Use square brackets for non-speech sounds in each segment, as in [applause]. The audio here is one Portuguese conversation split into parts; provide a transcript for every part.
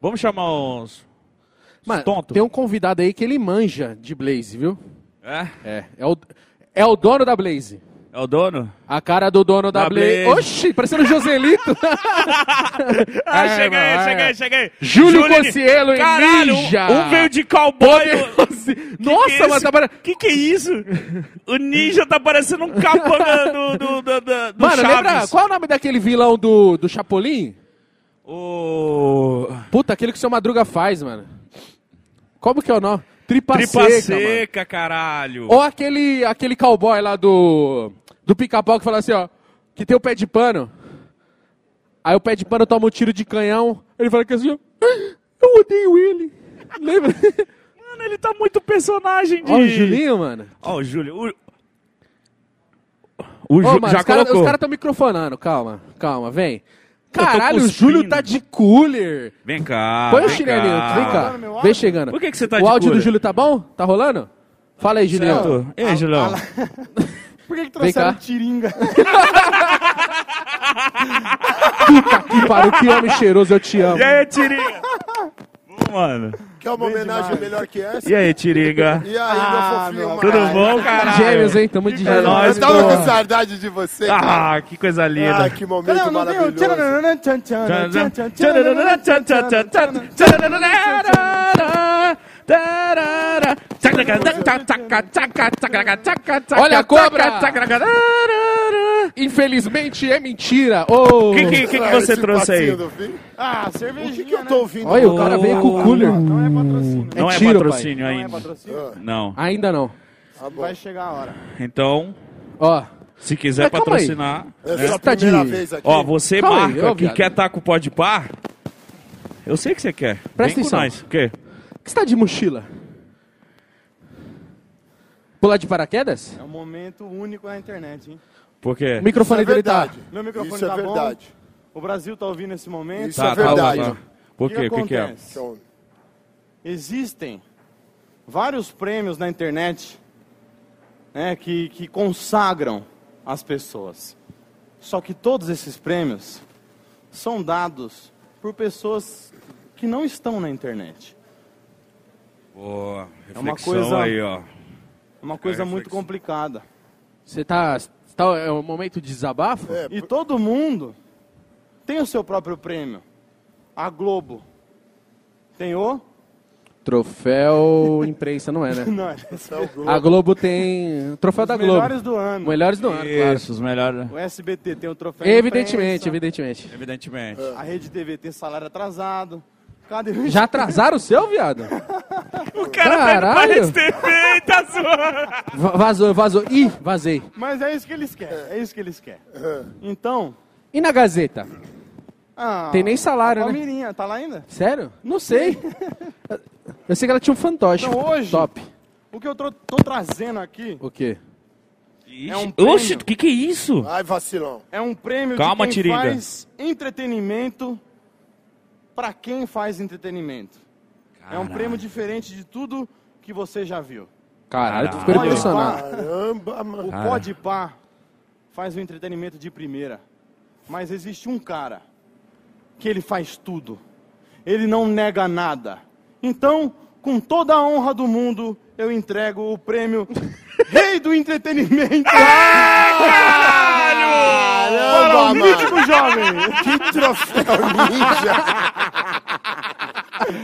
Vamos chamar uns. Mano, tonto. tem um convidado aí que ele manja de Blaze, viu? É? É. É o, é o dono da Blaze. É o dono? A cara do dono da, Da Blaze. Blaze. Oxi, parecendo o Joselito. [laughs] Ah, É, chega aí, mano, chega é. aí, chega aí. Júlio Júlio- Cossielo e Caralho, um- Ninja. um veio de cowboy. o- Nossa, que que é mas isso? tá parecendo... Que que é isso? O ninja tá parecendo um capanga do, do, do, do, do Mano, Chaves. lembra qual é o nome daquele vilão do, do Chapolin? O... Puta, aquele que o seu Madruga faz, mano. Como que é o nome? Tripa, Tripa seca, seca, mano. caralho. Ou aquele, aquele cowboy lá do, do pica-pau que fala assim, ó, que tem o pé de pano. Aí o pé de pano toma um tiro de canhão. Ele fala que assim, ó, "Ah, eu [laughs] odeio ele. Lembra? Mano, ele tá muito personagem de... Ó o Julinho, mano. Ó o Júlio. O, o Ô, Ju- mano, já os tá- caras colocou. estão microfonando. Calma, calma, vem. tô Caralho, o cuspindo. Júlio tá de cooler. Vem cá, Põe o vem chinelinho, cá. vem cá. Vem chegando. Por que que você tá O de áudio do cooler? Júlio tá bom? Tá rolando? Fala aí, Julião. Certo. Ei, Julião. Por que, que Vem cá. trouxeram tiringa? Puta que pariu, que homem cheiroso, eu te amo. [laughs] E aí, Tiringa? Ô, Mano. Quer é uma homenagem melhor que essa? E aí, Tiringa? E aí, Ah, meu meu fofinho? Tudo mano? bom, caralho? Gêmeos, hein? Tamo de É gêmeos. nóis, Eu tava porra. com saudade de você, cara. Ah, que coisa linda. Ah, que momento Não, não tem o maravilhoso. tchananana, tchan, tchan, tchan, tchan, tchananana, tchan, tchan, tchan, tchan. Olha Olha a cobra! Infelizmente é mentira. Ô, O que, que, que, que você Esse trouxe aí? passinho do fim. Ah, O cervejinha, que, que eu tô né? ouvindo? Olha, o cara veio com o cooler. Não é patrocínio. É Não é tiro, patrocínio Não é ainda. patrocínio. Não. Ainda não. Ah, bom. Vai chegar a hora. Então, Ó, se quiser Mas calma aí. patrocinar. Essa é a Tá de- primeira vez aqui. Ó, você Calma aí, marca ô, que viado. quer estar com o pó de par. Eu sei que você quer. Presta Vem com atenção. nós. O quê? o que você tá de mochila? Pular de paraquedas? É um momento único na internet, hein? Por quê? O microfone é dele tá. verdade. Meu microfone Isso tá é bom? verdade. O Brasil tá ouvindo esse momento. Isso é verdade. tá, Por quê? O que, que é? acontece? Então, Existem vários prêmios na internet né, que, que consagram as pessoas. Só que todos esses prêmios são dados por pessoas que não estão na internet. Boa. Reflexão uma coisa- aí, ó. É uma coisa muito reflexão. complicada. Você tá. tá- É um momento de desabafo? é, E todo mundo tem o seu próprio prêmio. A Globo tem o. Troféu imprensa, não é, né? [laughs] Não, é é o Globo. A Globo tem. Troféu da os Tá Globo. melhores do ano. Melhores do ano, claro. Isso, os melhores. né? O SBT tem o troféu. Evidentemente, imprensa, evidentemente. Evidentemente. A Rede TV tem salário atrasado. Cadê o Já atrasaram o seu, viado? O cara Caralho. tá indo pra RedeTV e tá zoando. Va- Vazou, vazou. Ih, vazei. Mas é isso que eles querem, é isso que eles querem. É. Então, E na Gazeta? ah, Tem nem salário, né? Palmeirinha, tá lá ainda? Sério? Não sei. Eu sei que ela tinha um fantoche. Então, hoje- Top. O que eu tô, tô trazendo aqui O quê? É um prêmio. Oxe, o que, que é isso? Ai, vacilão. é um prêmio Calma, de quem Tiringa. faz entretenimento pra quem faz entretenimento. É um prêmio diferente de tudo que você já viu. Caralho, tu ficou Olha, impressionado. Caramba, mano. O Podpah faz o entretenimento de primeira, mas existe um cara que ele faz tudo. Ele não nega nada. Então, com toda a honra do mundo, eu entrego o prêmio Rei do Entretenimento para Caramba, é o mano. mítico jovem. Que troféu ninja.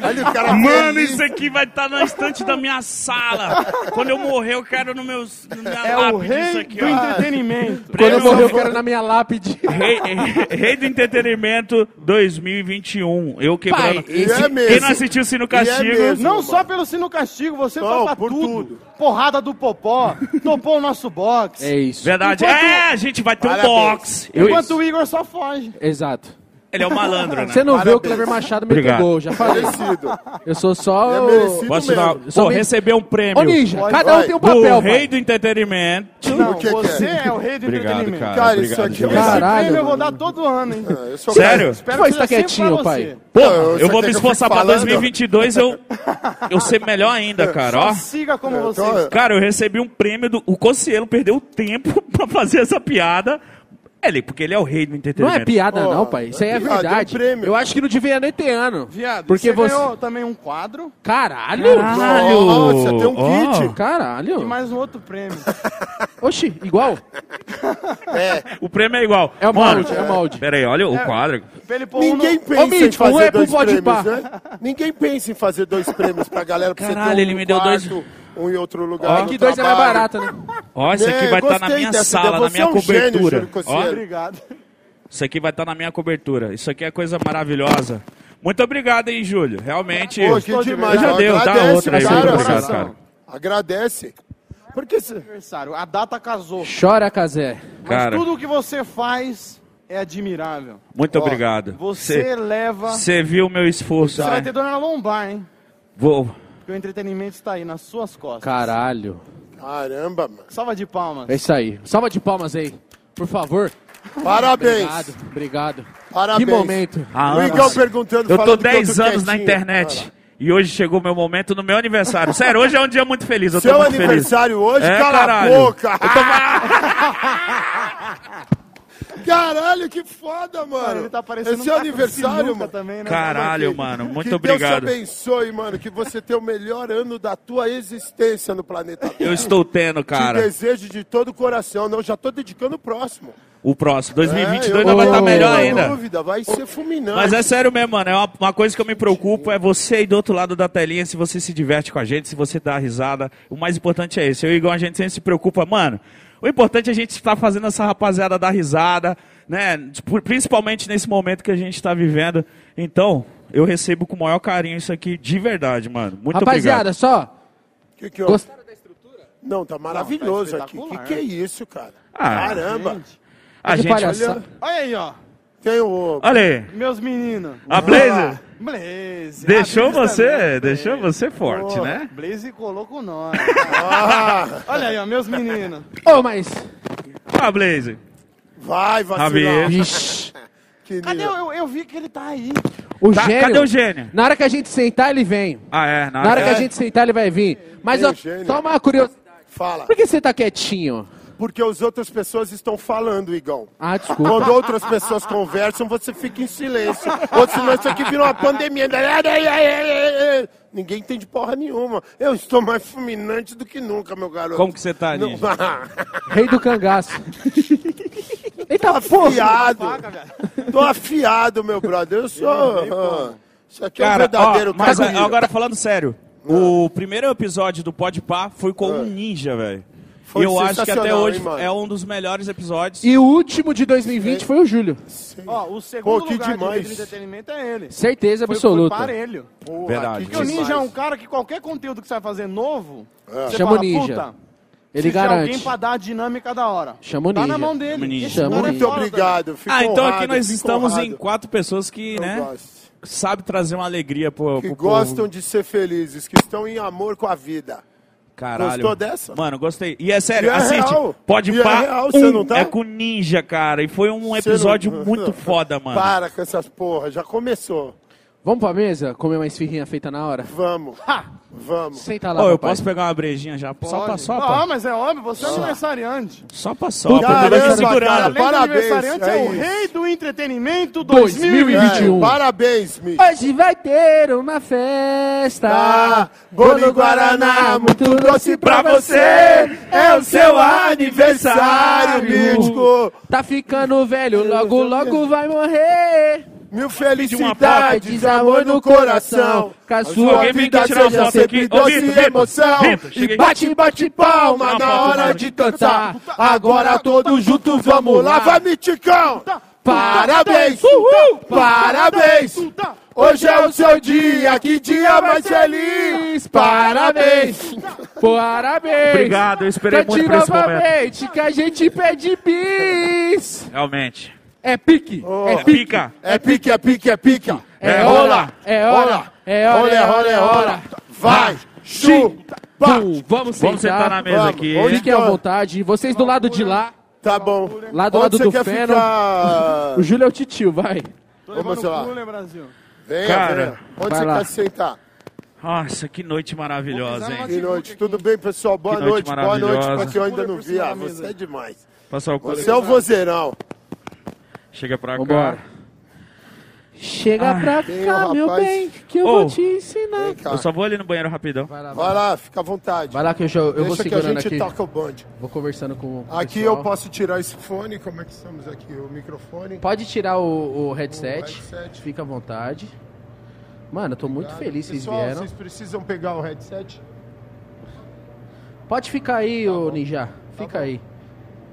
Olha o cara. Mano, feliz. isso aqui vai estar na estante da minha sala. Quando eu morrer, eu quero no meu. na Minha É o lápide isso Rei aqui, do ó. Entretenimento. Quando eu Prêmio- morrer, eu quero na minha lápide. Rei, rei do Entretenimento 2021. Eu quebrando. Pai, esse- E é mesmo. Quem não assistiu Sino Castigo. E é mesmo. Não só pelo sino castigo, você Não, topa por tudo. tudo. Porrada do Popó, topou o nosso box. É isso. É Verdade. Enquanto- É, a gente vai ter um Parabéns. box. Eu- Enquanto o Igor só foge. Exato. Ele é o malandro, né? Você não vê o Parabéns. Cleber Machado meteu Obrigado. gol, já falei. Merecido. Eu sou só É o... merecido Posso dar... mesmo. Pô, receber um prêmio. Ô, Ninja, Vai, cada um vai. tem um do papel, rei pai. do entretenimento. Não, que que você é? é? o rei do entretenimento. Cara, isso aqui é verdade. Esse Caralho, prêmio eu vou mano. dar todo ano, hein? Eu sou Sério? Espero Pô, que você tá seja sempre quietinho, pra você. pai. Pô, Eu- eu, você vou quer me é que eu esforçar fique pra falando? 2022 eu, eu ser melhor ainda, cara. Só Ó. siga como Eu você tô- está. [laughs] Cara, eu recebi um prêmio do. O Cossielo perdeu tempo pra fazer essa piada. Ele, porque ele é o rei do Não entretenimento. é piada, Ó, não, pai. Isso aí é é piada, é um verdade. prêmio. Eu acho que não devia nem ter ano. Viado, é, Porque você, você. ganhou também um quadro Caralho! Caralho! Nossa, tem um kit. e Caralho! mais um outro prêmio. Oxi, igual. O prêmio é igual. É o Mano, molde, é o molde. Pera aí, olha o quadro. Pra ele pôr um Ninguém no- pensa em Mitch, um fazer é pro dois Pode prêmios, Pá. né? Ninguém pensa em fazer dois prêmios pra galera. Pra Caralho, você ter um ele no me deu dois. quarto, Um em outro lugar. É que no dois é mais trabalho. barato, né? Ó, isso É, aqui vai estar na gostei minha dessa sala, ideia. na Você minha é um gênio, cobertura. Júlio Cossiello. Ó, Obrigado. isso aqui vai estar na minha cobertura. Isso aqui é coisa maravilhosa. Muito obrigado, hein, Júlio. Realmente. Pô, Gostou que demais. Já ó, deu, dá agradece, outra aí, cara, muito obrigado, coração. cara. Agradece. Porque se... Aniversário. A data casou. Chora, Kazé. Cara. Mas tudo o que você faz é admirável. Muito obrigado. Você leva. Você Você viu o meu esforço, vai né? ter dor na lombar, hein? Vou. Porque o entretenimento está aí nas suas costas. Caralho. Caramba, mano. Salva de palmas. É isso aí. Salva de palmas aí. Por favor. Parabéns. Obrigado, obrigado. Parabéns. Que momento. Ah, O Igão nossa. perguntando, Eu tô falando que 10 tô anos na quietinho. internet. E hoje chegou meu momento no meu aniversário. Sério, hoje é um dia muito feliz. Eu tô Seu muito feliz. aniversário hoje, É, cala caralho. a boca! [laughs] Caralho, que foda, mano! Cara, ele tá parecendo É um seu taco de aniversário, sinuca mano! também, né? Caralho, mano. que Muito Deus obrigado. te abençoe, mano, que você tenha o melhor ano da tua existência no planeta Terra. Eu estou tendo, Te cara. desejo de todo o coração, não, já tô dedicando o próximo. O próximo. É, 2022 vai eu não estar tenho melhor nenhuma ainda. dúvida, vai ser fulminante. Mas é sério mesmo, mano. É uma, uma coisa que eu me preocupo é você aí do outro lado da telinha, se você se diverte com a gente, se você dá risada. O mais importante é esse. Eu e o Igor, a gente sempre se preocupa, mano. O importante é a gente estar fazendo essa rapaziada dar risada, né? Tipo, Principalmente nesse momento que a gente está vivendo. Então, eu recebo com o maior carinho isso aqui de verdade, mano. Muito Rapaziada, obrigado. só. é- Que que eu- Gostaram da Não, tá maravilhoso aqui. Que espetacular. que é isso, cara? Ah, Caramba! Gente. A de gente. palhaçada? Olha aí, ó. Tem o... Olha aí. Meus meninos. A Blazer Blaze. deixou Ah, Blaze você, também. deixou você forte, Boa. né? Blaze colocou nós. [laughs] Ah, [laughs] Olha aí, ó, meus meninos. Ô, mas. Ah, Blazer. vai, vacilar. Javier. Ixi. Que Cadê? lindo. Eu, eu- eu vi que ele tá aí. O Tá, gênio. cadê o gênio? Na hora que a gente sentar, ele vem. Ah, é. Na hora que a É. gente sentar, ele vai vir. Mas Meu ó, gênio. só uma curiosidade. Fala. Por que você tá quietinho? Porque as outras pessoas estão falando, Igão. Ah, Quando desculpa. outras pessoas conversam, você fica em silêncio. Ou senão isso aqui virou uma pandemia. Ninguém entende porra nenhuma. Eu estou mais fulminante do que nunca, meu garoto. Como que você tá, Não- Ninja? Rei do cangaço. Eita porra! [laughs] afiado. Paga, velho. Tô afiado, meu brother. Eu sou... ah, isso aqui é um Cara, verdadeiro ó, mas caminho. agora falando sério, o primeiro episódio do Pode Pá foi com um ninja, velho. E É. Foi eu acho que até sensacional, hoje hein, mano? é um dos melhores episódios. E o último de 2020 foi o Júlio. Ó, o segundo Pô, que lugar demais. de entretenimento é ele. Certeza Foi, absoluta. foi parelho. Porra, Verdade. que Porque o demais. Ninja é um cara que qualquer conteúdo que você vai fazer novo, É. você Chama fala, o Ninja. puta, Ele precisa de alguém garante. pra dar a dinâmica da hora. Chama o Tá na Ninja. mão dele. Chama o Ninja. Esse Chama o cara é Muito Ninja. foda, obrigado. Fico Ah, então honrado, aqui nós fico estamos em honrado. quatro pessoas que, Eu né, gosto. sabe trazer uma alegria pro, que pro gostam povo. de ser felizes, que estão em amor com a vida. Caralho. Gostou dessa? Mano, gostei. E é sério, E é assiste. real. Pode E é Pá real, um, você não tá? é com ninja, cara. E foi um Você não- episódio muito foda, mano. Para com essas porra, já começou. Vamos pra mesa comer uma esfirrinha feita na hora? Vamos. Vamos. Senta lá, Ô, eu papai. posso pegar uma brejinha já? Só pra Ah, Pode. só Ah, pra. mas é óbvio, você é aniversariante. Só pra só. pra- Caramba, Eu tô segurando. cara, Além do Parabéns, aniversariante, é, é o isso. rei do entretenimento 2020. 2020. É, 21. parabéns, Mitch. Hoje vai ter uma festa. Tá, bolo e Guaraná, muito doce pra você. É o seu aniversário, mítico. Tá ficando velho, logo, logo vai morrer. Mil Papai, felicidades, amor no coração. Que a Sua sua Alguém vem vida aqui tirar uma seja foto sempre aqui. Ô, doce Vitor, Vitor, e emoção. Vitor, chega E aí. bate, bate palma Uma na foto, hora mano. de cantar. Agora todos juntos vamos lá, vai Miticão! Parabéns! Uhul! Parabéns! Hoje é o seu dia, que dia mais feliz! Parabéns! Parabéns. Obrigado, eu esperei Cante muito por esse novamente, que a gente pede bis. Realmente. É pique, é pique. Pica. É pique, é pique, é pique! É hora, é hora, é hora, Olha, olha, olha! Vai! Chuta! Bum, vamos sentar. Vamos sentar na mesa Vamos. aqui. Onde é? Fiquem à vontade. E Vocês do lado de lá, Tá bom. Lá do Onde lado você do quer feno. [laughs] ficar? o Júlio é o titio, vai. Tô Vamos levando lá. cooler, Brasil. Venha, Cara, venha. Onde vai você lá. quer sentar? é- Nossa, que noite maravilhosa, hein? Que noite, tudo bem, pessoal? Boa Que noite, noite boa noite maravilhosa. pra quem eu ainda Pula não ah, por vi. cima Ah, da você mesa. é demais. Passar o Você é o vozeirão. Chega pra Vambora. cá. Chega pra Tem um cá, meu rapaz- bem, que eu Ô. vou te ensinar. Vem cá. Eu só vou ali no banheiro rapidão. Vai lá, vai Vai lá. lá, fica à vontade. Vai lá que eu, já- eu vou Deixa que a segurando gente aqui. toca o bonde. Vou conversando com o Aqui pessoal. eu posso tirar esse fone, como é que estamos aqui? O microfone. Pode tirar o, o headset. O headset. Fica à vontade. Mano, eu tô muito feliz que vocês Tá. Pessoal, vieram. vocês precisam pegar o headset? Pode ficar aí, Tá ô Ninja. Fica aí.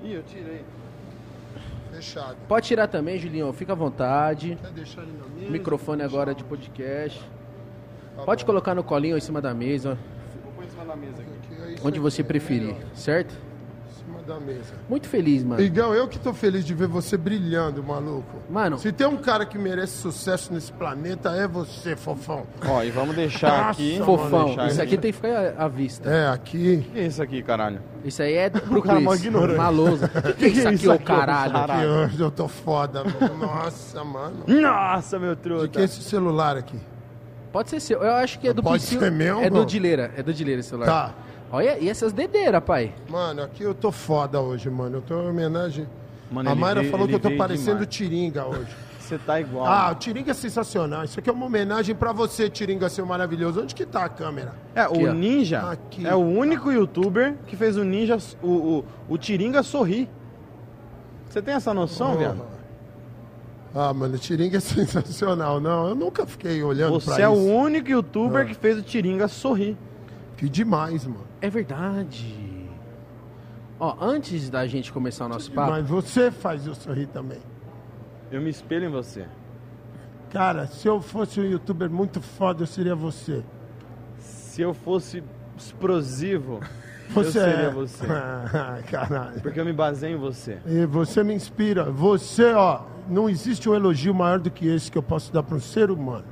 Ih, eu tirei. Fechado. Pode tirar também, Julião. Fica à vontade. Quer deixar ele na mesa? Microfone Deixa agora eu- de podcast. Tá Pode bom. colocar no colinho ou em cima da mesa, Vou pôr em cima da mesa aqui. Aqui, é isso onde aqui, você é preferir, melhor. certo? Em cima da mesa. Muito feliz, mano. Igão, eu que tô feliz de ver você brilhando, maluco. Mano. Se tem um cara que merece sucesso nesse planeta, é você, fofão. Ó, e vamos deixar aqui. Nossa, vamos Fofão, deixar isso aqui tem que ficar à vista. É, aqui. O que é isso aqui, caralho? Isso aí é pro cara mó Chris. ignorante. Maloso. Que que é isso aqui, ô caralho? Que hoje eu tô foda, mano. [laughs] Nossa, mano. Nossa, meu De truta. que esse celular aqui? Pode ser seu. Eu acho que é do Pode Psyu- ser meu, É do mano? Dileira. É do Dileira esse celular. Tá. Olha, e essas dedeiras, pai? Mano, aqui eu tô foda hoje, mano. Eu tô em homenagem. Mano, a ele Mayra veio- falou que ele eu tô veio demais. parecendo Tiringa hoje. Você tá igual. Ah, o Tiringa é sensacional. Isso aqui é uma homenagem pra você, Tiringa, seu maravilhoso. Onde que tá a câmera? É, Aqui, o ó. Ninja Aqui. é o único youtuber que fez o Ninja, o, o, o Tiringa sorrir. Você tem essa noção, viado? Ah, mano, o Tiringa é [laughs] sensacional. Não, eu nunca fiquei olhando pra Você é um- o isso. único youtuber que fez o Tiringa sorrir. Que demais, mano. É verdade. Ó, antes da gente começar o nosso papo, Mas você faz eu sorrir também. Eu me espelho em você. Cara, se eu fosse um youtuber muito foda, eu seria você. Se eu fosse explosivo, [laughs] Você eu seria é. você. [laughs] Ah, Caralho. Porque eu me baseio em você. E você me inspira. Você, ó, não existe um elogio maior do que esse que eu posso dar para um ser humano.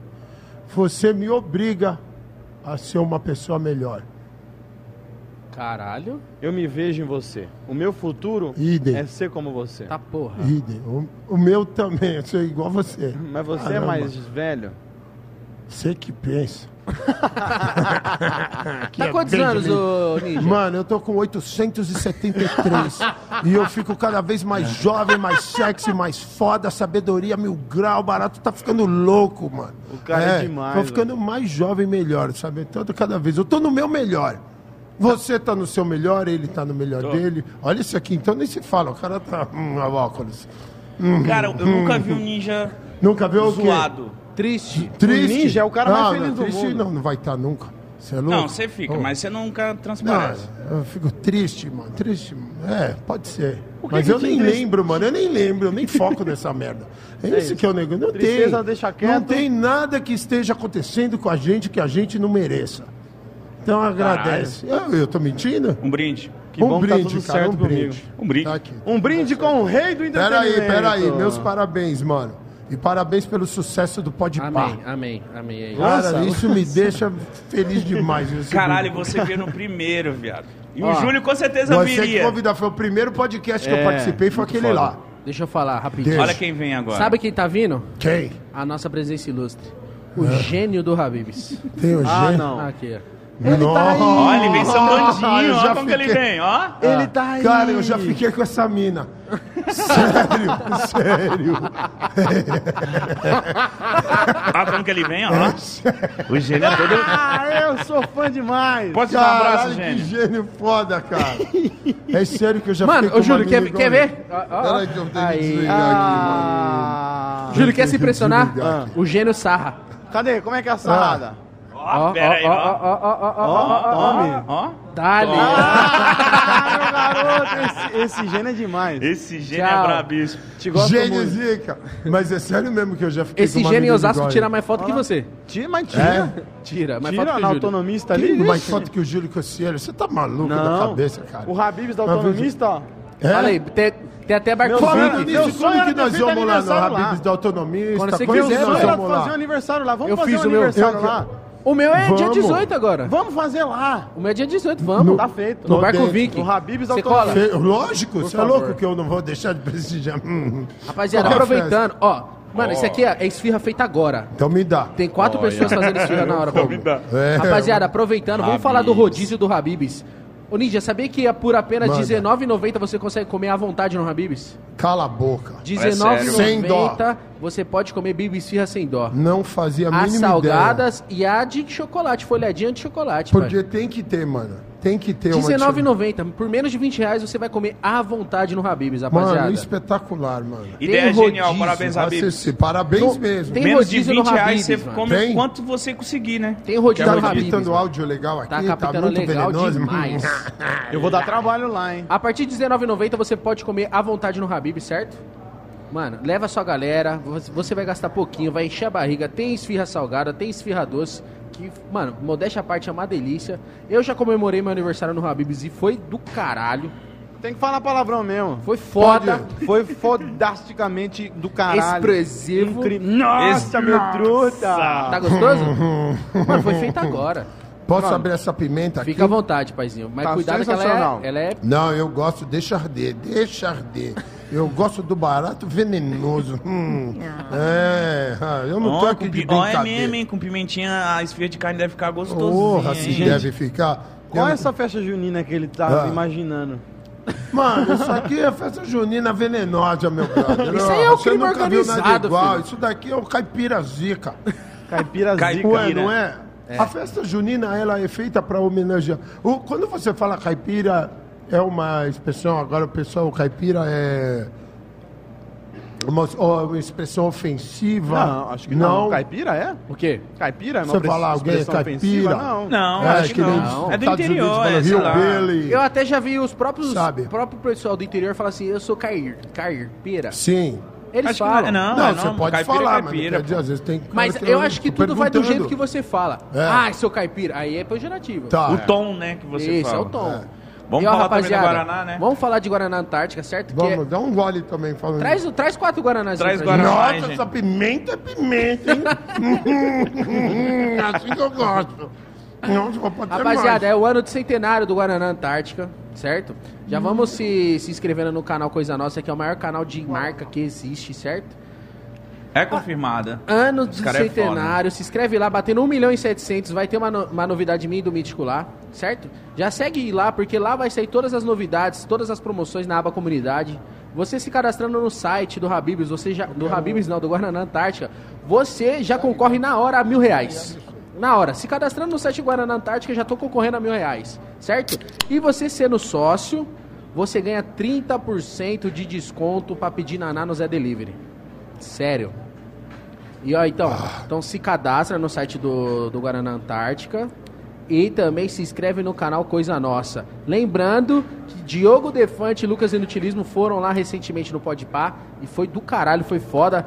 Você me obriga a ser uma pessoa melhor. caralho, Eu me vejo em você. O meu futuro Idem. é ser como você. tá porra. Idem. O, o meu também, eu sou igual a você. Ah. Mas você é Caramba. mais velho. Você que pensa. é Tá quantos anos, ô Ninja? Mano, eu tô com [laughs] 873 e eu fico cada vez mais jovem, mais sexy, mais foda, sabedoria mil grau, barato tá ficando louco, mano. O cara é demais, Tô ficando mais jovem melhor, sabe? Todo cada vez. Eu tô no meu melhor. Você tá no seu melhor, ele tá no melhor dele. Olha isso aqui, então nem se fala, o cara tá. Hum, ó, óculos. Cara, eu nunca vi um ninja Nunca viu o quê? zoado. Triste. Triste. Ah, O ninja é o cara mais feliz não, do triste mundo. Não, não vai estar nunca. Você é louco? Não, você fica, Oh. mas você nunca Não, transparece. eu fico triste, mano. Triste. mano. É, pode ser. que Mas que eu te nem entriste- lembro, mano. Eu nem lembro, eu nem foco nessa [laughs] merda. É, isso que eu nego. Não tem. Tristeza deixa Não quieto. tem nada que esteja acontecendo com a gente que a gente não mereça. Então agradece. Eu, eu tô mentindo? Um brinde. Que bom que tá tudo certo um comigo. brinde. Um brinde. Tá aqui. Um brinde com o rei do Peraí, entretenimento. peraí. Meus parabéns, mano. E parabéns pelo sucesso do Podpah. Amém, amém, amém. É isso. Cara, Nossa. isso me deixa feliz demais. viu, Caralho, Seguro. você veio no primeiro, viado. E o Ó, Júlio com certeza Você que viria. convidou, foi o primeiro podcast que É, eu participei, foi muito aquele foda. lá. Deixa eu falar rapidinho. Deixa. Olha quem vem agora. Sabe quem tá vindo? Quem? A nossa presença ilustre. O É. gênio do Habibs. Tem o Ah, gênio? não. Aqui, ó. Ó, ele vem sambandinho, Ah, eu ó já como que ele fiquei- vem, ó. Ele tá aí. Cara, eu já fiquei com essa mina. Sério, sério. Ó como que ele vem, ó. O gênio é todo... Ah, eu sou fã demais. Pode dar um abraço, Caralho, que gênio. gênio foda, cara. É sério que eu já Mano, fiquei ô com Júlio, uma quer, mina igual quer ele. ver? Ó, ó, ó. um Peraí que eu tenho que Aí. desligar Ah. Júlio, quer se impressionar? Ah. O gênio sarra. Cadê? Como é que é a sarada? Ó, Ah, pera aí, ó, ó. ó, ó, ó, Ah, ó, ó. Tome. Ó, Dá-lhe. Ah, meu garoto, esse, esse gênio é demais. esse gênio Tchau. é brabíssimo. Te gosto Gênio muito. zica. Mas é sério mesmo que eu já fiquei com Esse uma gênio em mina Osasco igual tira ele. mais foto que você. Tira, mas É? tira. Tira, mais foto que Tira o na Júlio. autonomista Que ali. mais Ixi. foto que o Júlio Cossiello. Você tá maluco Não. da cabeça, cara. O Habibs da Mas, autonomista, ó. É? Fala aí, tem, tem até barco Meu Falando Meu funk. sonho nisso, quando era que ter nós feito vamos lá no aniversário lá. Habibs da Autonomista? Quando você Quando quiser, que nós vai lá vamos fazer um lá? aniversário lá. Vamos Eu fazer fiz um o meu. aniversário Eu- lá. O meu é dia Vamos. 18 agora. Vamos fazer lá. O meu é dia 18, vamos. No- Tá feito. No Tô barco dentro. Viking. O Habib's Você autonomista. cola? Fe- Lógico, você é favor. louco que eu não vou deixar de prestigiar. Hum. Rapaziada, Qualquer aproveitando, ó. Mano, isso aqui ó, é esfirra feita agora. Então me dá. Tem quatro pessoas fazendo esfirra na hora. Paulo. É. Rapaziada, aproveitando, vamos falar do rodízio do Habibs. Ô, Ninja, sabia que por apenas Manda. R$19,90 você consegue comer à vontade no Habibs? Cala a boca. Sem dó. R$19,90 você pode comer Bibis Firra sem dó. Não fazia a As mínima ideia. salgadas e a de chocolate, folhadinha de chocolate, pai. Porque tem que ter, mano. Tem que ter uma... R$19,90. Por menos de 20 reais você vai comer à vontade no Habibs, rapaziada. Mano, espetacular, mano. Ideia rodízio, genial, parabéns, Habib. Acessi- Parabéns No- mesmo. Tá tem Menos de rodízio no 20 reais você Habib's, mano. come Tem? o quanto você conseguir, né? Tem um rodízio Tá no Habibs. captando mano. áudio legal aqui, Tá tá, captando muito legal venenoso. demais. Eu vou dar trabalho lá, hein? A partir de R$19,90 você pode comer à vontade no Habib, certo? Mano, leva sua galera, você- você vai gastar pouquinho, vai encher a barriga, tem esfirra salgada, tem esfirra doce, que, mano, modéstia à parte é uma delícia. Eu já comemorei meu aniversário no Habibs e foi do caralho, Tem que falar palavrão mesmo. foi foda, Foi fodasticamente do caralho. expressivo. Incri- Nossa, meu truta! Tá [laughs] gostoso? Mano, foi feito agora. Posso abrir essa pimenta Tá aqui? Fica à vontade, paizinho. Mas Tá cuidado que ela sensacional. é, ela é Não, eu gosto, deixa arder, deixa arder. Eu gosto do barato venenoso. Hum. É, ah, eu não tô Ó, aqui com, de pi... ó, é mesmo, brincadeira. hein? Com pimentinha, a esfirra de carne deve ficar gostosinha. Porra, se hein? deve ficar. Qual Eu- é essa festa junina que ele tá Ah. imaginando? Mano, isso aqui é festa junina venenosa, meu brother. Isso Não, aí é o você crime nunca viu nada organizado, igual. filho. Isso daqui é o caipira zica. Caipira Caipira. zica. Ué, não é? A festa junina, ela é feita para homenagear. O- quando você fala caipira, é uma expressão, agora o pessoal, o caipira é uma, ó, uma expressão ofensiva. Não, acho que não. Não, Caipira é? o quê? Caipira é uma Você pre- falar alguém é expressão caipira? ofensiva? Não. Não, É, acho que que nem não. os É do Estados interior, Unidos falam é, sei Rio lá. Bailey. Eu até já vi os próprios Sabe. próprio pessoal do interior falar assim, eu sou cair, cairpeira. Sim. Eles Acho que falam. não, Não, é você não, pode caipira é falar, caipira, mas quer dizer, às vezes tem... Mas cara eu não- acho que tô tudo vai do perguntando. jeito que você fala. É. Ah, seu caipira. Aí é pejorativo. Tá. O tom, né, que você Isso, fala. é o tom. Vamos E, ó, falar também do rapaziada, Guaraná, né? Vamos falar de Guaraná Antártica, certo? Que é- Vamos, dá um gole também falando. traz, o- traz quatro Guaranás. Traz aí pra Guaraná. gente. Ai, Nossa, gente. essa pimenta é pimenta, hein? [laughs] Hum, assim que eu gosto. Nossa, vou até mais. Rapaziada, é o ano de centenário do Guaraná Antártica, certo? Hum. Já vamos se, se inscrevendo no canal Coisa Nossa, que é o maior canal de marca que existe, certo? É confirmada. Ano Os de cara é centenário, se inscreve lá, batendo 1 milhão e 700, vai ter uma, no- uma novidade minha e do Mítico lá, certo? Já segue lá, porque lá vai sair todas as novidades, todas as promoções na aba comunidade. Você se cadastrando no site do Habibs, você já, do Habibs não, do Guaraná Antártica, você já concorre na hora a mil reais. Na hora, se cadastrando no site Guaraná Antártica, já tô concorrendo a mil reais, certo? E você sendo sócio, você ganha 30% de desconto pra pedir naná no Zé Delivery. Sério. E ó, então, então se cadastra no site do, do Guaraná Antártica e também se inscreve no canal Coisa Nossa. Lembrando que Diogo Defante e Lucas Inutilismo foram lá recentemente no Podpá e foi do caralho, foi foda.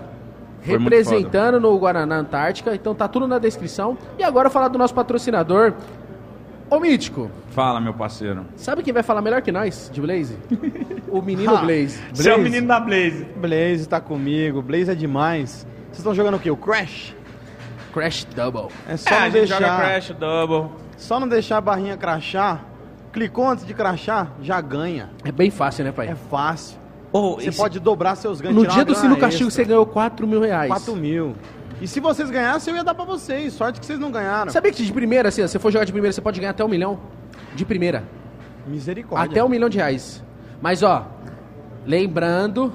Foi muito representando no Guaraná Antártica, então tá tudo na descrição. E agora falar do nosso patrocinador, o Mítico. Fala, meu parceiro. Sabe quem vai falar melhor que nós de Blaze? O [laughs] menino Blaze. Você é o menino da Blaze. Blaze tá comigo, Blaze é demais. Vocês estão jogando o quê? O Crash? Crash Double. É só É, a não gente joga deixar. Crash Double. Só não deixar a barrinha crachar. Clicou antes de crachar, já ganha. É bem fácil, né, pai? É fácil. Oh, Você esse- pode dobrar seus ganhos. No É dia tirar uma do grana Sino Castigo extra. você ganhou 4 mil reais. 4 mil. E se vocês ganhassem, eu ia dar pra vocês. Sorte que vocês não ganharam. Sabia que de primeira, assim, ó, se você for jogar de primeira, você pode ganhar até um milhão? De primeira. Misericórdia. Até um milhão de reais. Mas, ó, lembrando,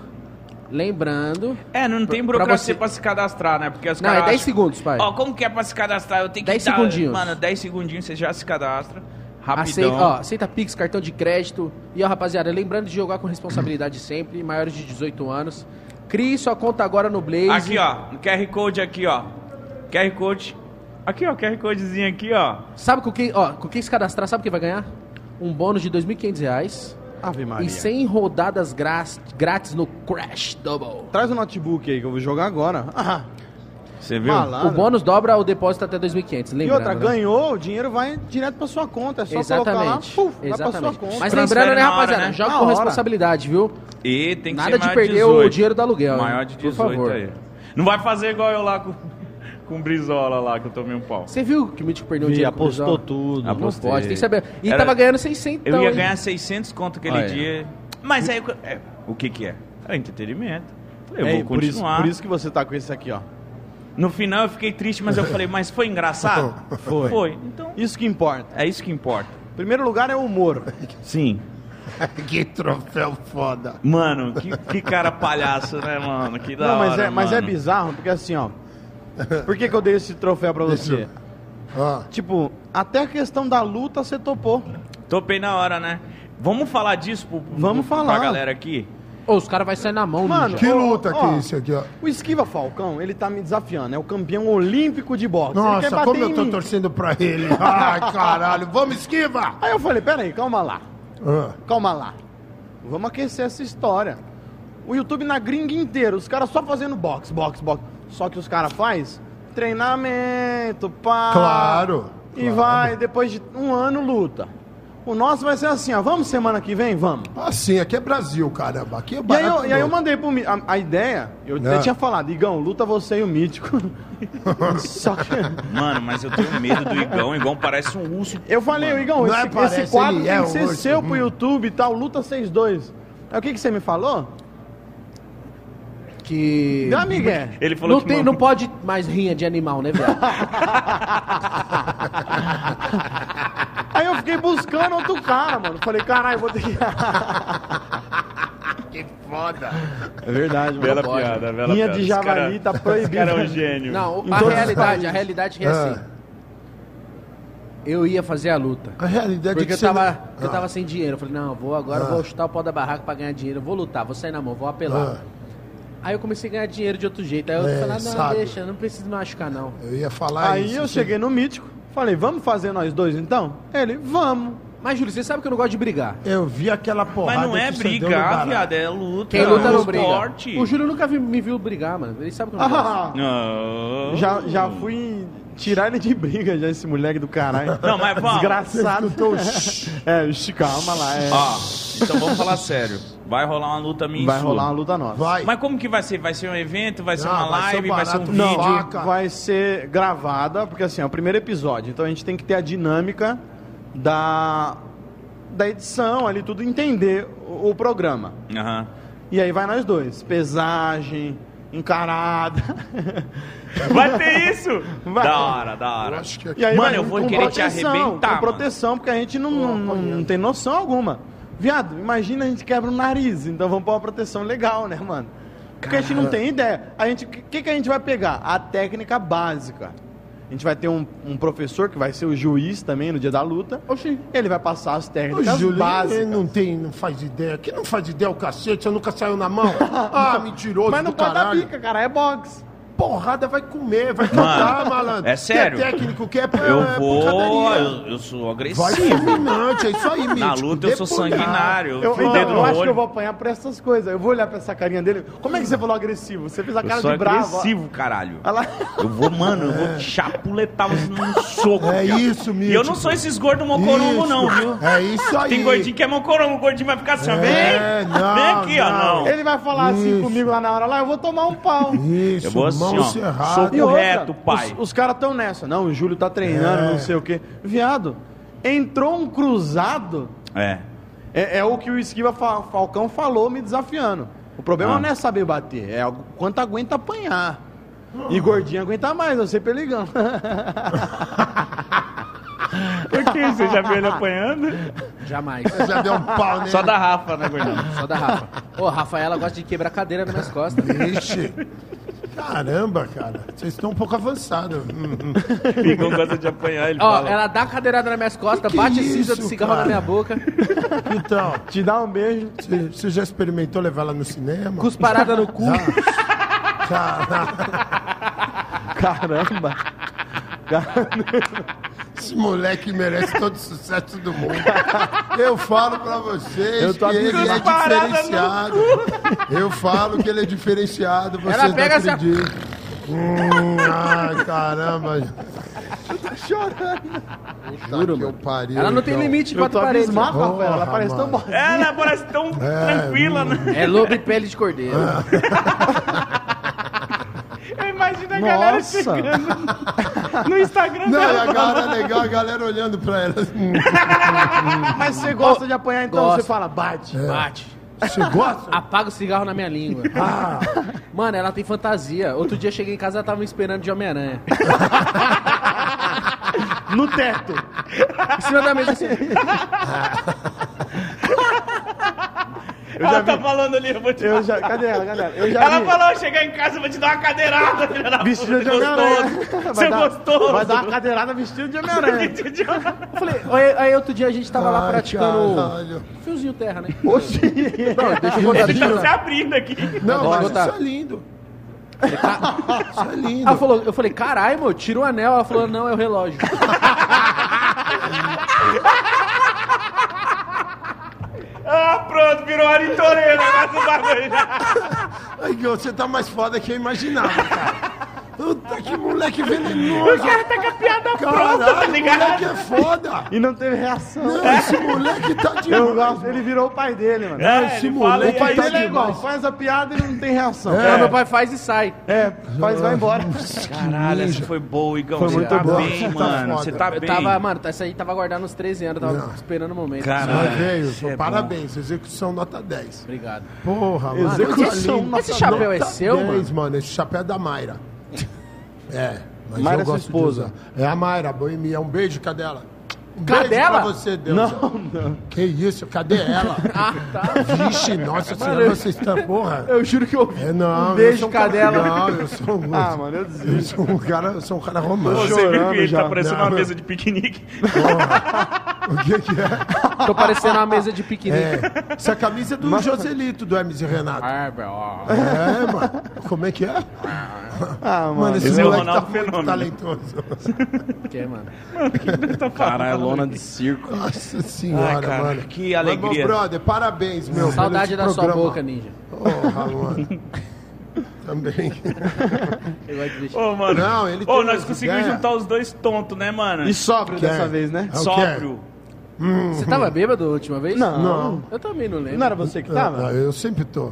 lembrando... É, não tem Pra- burocracia pra pra se cadastrar, né? Porque os Não, caras. é 10 acham- segundos, pai. Ó, como que é pra se cadastrar? Eu tenho que 10 dar- segundinhos. Mano, 10 segundinhos você já se cadastra. Aceita, Rapidão. ó, aceita Pix, cartão de crédito. E, ó, rapaziada, lembrando de jogar com responsabilidade sempre, maiores de 18 anos. Crie sua conta agora no Blaze. aqui, ó. No QR Code aqui, ó. QR Code. Aqui, ó. QR Codezinho aqui, ó. Sabe com quem, ó, com quem se cadastrar, sabe quem vai ganhar? Um bônus de 2.500 reais. Ave Maria. E 100 rodadas grátis, grátis no Crash Double. Traz o notebook aí que eu vou jogar agora. [laughs] Ah, Você viu? malandro. O bônus dobra o depósito até 2.500, E lembrando. outra, né? ganhou, o dinheiro vai direto pra sua conta. É só colocar lá, Exatamente. puf, vai pra sua Exatamente. conta. Mas Transfere lembrando, né, na hora, rapaziada? né? Joga Na com hora. responsabilidade, viu? E tem que Nada ser de maior perder 18. o dinheiro do aluguel. Maior de hein? 18 aí. Não vai fazer igual eu lá com, [laughs] com o Brizola lá, que eu tomei um pau. Você viu que o Mítico perdeu o Vi, dinheiro? com o apostou Brizola? tudo. Não Apostei. pode, tem que saber. E Era- tava ganhando 600. Eu ia Então, hein? ganhar 600 conto aquele Olha. dia. Mas aí, é, o que que é? Era entretenimento. Falei, É, eu Ei, vou por, isso, continuar. por isso que você tá com esse aqui, ó. No final [laughs] eu fiquei triste, mas eu falei, mas foi engraçado? Foi. Foi. Então, Isso que importa. é isso que importa. Primeiro lugar é [laughs] o humor. Sim. que troféu foda. Mano, que, que cara palhaço, né, mano? Que da Não, mas, hora, é, mas é mano. bizarro, porque assim, ó. Por que, que eu dei esse troféu pra Deixa você? eu- Ah, Tipo, até a questão da luta você topou. Topei na hora, né? Vamos falar disso pro, pro- Vamos pra falar. galera aqui? Ô, os caras vão sair na mão, Mano, ninja. que Ó, luta que ó. é isso aqui, ó. O Esquiva Falcão, ele tá me desafiando. É o campeão olímpico de boxe. ele quer Nossa, bater como em eu tô mim. torcendo pra [laughs] ele. Ai, caralho. Vamos, esquiva! Aí eu falei, peraí, calma lá. Ah, Calma lá. Vamos aquecer essa história. O YouTube na gringa inteira, os caras só fazendo box, box, box. Só que os caras faz treinamento, pá. Claro, E claro. vai, depois de um ano, luta. O nosso vai ser assim, ó. Vamos semana que vem? Vamos. assim, aqui é Brasil, caramba. Aqui é E aí, barato. eu, e aí eu não. mandei pro Mi- a, a ideia, eu até Ah. tinha falado, Igão, luta você e o [laughs] Mítico. Só que. Mano, mas eu tenho medo do Igão. Igão parece um urso. Eu falei, o Igão, Não esse, é, parece, esse quadro ele tem é que ser hoje. seu pro Hum. YouTube e tal, luta 6-2. Aí o que, que você me falou? Que. Dá, Miguel. Ele falou Não, que tem, mandou- não pode mais rinha de animal, né, [laughs] viado? Aí eu fiquei buscando outro cara, mano. Falei, caralho, vou ter [laughs] que. Que foda. É verdade, mano. Bela pode. piada, bela Linha piada. de Esse cara- javali tá proibida. Esse cara é um gênio. Não, Em a todos os realidade, [laughs] países. a realidade é assim. Ah, Eu ia fazer a luta. a realidade é Porque que eu você tava, não- eu Ah. tava sem dinheiro. Eu falei, não, eu vou agora, eu vou chutar o pau da barraca pra ganhar dinheiro. eu Vou lutar, vou sair na mão, vou apelar. Ah, Aí eu comecei a ganhar dinheiro de outro jeito. Aí eu É, falei, "Ah, não, sabe. deixa, eu não preciso me machucar, não. eu ia falar Aí isso. eu assim. cheguei no mítico, falei, vamos fazer nós dois então? Ele, vamos. Mas, Júlio, você sabe que eu não gosto de brigar. Eu vi aquela porrada Mas não é que você deu no brigar, barato. viado, é luta. Quem luta é não um briga. esporte. O Júlio nunca vi- me viu brigar, mano. Ele sabe que eu Tá não gosto. [laughs] Ah, Não. [laughs] já, já fui tirar ele de briga, já, esse moleque do caralho. Não, mas vamos. Desgraçado. Escutou o shh. [laughs] É, shh, calma lá. é. Ó, então vamos falar sério. Vai rolar uma luta minha e Vai sua. rolar uma luta nossa. Vai. Mas como que vai ser? Vai ser um evento? Vai ser Não, uma vai ser live? Vai ser, barato, um Não, vídeo? Vaca. vai ser gravada, porque assim, é o primeiro episódio, então a gente tem que ter a dinâmica da, da edição ali, tudo, entender o, o programa. Aham. E aí vai nós dois, pesagem, encarada. [laughs] Vai ter isso? [laughs] Vai. Da hora, da hora. Eu acho que aqui- E aí Mano, vai eu vou com querer te proteção, arrebentar, Com mano. proteção, porque a gente não, não, não- não tem noção alguma. Viado, imagina a gente quebra o nariz, então vamos pôr uma proteção legal, né, mano? Porque a gente não tem ideia. A gente, o que, que a gente vai pegar? A técnica básica. A gente vai ter um, um professor que vai ser o juiz também no dia da luta. Oxi. Ele vai passar as Ô, técnicas Júlio, ele básicas. não tem, não faz ideia. Quem não faz ideia é o cacete, você nunca saiu na [laughs] mão. Ah, mentiroso Mas não do pode dar caralho. pica, cara, é boxe. Porrada vai comer, vai cantar, malandro. é sério? Que é técnico, que é, é Eu vou, porradaria. eu, eu sou Vai agressivo. ser dominante, é isso aí, mítico. Na luta eu sou Debulhar. sanguinário. Eu, Eu, fui então, dedo eu no acho que eu olho. vou apanhar por essas coisas. Eu vou olhar pra essa carinha dele. Como é que você falou agressivo? Você fez a Eu cara sou de bravo. ó. agressivo, caralho. Olha lá. Eu vou, mano, eu vou chapuletar você num soco. É viado. isso, E mítico. eu não sou esses gordos mocorongo, Isso. não, viu? É isso aí. Tem gordinho que é mocorongo, o gordinho vai ficar assim, ó, É, vem, não, vem aqui, ó, não. não. Ele vai falar assim Isso. comigo lá na hora, lá, eu vou tomar um pau. Isso, Eu vou assim, mão ó, cerrada. soco- E outra, Correto, pai. Os, os caras tão nessa. Não, o Júlio tá treinando, É. não sei o quê. Viado, entrou um cruzado. É. É, é o que o Esquiva Fa- Falcão falou me desafiando. O problema Ah. não é saber bater, é o quanto aguenta apanhar. E gordinho aguenta mais, eu sei peligão. Por que você já viu ele apanhando? Jamais. Já deu um pau [laughs] nele. Só da Rafa, né, [laughs] gordão? Só da Rafa. Ô, a Rafaela gosta de quebrar cadeira nas minhas costas. [laughs] Vixe. Caramba, cara. Vocês estão um pouco avançados. Hum, hum. Igor gosta de apanhar, ele Ó, fala. ela dá a cadeirada nas minhas costas, Que que bate é cinza isso, de cigarro na cara? minha boca, Então, [laughs] Te dá um beijo. você você já experimentou levar ela no cinema? cusparada no cu. Tá? Já. Caralho. Caramba. Esse moleque merece todo o sucesso do mundo. Eu falo pra vocês Eu tô que ele é avisando. diferenciado. Eu falo que ele é diferenciado, vocês Ela pega não essa- acreditam. Hum, ai, caramba. Tá tá Chorando. Juro, meu pariu. Ela não tem então. limite Eu tô quatro paredes. abismado, Porra, Rafael. Ela parece tão mano. boa. Ela parece tão tranquila, hum. né? É lobo e pele de cordeiro. Ah, Eu imagino a galera Nossa. chegando [laughs] no Instagram Não, e dela. a galera legal, a galera olhando pra ela. Hum, É, Mas você gosta de apanhar, então Gosto. você fala, bate. é. Bate. Você gosta? Apaga o cigarro na minha [laughs] língua. Ah. Mano, ela tem fantasia. Outro dia eu cheguei em casa, ela tava me esperando de Homem-Aranha. No teto. Em cima da mesa assim. Ela tá falando ali, eu vou te Eu já, cadê ela, galera? Eu já Ela vi. falou, chegar em casa, eu vou te dar uma cadeirada, filha da Vestido de puta, Homem-Aranha. gostoso. Você é gostoso. Vai dar uma cadeirada vestido de Homem-Aranha. Eu falei, aí, aí outro dia a gente tava lá Ai, praticando tá-" caralho. fiozinho terra, né? Oxi. Não, deixa eu contar Ele deixa eu tá se contar. abrindo aqui. Não, Agora. mas isso é lindo. tá- Isso é lindo. Ela falou, eu falei, caralho, meu, tira o anel. Ela falou, não, é [laughs] o relógio. Ah, pronto, virou Ari Toreiro. agora você [laughs] bagulho. né? Ai, Gui, você tá mais foda que eu imaginava, cara. Puta que moleque venenoso. O cara tá com a piada pronta, tá Caralho, ligado? moleque é foda. E não teve reação. Não, esse moleque tá de Eu gosto, ele virou o pai dele, mano. É, ele esse fala moleque e O pai aí- tá dele é demais. igual, faz a piada e não tem reação. É. Não, meu pai faz e sai. É, faz vai embora. Caralho, essa foi boa, Igão. Foi Você muito tá boa. bem, Você tá mano. foda. Você tá Eu bem. tava, mano, essa aí tava guardando uns 13 anos, tava esperando o momento. Mas Caralho. veio, isso é parabéns, execução nota 10. [laughs] Obrigado. Porra, mano. Execução coisa linda. Esse chapéu é Nota seu, 10, mano? Esse chapéu é da Mayra. É, mas Mayra é eu sua gosto de esposa. usar. É a Mayra, boemia. Um beijo, cadê ela? Um beijo Cadela? pra você, Deus. Não, não. Que isso, cadê ela? Ah, tá. Vixe, nossa senhora, eu- você está porra. Eu juro que eu ouvi. É, não, Um beijo, eu sou cadela. Cara, não, eu sou um, Ah, mano, eu desisto. eu sou um cara, eu sou um cara Você romântico. viu chorando que ele já. tá parecendo uma Não. mesa de piquenique? O que que é? Tô parecendo uma mesa de piquenique. [laughs] é? Essa camisa é do Joselito, do Hermes e Renato. Bárbara, ó. É, mano. Como é que é? Ah, Mano, mano. esse esse é o moleque tá Ronaldo muito Fenômeno. talentoso. Que é, mano? Caralho, lona de circo. Nossa senhora, Ai, cara, mano. que Mas, alegria. meu brother, parabéns, meu. Saudade pelo da sua programa. boca, né? ninja. [laughs] Porra, mano. Também. Eu gosto de vestir. Ô, mano. Não, ele Ô, tem nós umas conseguimos ideias. juntar os dois tontos, né, mano? E sóbrio Quer? dessa vez, né? É o Sóbrio. Você tava bêbado a última vez? Não. Não. Eu também não lembro. Não era você que Tá, Ah, tava? Eu sempre tô.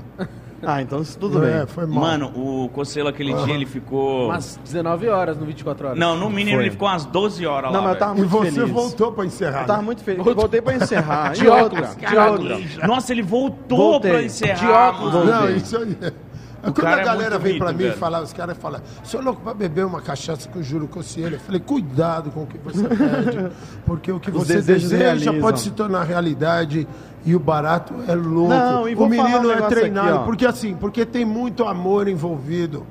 Ah, então isso tudo bem. É, foi mal. Mano, o Cocelo aquele dia ele ficou. Umas 19 horas no 24 horas. Não, no mínimo Foi. ele ficou umas 12 horas Não, lá. mas eu tava e muito você feliz. voltou pra encerrar. Eu tava né? muito feliz. Voltou. Voltei pra [laughs] encerrar. Ah, De Ah, e óculos, outra? de óculos. velho. Nossa, ele voltou Voltei. pra encerrar. De óculos. mano. Não, Voltei. isso aí. Quando cara a é galera muito vem pra rico, mim e velho. fala, os caras falam, sou louco pra beber uma cachaça com juro conselho. Eu falei, cuidado com o que você pede, porque o que Os você desejos deseja realizam. pode se tornar realidade e o barato é louco. Não, e vou o menino falar um é negócio treinado, aqui, ó. porque assim, porque tem muito amor envolvido.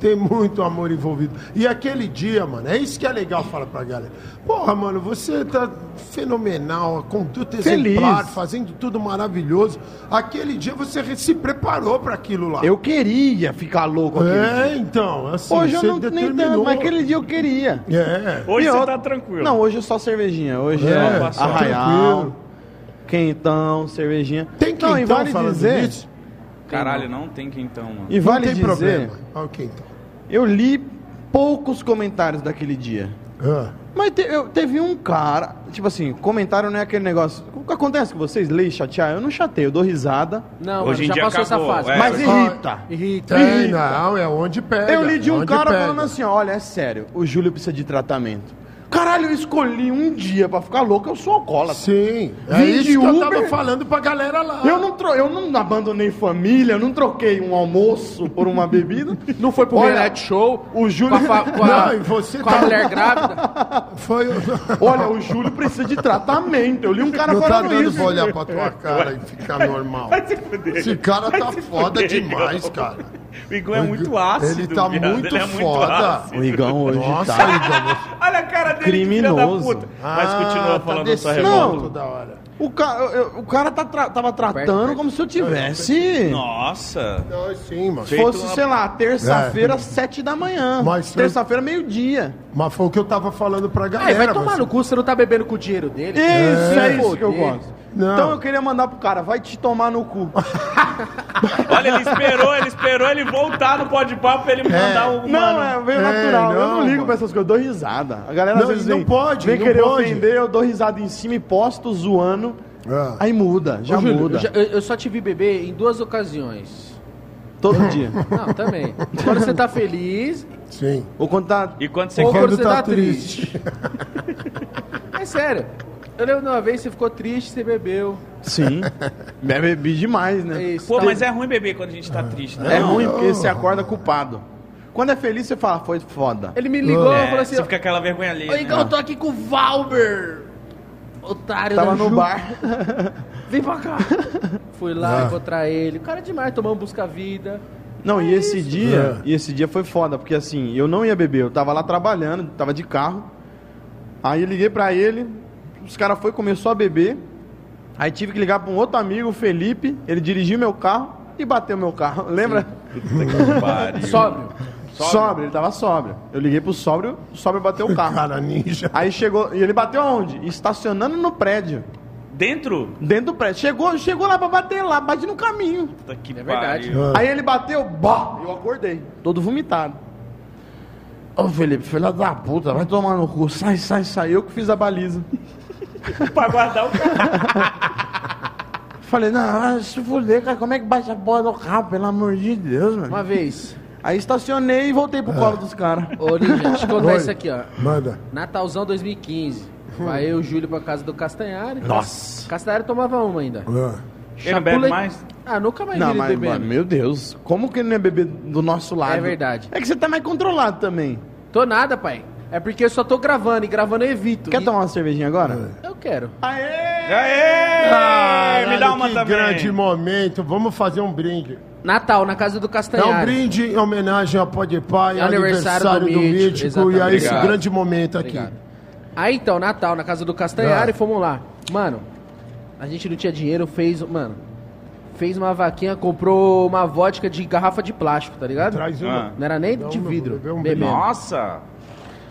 Tem muito amor envolvido. E aquele dia, mano, é isso que é legal falar pra galera. Porra, mano, você tá fenomenal, a conduta Feliz. exemplar, fazendo tudo maravilhoso. Aquele dia você se preparou para aquilo lá. Eu queria ficar louco aqui. É, então, assim, Hoje eu você não nem tanto, mas aquele dia eu queria. É. Hoje E você outra- tá tranquilo. Não, hoje é só cervejinha. Hoje é, É, passou. arraial, Tranquilo. quentão, cervejinha. Tem Não, e quem vale falando dizer, disso? Caralho, não tem quentão, mano. E vale não tem dizer, problema. Ok, então. eu li poucos comentários daquele dia. Ah, Mas te- eu- teve um cara, tipo assim, comentário não é aquele negócio. O que acontece com vocês? Leio chatear? Eu não chateio, eu dou risada. Não, Hoje em mano, já dia passou acabou, essa fase. é. mas foi- irrita. Irrita. tem, Irrita. não, é onde pega. Eu li de é um onde cara pega. falando assim, ó, olha, é sério, o Júlio precisa de tratamento. Caralho, eu escolhi um dia pra ficar louco, eu sou alcoólatra. Sim, é Vim de isso que eu tava Uber. falando pra galera lá. Eu não, tro eu não abandonei família, eu não troquei um almoço por uma bebida. Não foi pro Olha, reality show. o Júlio- Com a, fa- com a- Não, e você com a tá- mulher grávida. Foi... [laughs] Olha, é?" [laughs] o Júlio precisa de tratamento. Eu li um cara Não tá falando dando isso. pra olhar pra tua cara e ficar normal. Vai se fuder. Esse cara Vai tá se foda fuder, demais, Igão. cara. O Igão é muito ácido. Ele tá viado, muito ele é foda. ácido. Igão Nossa, Igor. Olha a cara dele, Criminoso. que filha da puta. Mas continua Ah, falando tá da sua descendo revolta. toda hora. O, ca eu- eu- o cara tá tra- tava tratando perto. como se eu tivesse. Nossa. Não, é sim, mano. Feito Fosse, uma- sei lá, terça-feira, É. sete da manhã. Mas- Terça-feira, meio-dia. Mas foi o que eu tava falando pra Aí galera. vai tomar mas- no cu, você não tá bebendo com o dinheiro dele. Isso, é, isso Foder. que eu gosto. Não. Então eu queria mandar pro cara, vai te tomar no [laughs] cu. Olha, ele esperou, ele esperou ele voltar no pó de papo pra ele mandar o. Não, mano, é, veio É, natural. eu não não, ligo mano. pra essas coisas, eu dou risada. A galera Não, às vezes e não vem, pode, vem não querer pode. ofender, eu dou risada em cima e posto zoando. Ah. Aí muda, já Ô, Júlio, muda. eu já- Eu, eu só te vi beber em duas ocasiões. Todo dia. Não, também. Quando você tá feliz, Sim. Ou quando tá. E quando você Ô, quer. Quando Quando você tá tá triste. é sério. Eu lembro de uma vez você ficou triste, você bebeu. [laughs] Sim. Bebe- Bebi demais, É né? isso. Pô, tá- mas é ruim beber quando a gente tá triste, né? É ruim porque você acorda culpado. Quando é feliz, você fala, foi foda. Ele me ligou e É, falou assim: você fica com aquela vergonha ali. né? Ô, Igão, eu tô aqui com o Valber. otário Tava da no Ju. bar. Vem pra cá. Fui lá Ah. encontrar ele. O cara é demais, tomamos busca-vida. Não, e esse dia, e esse dia foi foda, porque assim, eu não ia beber, eu tava lá trabalhando, tava de carro. Aí eu liguei pra ele, os caras foi começou a beber. Aí tive que ligar pra um outro amigo, o Felipe, ele dirigiu meu carro e bateu meu carro. [laughs] Lembra? Sóbrio. Sóbrio. ele tava sóbrio. Eu liguei pro sóbrio, o sóbrio bateu o carro. Cara ninja. Aí chegou, e ele bateu aonde? Estacionando no prédio. Dentro? Dentro do prédio. Chegou, chegou lá pra bater lá, bate no caminho. Puta que É verdade. pariu. Ah, Aí ele bateu, bah, eu acordei, todo vomitado. Ô Felipe, filha da puta, vai tomar no cu, sai, sai, sai, eu que fiz a baliza. pra guardar o carro. Falei, não, vai se fuder, cara, como é que bate a bola no carro, pelo amor de Deus, mano. Uma vez. Aí estacionei e voltei pro colo dos caras. Ô, Ninja, deixa eu contar Oi. isso aqui, ó. Manda. Natalzão 2015. Vai eu e o Júlio pra casa do Castanhari. Nossa. Castanhari tomava uma ainda. Ah. Ele não bebe Chapula- mais? Ah, nunca mais Não, vi ele mas, mano, bebendo. meu Deus, como que ele não é bebê do nosso lado? É verdade. né? É que você tá mais controlado também. Tô nada, pai. É porque eu só tô gravando e gravando eu evito. Quer E- tomar uma cervejinha agora? [laughs] Eu quero. Aê! Aê! Me dá Caralho, uma que também. grande momento. Vamos fazer um brinde. Natal, na casa do É um Castanhari. brinde em homenagem ao Pode Pai, É Aniversário aniversário, do do, Mítico, Mítico e a exatamente. esse Obrigado. grande momento aqui. Obrigado. Tá Aí então, Natal, na casa do Castanhari, Ah. fomos lá. Mano, a gente não tinha dinheiro, fez. Mano, fez uma vaquinha, comprou uma vodka de garrafa de plástico, tá ligado? Traz um. Ah. uma. Não era nem Não, de meu, vidro. bebeu um bebendo. Nossa!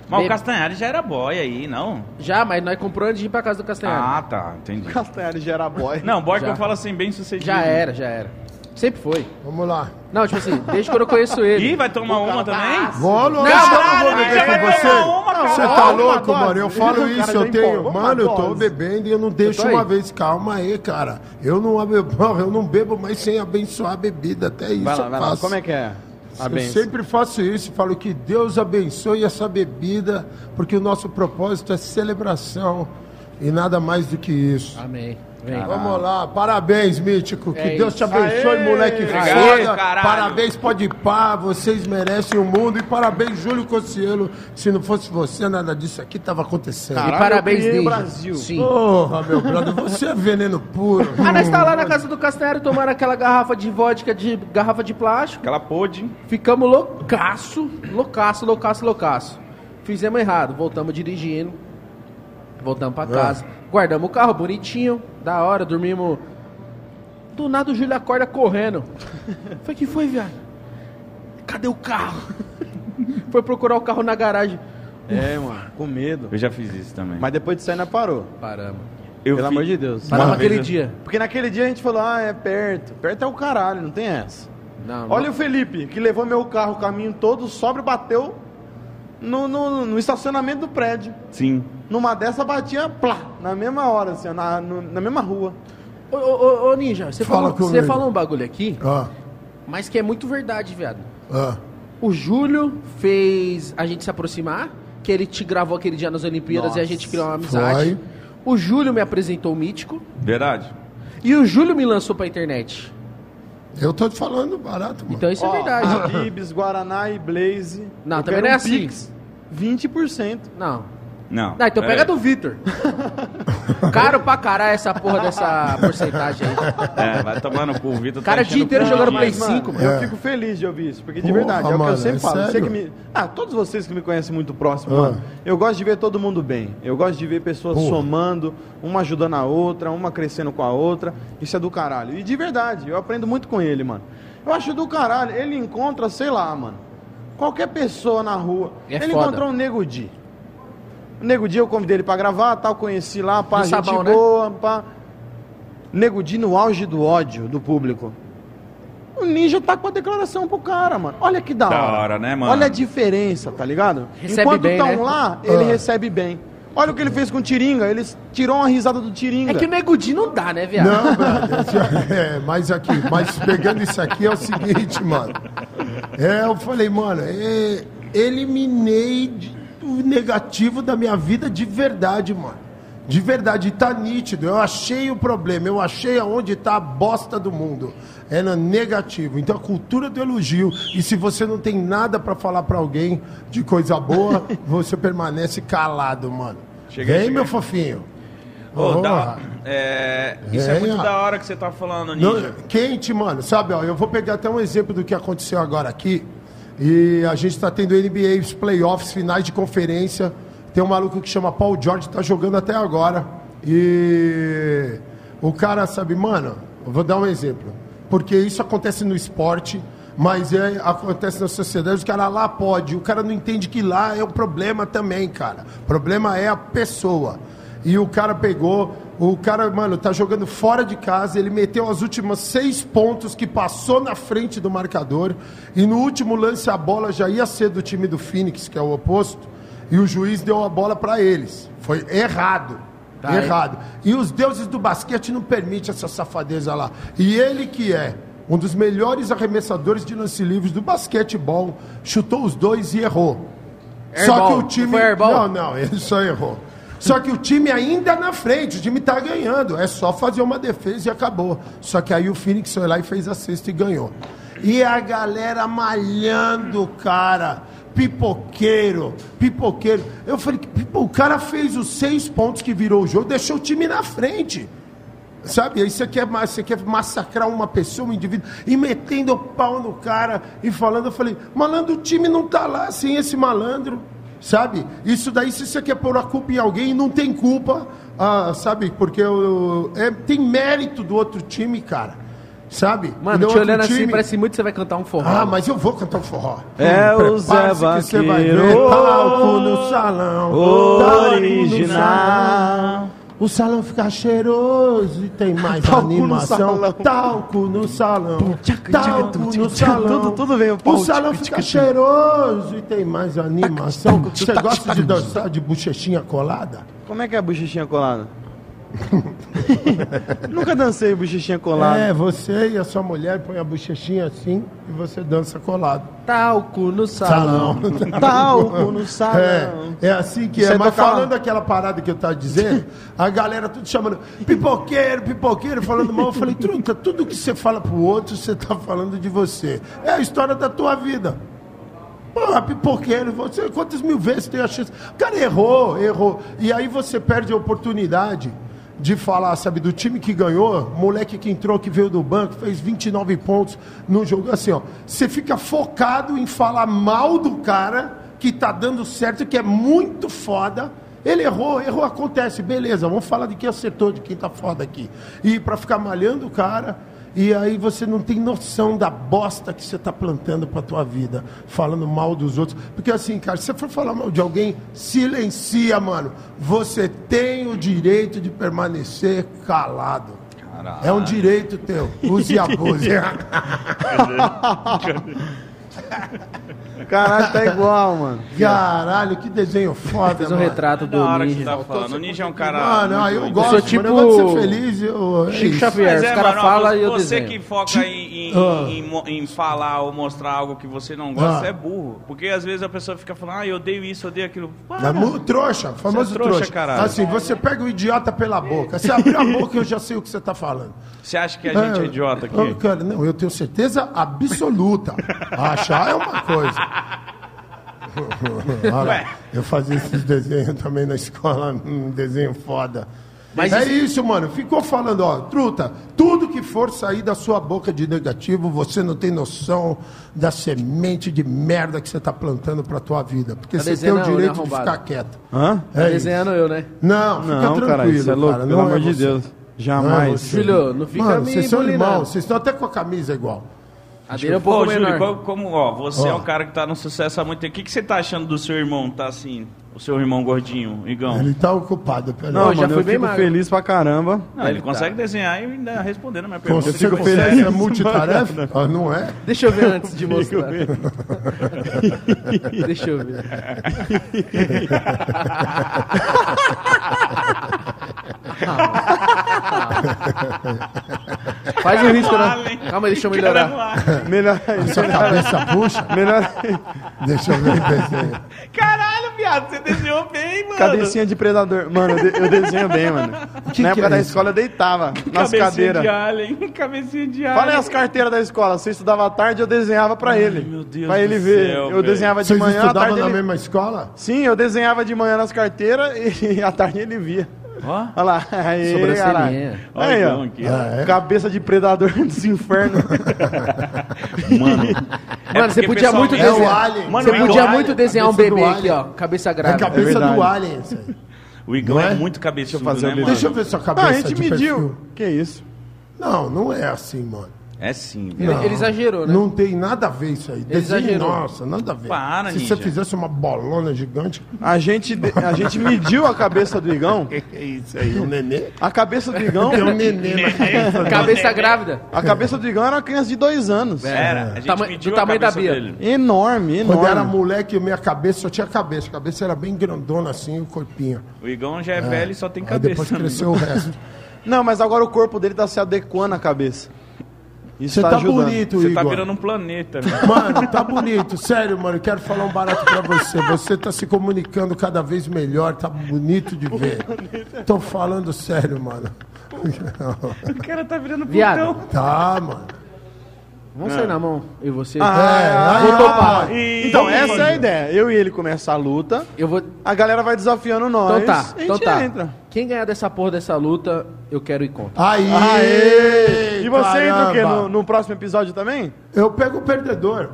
Mas Bebe- o Castanhari já era boy aí, não? Já, mas nós compramos antes de ir pra casa do Castanhari. Ah, tá, entendi. Castanhari já era boy. Não, boy que Já. eu falo assim, bem sucedido. já era, já era. Sempre foi. Vamos lá. Não, tipo assim, desde quando eu conheço ele. Ih, vai tomar uma também? Vou, lógico, caralho, eu não vou beber já vai com você. pegar uma, cara. Você Uma tá louco, dose. mano? Eu falo é um Cara, já isso, eu tenho. empolgou, uma mano, eu tô dose. bebendo e eu não deixo tô aí. uma vez. Calma aí, cara. Eu não, abe- [laughs] eu não bebo mais sem abençoar a bebida. Até isso Vai lá, eu vai lá. faço. Como é que é? A Eu benção. sempre faço isso, falo que Deus abençoe essa bebida, porque o nosso propósito é celebração e nada mais do que isso. Amém. Vem. Vamos lá, parabéns, Mítico. Que É Deus te abençoe, moleque Obrigado, foda. caralho. Parabéns, pode pá, vocês merecem o mundo. E parabéns, Júlio Cossielo. Se não fosse você, nada disso aqui tava acontecendo. E Caralho, parabéns, eu criei o Ninja. Brasil. Sim. Porra, meu brother, você é veneno puro. Ah, nós tá lá na casa do Castanheiro tomando aquela garrafa de vodka de garrafa de plástico. Aquela pôde. Ficamos loucaço, loucaço, loucaço, loucaço. Fizemos errado, voltamos dirigindo, voltamos pra casa. Guardamos o carro bonitinho, da hora, dormimos. Do nada o Júlio acorda correndo. Foi que foi, viado? Cadê o carro? [laughs] Foi procurar o carro na garagem. É, mano, com medo. Eu já fiz isso também. Mas depois de sair, nós parou. Paramos. Eu Pelo fi- amor de Deus. Paramos Uma vez aquele eu- dia. Porque naquele dia a gente falou, ah, é perto. Perto é o caralho, não tem essa. Não, Olha Olha o Felipe, que levou meu carro o caminho todo, sobre bateu no, no, no estacionamento do prédio. Sim. Numa dessa batia, plá, na mesma hora, assim, ó, na, no- na mesma rua. ô, ô, ô, ô, Ninja, você, Fala falou, comigo. você falou um bagulho aqui, Ah, mas que é muito verdade, viado. ah. O Júlio fez a gente se aproximar, que ele te gravou aquele dia nas Olimpíadas Nossa, e a gente criou uma amizade. foi. O Júlio me apresentou o Mítico Verdade. e o Júlio me lançou pra internet. Eu tô te falando barato, mano. Então isso é Ó, verdade. Habib's, Guaraná e Blaze. Não, Eu também quero não é um assim. Pix, 20%. Não. Não. É. Não, então peraí. pega do [laughs] Vitor. Caro pra caralho essa porra dessa porcentagem aí. É, vai tomar no cu, o Vitor. tá Cara, o dia enchendo inteiro cu de jogando dinheiro. Play 5, mano. Eu É. fico feliz de ouvir isso, porque de Porra, verdade, é o que eu mano, sempre é falo. Você sério? que me... Ah, todos vocês que me conhecem muito próximo, Ah. mano, eu gosto de ver todo mundo bem. Eu gosto de ver pessoas Porra. somando, uma ajudando a outra, uma crescendo com a outra. Isso é do caralho. E de verdade, eu aprendo muito com ele, mano. Eu acho do caralho. Ele encontra, sei lá, mano, qualquer pessoa na rua. É ele foda. encontrou um Nego Di. O Nego Di eu convidei ele pra gravar, tal, conheci lá, pá, No gente Sabão, né? boa, pá. Nego Di no auge do ódio do público. O Ninja tá com a declaração pro cara, mano. Olha que da, Da hora, né, mano? Olha a diferença, tá ligado? Recebe Enquanto bem, tão né? lá, ele Ah. recebe bem. Olha o que ele fez com o Tiringa, ele tirou uma risada do Tiringa. É que o Negudi não dá, né, viado? Não, brother, é, mas aqui, mas pegando isso aqui é o seguinte, mano. É, eu falei, mano, é, eliminei de- o negativo da minha vida de verdade, mano. De verdade, tá nítido. Eu achei o problema, eu achei aonde tá a bosta do mundo. É no negativo. Então a cultura do elogio. E se você não tem nada pra falar pra alguém de coisa boa, você permanece calado, mano. Cheguei, Vem, cheguei. meu fofinho. Ô, da- Porra. é, isso é É, muito ó. da hora que você tá falando, Não, Ninja. quente, mano. Sabe, ó, eu vou pegar até um exemplo do que aconteceu agora aqui. E a gente tá tendo NBA, os playoffs, finais de conferência. Tem um maluco que chama Paul George, tá jogando até agora. E o cara sabe, mano, eu vou dar um exemplo. Porque isso acontece no esporte, mas é- acontece na sociedade. Os caras lá pode, o cara não entende que lá é o problema também, cara. O problema é a pessoa. E o cara pegou, o cara, mano, tá jogando fora de casa, ele meteu as últimas seis pontos que passou na frente do marcador. E no último lance a bola já ia ser do time do Phoenix, que é o oposto, e o juiz deu a bola pra eles. Foi errado. errado. E os deuses do basquete não permitem essa safadeza lá. E ele que é um dos melhores arremessadores de lance livres do basquetebol, chutou os dois e errou. Só Airball. que o time. Foi airball? Não, não, ele só errou. Só que o time ainda na frente, o time tá ganhando. É só fazer uma defesa e acabou. Só que aí o Phoenix foi lá e fez a sexta e ganhou. E a galera malhando o cara. Pipoqueiro, pipoqueiro. Eu falei, que pipo- o cara fez os seis pontos que virou o jogo, deixou o time na frente. Sabe? Aí você quer, ma- você quer massacrar uma pessoa, um indivíduo, e metendo o pau no cara e falando, eu falei, malandro, o time não tá lá sem esse malandro. Sabe? Isso daí, se você quer pôr a culpa em alguém, não tem culpa, ah, sabe? Porque o- é, tem mérito do outro time, cara. Sabe? E é do Mano, te outro olhando assim, time- parece muito que você vai cantar um forró. Ah, mas eu vou cantar um forró. É Hum, o Zé prepare-se que você vai Vaqueiro. ver. Tá lá o cu no salão. Tá lá o cu no Original. o salão fica cheiroso e tem mais [laughs] Talco no animação. salão. Talco no salão. tchaca, Talco tchaca, no tchaca, salão. tudo- tudo veio, pau, O salão tchaca, fica tchaca. cheiroso e tem mais animação. tchaca, Você tchaca, gosta de tchaca. dançar de bochechinha colada? Como é que é a bochechinha colada? [laughs] Nunca dancei bochechinha colada. É, você e a sua mulher põem a bochechinha assim e você dança colado. Talco Tá no salão. Salão. Talco no salão. É, é assim que Você é. Mas toca lá. falando aquela parada que eu tava dizendo, a galera tudo chamando pipoqueiro, pipoqueiro, falando mal. Eu falei, truta, tudo que você fala pro outro, você tá falando de você. É a história da tua vida. Porra, é pipoqueiro, você quantas mil vezes tem a chance? O cara errou, errou. E aí você perde a oportunidade de falar, sabe, do time que ganhou, moleque que entrou, que veio do banco, fez 29 pontos no jogo. Assim, ó, você fica focado em falar mal do cara que tá dando certo, que é muito foda. Ele errou, errou, acontece, beleza, vamos falar de quem acertou, de quem tá foda aqui. E pra ficar malhando o cara, e aí você não tem noção da bosta que você tá plantando pra tua vida, falando mal dos outros. Porque assim, cara, se você for falar mal de alguém, silencia, mano. Você tem o direito de permanecer calado. É um direito teu. Use e abuse. [laughs] Caralho, tá igual, mano. Caralho, que desenho foda, Fez um mano. retrato É Da do hora que você Ninja. tava falando. O Ninja é um cara. Mano, ah, muito eu doido. gosto, sou tipo... tipo mano, eu gosto de ser feliz. Eu... é Chico isso. Xavier. Mas Os é, cara mano, fala você, e eu você desenho. que foca em, em- Ah. em mo- em falar ou mostrar algo que você não gosta, Ah. você é burro. Porque às vezes a pessoa fica falando, ah, eu odeio isso, eu odeio aquilo. Para. É mu- trouxa, famoso Você é trouxa, trouxa. caralho. Assim, você pega o idiota pela boca. Você abre a boca, eu já sei o que você tá falando. Você acha que a Ah. gente é, idiota aqui? Ô, cara, não, eu tenho certeza absoluta. Achar é uma [laughs] coisa. Olha, lá, Ué. eu fazia esses desenhos também na escola, um desenho foda. Mas é isso- isso, mano. Ficou falando, ó, truta, tudo que for sair da sua boca de negativo, você não tem noção da semente de merda que você tá plantando pra tua vida. Porque Tá você tem o desenhando, né, direito de arrombado? ficar quieto. Hã? tá É isso. Desenhando eu, né? Não, fica Não, tranquilo, cara, isso é louco, cara, pelo não é amor de você. Deus. Jamais. você. Filho, não fica Mano, me vocês são bulinando. irmãos, vocês estão até com a camisa igual. A dele é um pouco Tipo, Pô, Júlio, menor. qual- como, ó, você é Ó. um cara que tá no sucesso há muito tempo. O que, que você tá achando do seu irmão, tá assim, o seu irmão gordinho, Igão? Ele tá ocupado, pelo Não, Eu já mano, fui eu bem fico magro. feliz pra caramba. Não, ele, consegue desenhar e ainda respondendo a minha pergunta. Você fico consegue, feliz. é multitarefa? Ah, não é? Deixa eu ver antes de mostrar. [laughs] Deixa eu ver. Faz o risco, Vale, hein? né? Calma aí, deixa eu melhorar. Caralho, Melhor, Sua cabeça puxa? melhor Deixa eu ver o desenho. Caralho, viado, você desenhou bem, mano. cabecinha de predador. Mano, eu, de- eu desenho bem, mano. que Na que época é da isso? escola eu deitava nas Cabecinha de cadeiras. alien, [laughs] cabecinha de alien. Fala aí as carteiras da escola. Você estudava à tarde, eu desenhava pra ele. meu Deus pra do ele ver. céu, eu velho. desenhava de Vocês manhã, à estudavam tarde na ele... mesma escola? [laughs] Sim, eu desenhava de manhã nas carteiras e à tarde ele via. Ó. Olha lá. Aí, Sobrancelhinha. olha lá. Aí, Olha ó. então aqui, ó. Ah, é? Cabeça de predador [laughs] dos infernos. Mano. Mano, você porque, podia pessoalmente- muito desenhar. É Mano, o o Alien. Você Igor- podia muito desenhar um cabeça do bebê alien. aqui, ó. Cabeça É a grávida. cabeça verdade. do alien. isso aí. O Igão é? Não é? muito cabeçudo, Deixa eu fazer né, um- mano? Deixa eu ver sua Não, cabeça a gente de mediu. perfil. Que isso? Não, não é assim, mano. É sim, velho. Ele, ele exagerou, né? Não tem nada a ver isso aí. Desenho, exagerou. nossa, nada a ver. Para, Se ninja. você fizesse uma bolona gigante, A gente, a gente mediu a cabeça do Igão. é isso aí, um nenê. A cabeça do Igão. Tem um nenê na cabeça. Cabeça grávida. A cabeça do Igão era uma criança de dois anos. É, Era, a gente Tama- mediu do a tamanho da cabeça Bia. dele. Enorme, enorme. Quando era moleque, minha cabeça só tinha cabeça. A cabeça era bem grandona assim, o corpinho. O Igão já é, velho e só tem Aí cabeça. depois né? cresceu o resto. Não, mas agora o corpo dele tá se adequando à cabeça. Isso Você tá, ajudando. bonito, Você Igor. tá virando um planeta, né? Mano, tá bonito. Sério, mano, eu quero falar um barato pra você. Você tá se comunicando cada vez melhor, tá bonito de ver. Tô falando sério, mano. [laughs] O cara tá virando Viado. putão. Tá, mano. Vamos sair na mão. Eu e você. É, aí vou tá, topar. mano. E- Então, essa é a ideia. Eu e ele começa a luta, Eu vou. a galera vai desafiando nós. Então tá, e a então gente tá. entra. Quem ganhar dessa porra dessa luta, eu quero ir contra. Aí! Aê! E você entra o quê? caramba. No, no próximo episódio também? Eu pego o perdedor.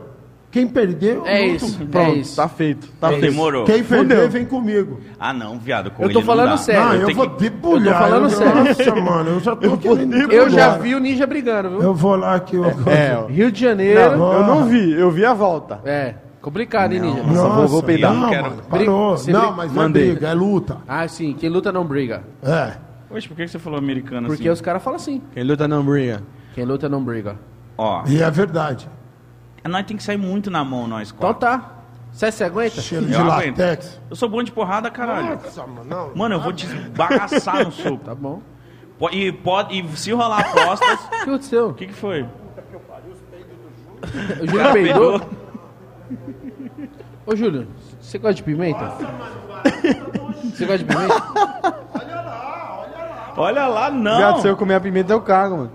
Quem perdeu, É luto. isso, é Pronto, isso. tá feito. Tá Não feito. demorou. Quem perder, Fudeu. vem comigo. Ah, não, viado. com Eu ele tô não falando dá. sério. não, eu eu, tenho vou que- debulhar. eu tô falando sério. Nossa, mano, eu já tô eu vou debulhar. Eu já vi o ninja brigando, viu? Eu vou lá aqui. Eu... É, ó. Rio de Janeiro. Não, eu não vi, eu vi a volta. É, complicado, hein, ninja? Nossa, vou- vou peidar. Não, Eu quero- mano, parou. Você Não, briga- mas não é Mandei. briga, é luta. Ah, sim, quem luta não briga. É. Poxa, por que que você falou americano Porque assim? os caras falam assim. Quem luta não briga. Quem luta não briga. Ó, E é verdade. É, nós tem que sair muito na mão, nós, Então quatro. tá. Você se aguenta? Cheiro Eu de aguento. latex. Eu sou bom de porrada, caralho. Nossa, mano. não. Mano, eu vou te esbagaçar no soco. Tá bom. Po- E, pode, e se rolar apostas... O que O aconteceu? que que foi? O Júlio peidou? Ô, Júlio, você gosta de pimenta? um Você gosta de pimenta? Olha lá, não. Viado, se eu comer a pimenta, eu cago, mano.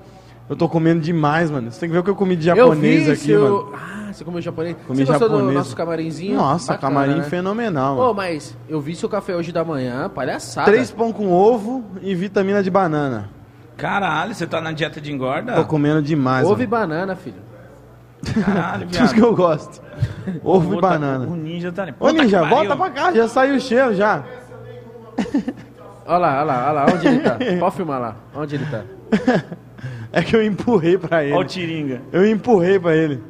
Eu tô comendo demais, mano. Você tem que ver o que eu comi de Eu vi [laughs] japonês aqui, seu... mano. Ah, você comeu japonês? você Comi gostou do japonês. nosso camarinzinho? Nossa, Bacana, camarim né? fenomenal, Ô, mano. mas eu vi seu café hoje da manhã, palhaçada. Três pão com ovo e vitamina de banana. Caralho, você tá na dieta de engorda? Tô comendo demais, É. Ovo e mano. banana, filho. [laughs] Caralho, Tudo que viado. [laughs] eu gosto. Ovo e Puta, O banana. ninja tá... Ô, Puta que Ninja, pariu. volta pra cá. Já saiu o cheiro, já. [laughs] Olha lá, olha lá, olha lá, onde ele [laughs] tá? Pode filmar lá, onde ele tá? É que eu empurrei pra Ó o ele. Tiringa. Eu empurrei pra ele.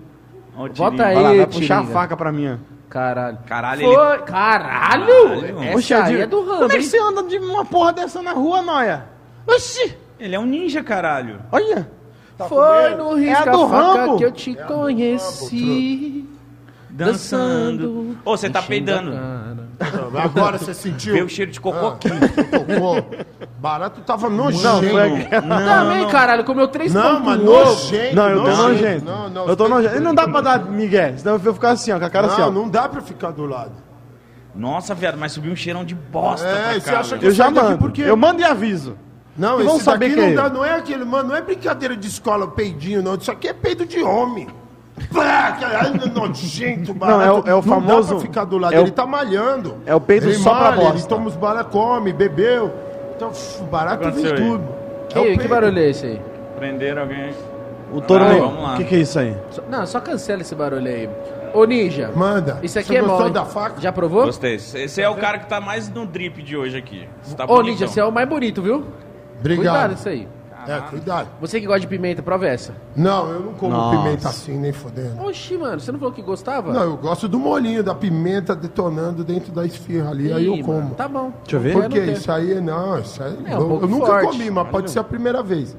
Ó o Volta Tiringa. aí. Vai lá, vai Tiringa. puxar a faca pra mim. ó. Caralho. Caralho, Foi... Caralho! Caralho, Essa Oxe, aí Adil, é do ramo, Como é que hein? você anda de uma porra dessa na rua, Noia? Oxi! Ele é um ninja, caralho. Olha! Foi no risca tá É a É do faca Rambo. que eu te conheci. Dançando. Ô, você tá Enchendo peidando. a cara. Agora você sentiu. Vê o cheiro de cocô aqui. Cocô. Barato tava nojento. Não, foi- Não, Também, não. caralho, comeu três um. Não, pão mas com ovo. nojento. Não, eu tô nojento. Não, não. eu tô nojento. E não dá pra dar migué, senão eu vou ficar assim, ó, com a cara assim, ó. Não, não dá pra ficar do lado. Nossa, viado, mas subiu um cheirão de bosta É, pra cá, e você acha velho. que Eu já Sai daqui mando. por quê? Eu mando e aviso. Não, E vamos esse saber daqui quem é não dá, ele. não é aquele, mano, não é brincadeira de escola, peidinho, não. Isso aqui é peido de homem. Pá, caralho, nojento, barato. Não, é o- é o Não dá famoso- pra ficar do lado, é o- ele tá malhando. é o peido ele só pra bosta. Ele toma os bala, come, bebeu. Então, f- barato vem Aconteceu aí? tudo. É o Ei, que peido. barulho é esse aí? Prenderam alguém. O touro. Vai, Vai, vamos lá. O que, que é isso aí? Só- Não, só cancela esse barulho aí. Ô, Ninja. Manda. Isso aqui Você é gostou bom. hein? da faca? Já provou? Gostei. Você é o cara que tá mais no drip de hoje aqui. Você tá Ô, bonitão. Ninja, você é o mais bonito, viu? Cuidado Obrigado. isso aí. é, cuidado. Você que gosta de pimenta, prova essa. Não, eu não como Nossa. pimenta assim, nem fodendo. Oxi, mano, você não falou que gostava? Não, eu gosto do molinho, da pimenta detonando dentro da esfirra ali, aí eu Ih, como. mano, tá bom. Deixa eu ver. Qualquer Por quê? não tem. Isso aí não, isso aí. É um eu, pouco eu nunca forte. comi, mas pode ser a primeira vez.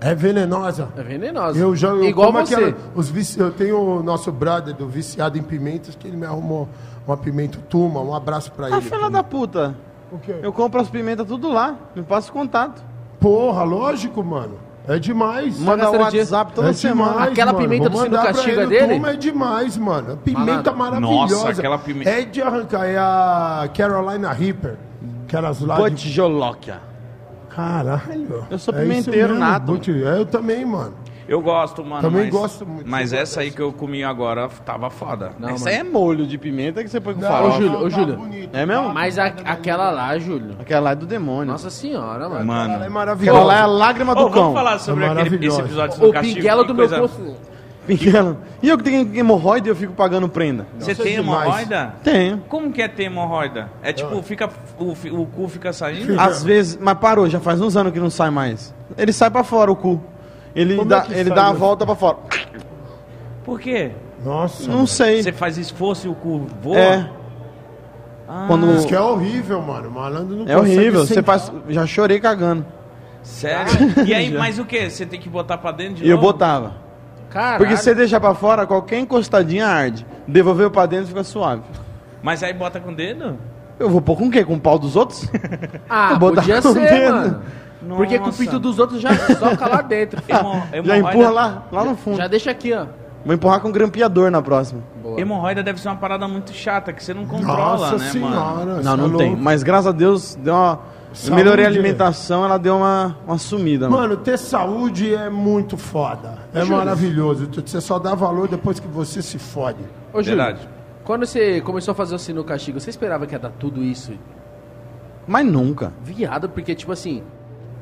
É venenosa. É venenosa. Eu já eu Igual como você. aquela- os vici, eu tenho o nosso brother do viciado em pimentas que ele me arrumou uma pimenta tuma, um abraço pra Ah, ele. filha da puta. O quê? Eu compro as pimentas tudo lá. Me passa o contato. Porra, lógico, mano. É demais. Manda o gastando dinheiro. WhatsApp toda é semana. demais, Aquela mano. pimenta Vou do Sino mandar pra Castiga ele, o dele? Tuma é demais, mano. É Pimenta Malandro. maravilhosa. Nossa, aquela pimenta- É de arrancar. É a Carolina Reaper. Aquelas lá um de Botijolóquia. Caralho. Eu sou isso pimenteiro mesmo, nato. Buti- é, eu também, mano. Eu gosto, mano. Também mas, gosto muito. Mas essa aí que eu comi agora tava foda. Não, Isso mano. aí é molho de pimenta que você põe com Não, farofa. não, Júlio, ô, tá Júlio. bonito, É mesmo? tá? Mas a- aquela lá, Júlio. Aquela lá é do demônio. Nossa senhora, mano. Ela é Mano. maravilhosa. Aquela lá é a lágrima do Ô, cão. vamos falar sobre É aquele, esse maravilhosa. episódio do O um castigo. pinguelo que do meu coisa- corpo. Pinguela. E eu que tenho hemorroida e eu fico pagando prenda. Você Nossa, tem é demais. hemorroida? Tenho. Como que é ter hemorroida? É tipo, fica, o, fi- o cu fica saindo? [laughs] Às vezes, mas parou, já faz uns anos que não sai mais. Ele sai pra fora o cu. Ele Como dá, é que ele sai, dá a né? volta pra fora. Por quê? Nossa. é Não sei. Você faz esforço e o cu voa? É. Quando Isso que é assim. horrível, mano. Malandro não é horrível, consegue você sentar. faz, já chorei cagando. Sério? E [laughs] aí, mais o que? Você tem que botar pra dentro de E eu novo? botava. Caralho. Porque se você deixar pra fora, qualquer encostadinha arde. Devolveu pra dentro fica suave. Mas aí bota com o dedo? Eu vou pôr com o quê? Com o pau dos [laughs] outros? Ah, Eu botar podia com o ser, dedo. mano. Porque com o Nossa. pinto dos outros já soca lá dentro. Hemo- já hemorroida- empurra lá, lá no fundo. Já deixa aqui, ó. Vou empurrar com grampeador na próxima. Hemorroida deve ser uma parada muito chata, que você não controla, Nossa né, mano? senhora. Não, você é não tem. louco. Mas graças a Deus, deu uma. Saúde. Melhorei a alimentação, ela deu uma, uma sumida. Mano. Mano, ter saúde é muito foda. É maravilhoso. Tu- Você só dá valor depois que você se fode. Ô, Júlio. Verdade. Quando você começou a fazer o sino castigo, você esperava que ia dar tudo isso? Mas nunca. Viado, porque, tipo assim,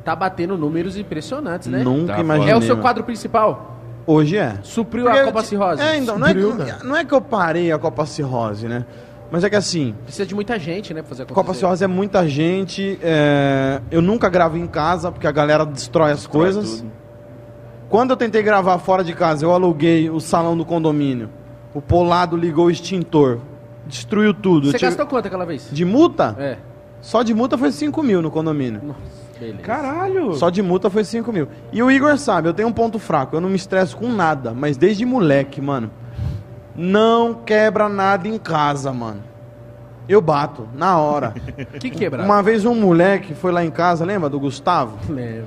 tá batendo números impressionantes, né? Nunca Tá imaginei. É o seu mano. quadro principal? Hoje é. Supriu Porque a eu Copa ti- Cirrose? É, então, não é, que, Supriu, né? não é que eu parei a Copa Cirrose, né? Mas é que assim, Precisa de muita gente, né, pra fazer a Copa Cirrose é muita gente. é, Eu nunca gravo em casa, porque a galera destrói as coisas. Quando eu tentei gravar fora de casa, eu aluguei o salão do condomínio. O Polado ligou o extintor. Destruiu tudo. Eu Você tive- gastou quanto aquela vez? De multa? É. Só de multa foi 5 mil no condomínio. Nossa, beleza. Caralho! Só de multa foi 5 mil. E o Igor sabe, eu tenho um ponto fraco, eu não me estresso com nada, mas desde moleque, mano. Não quebra nada em casa, mano. Eu bato, na hora. Que quebra? Uma vez um moleque foi lá em casa, lembra do Gustavo? Lembro.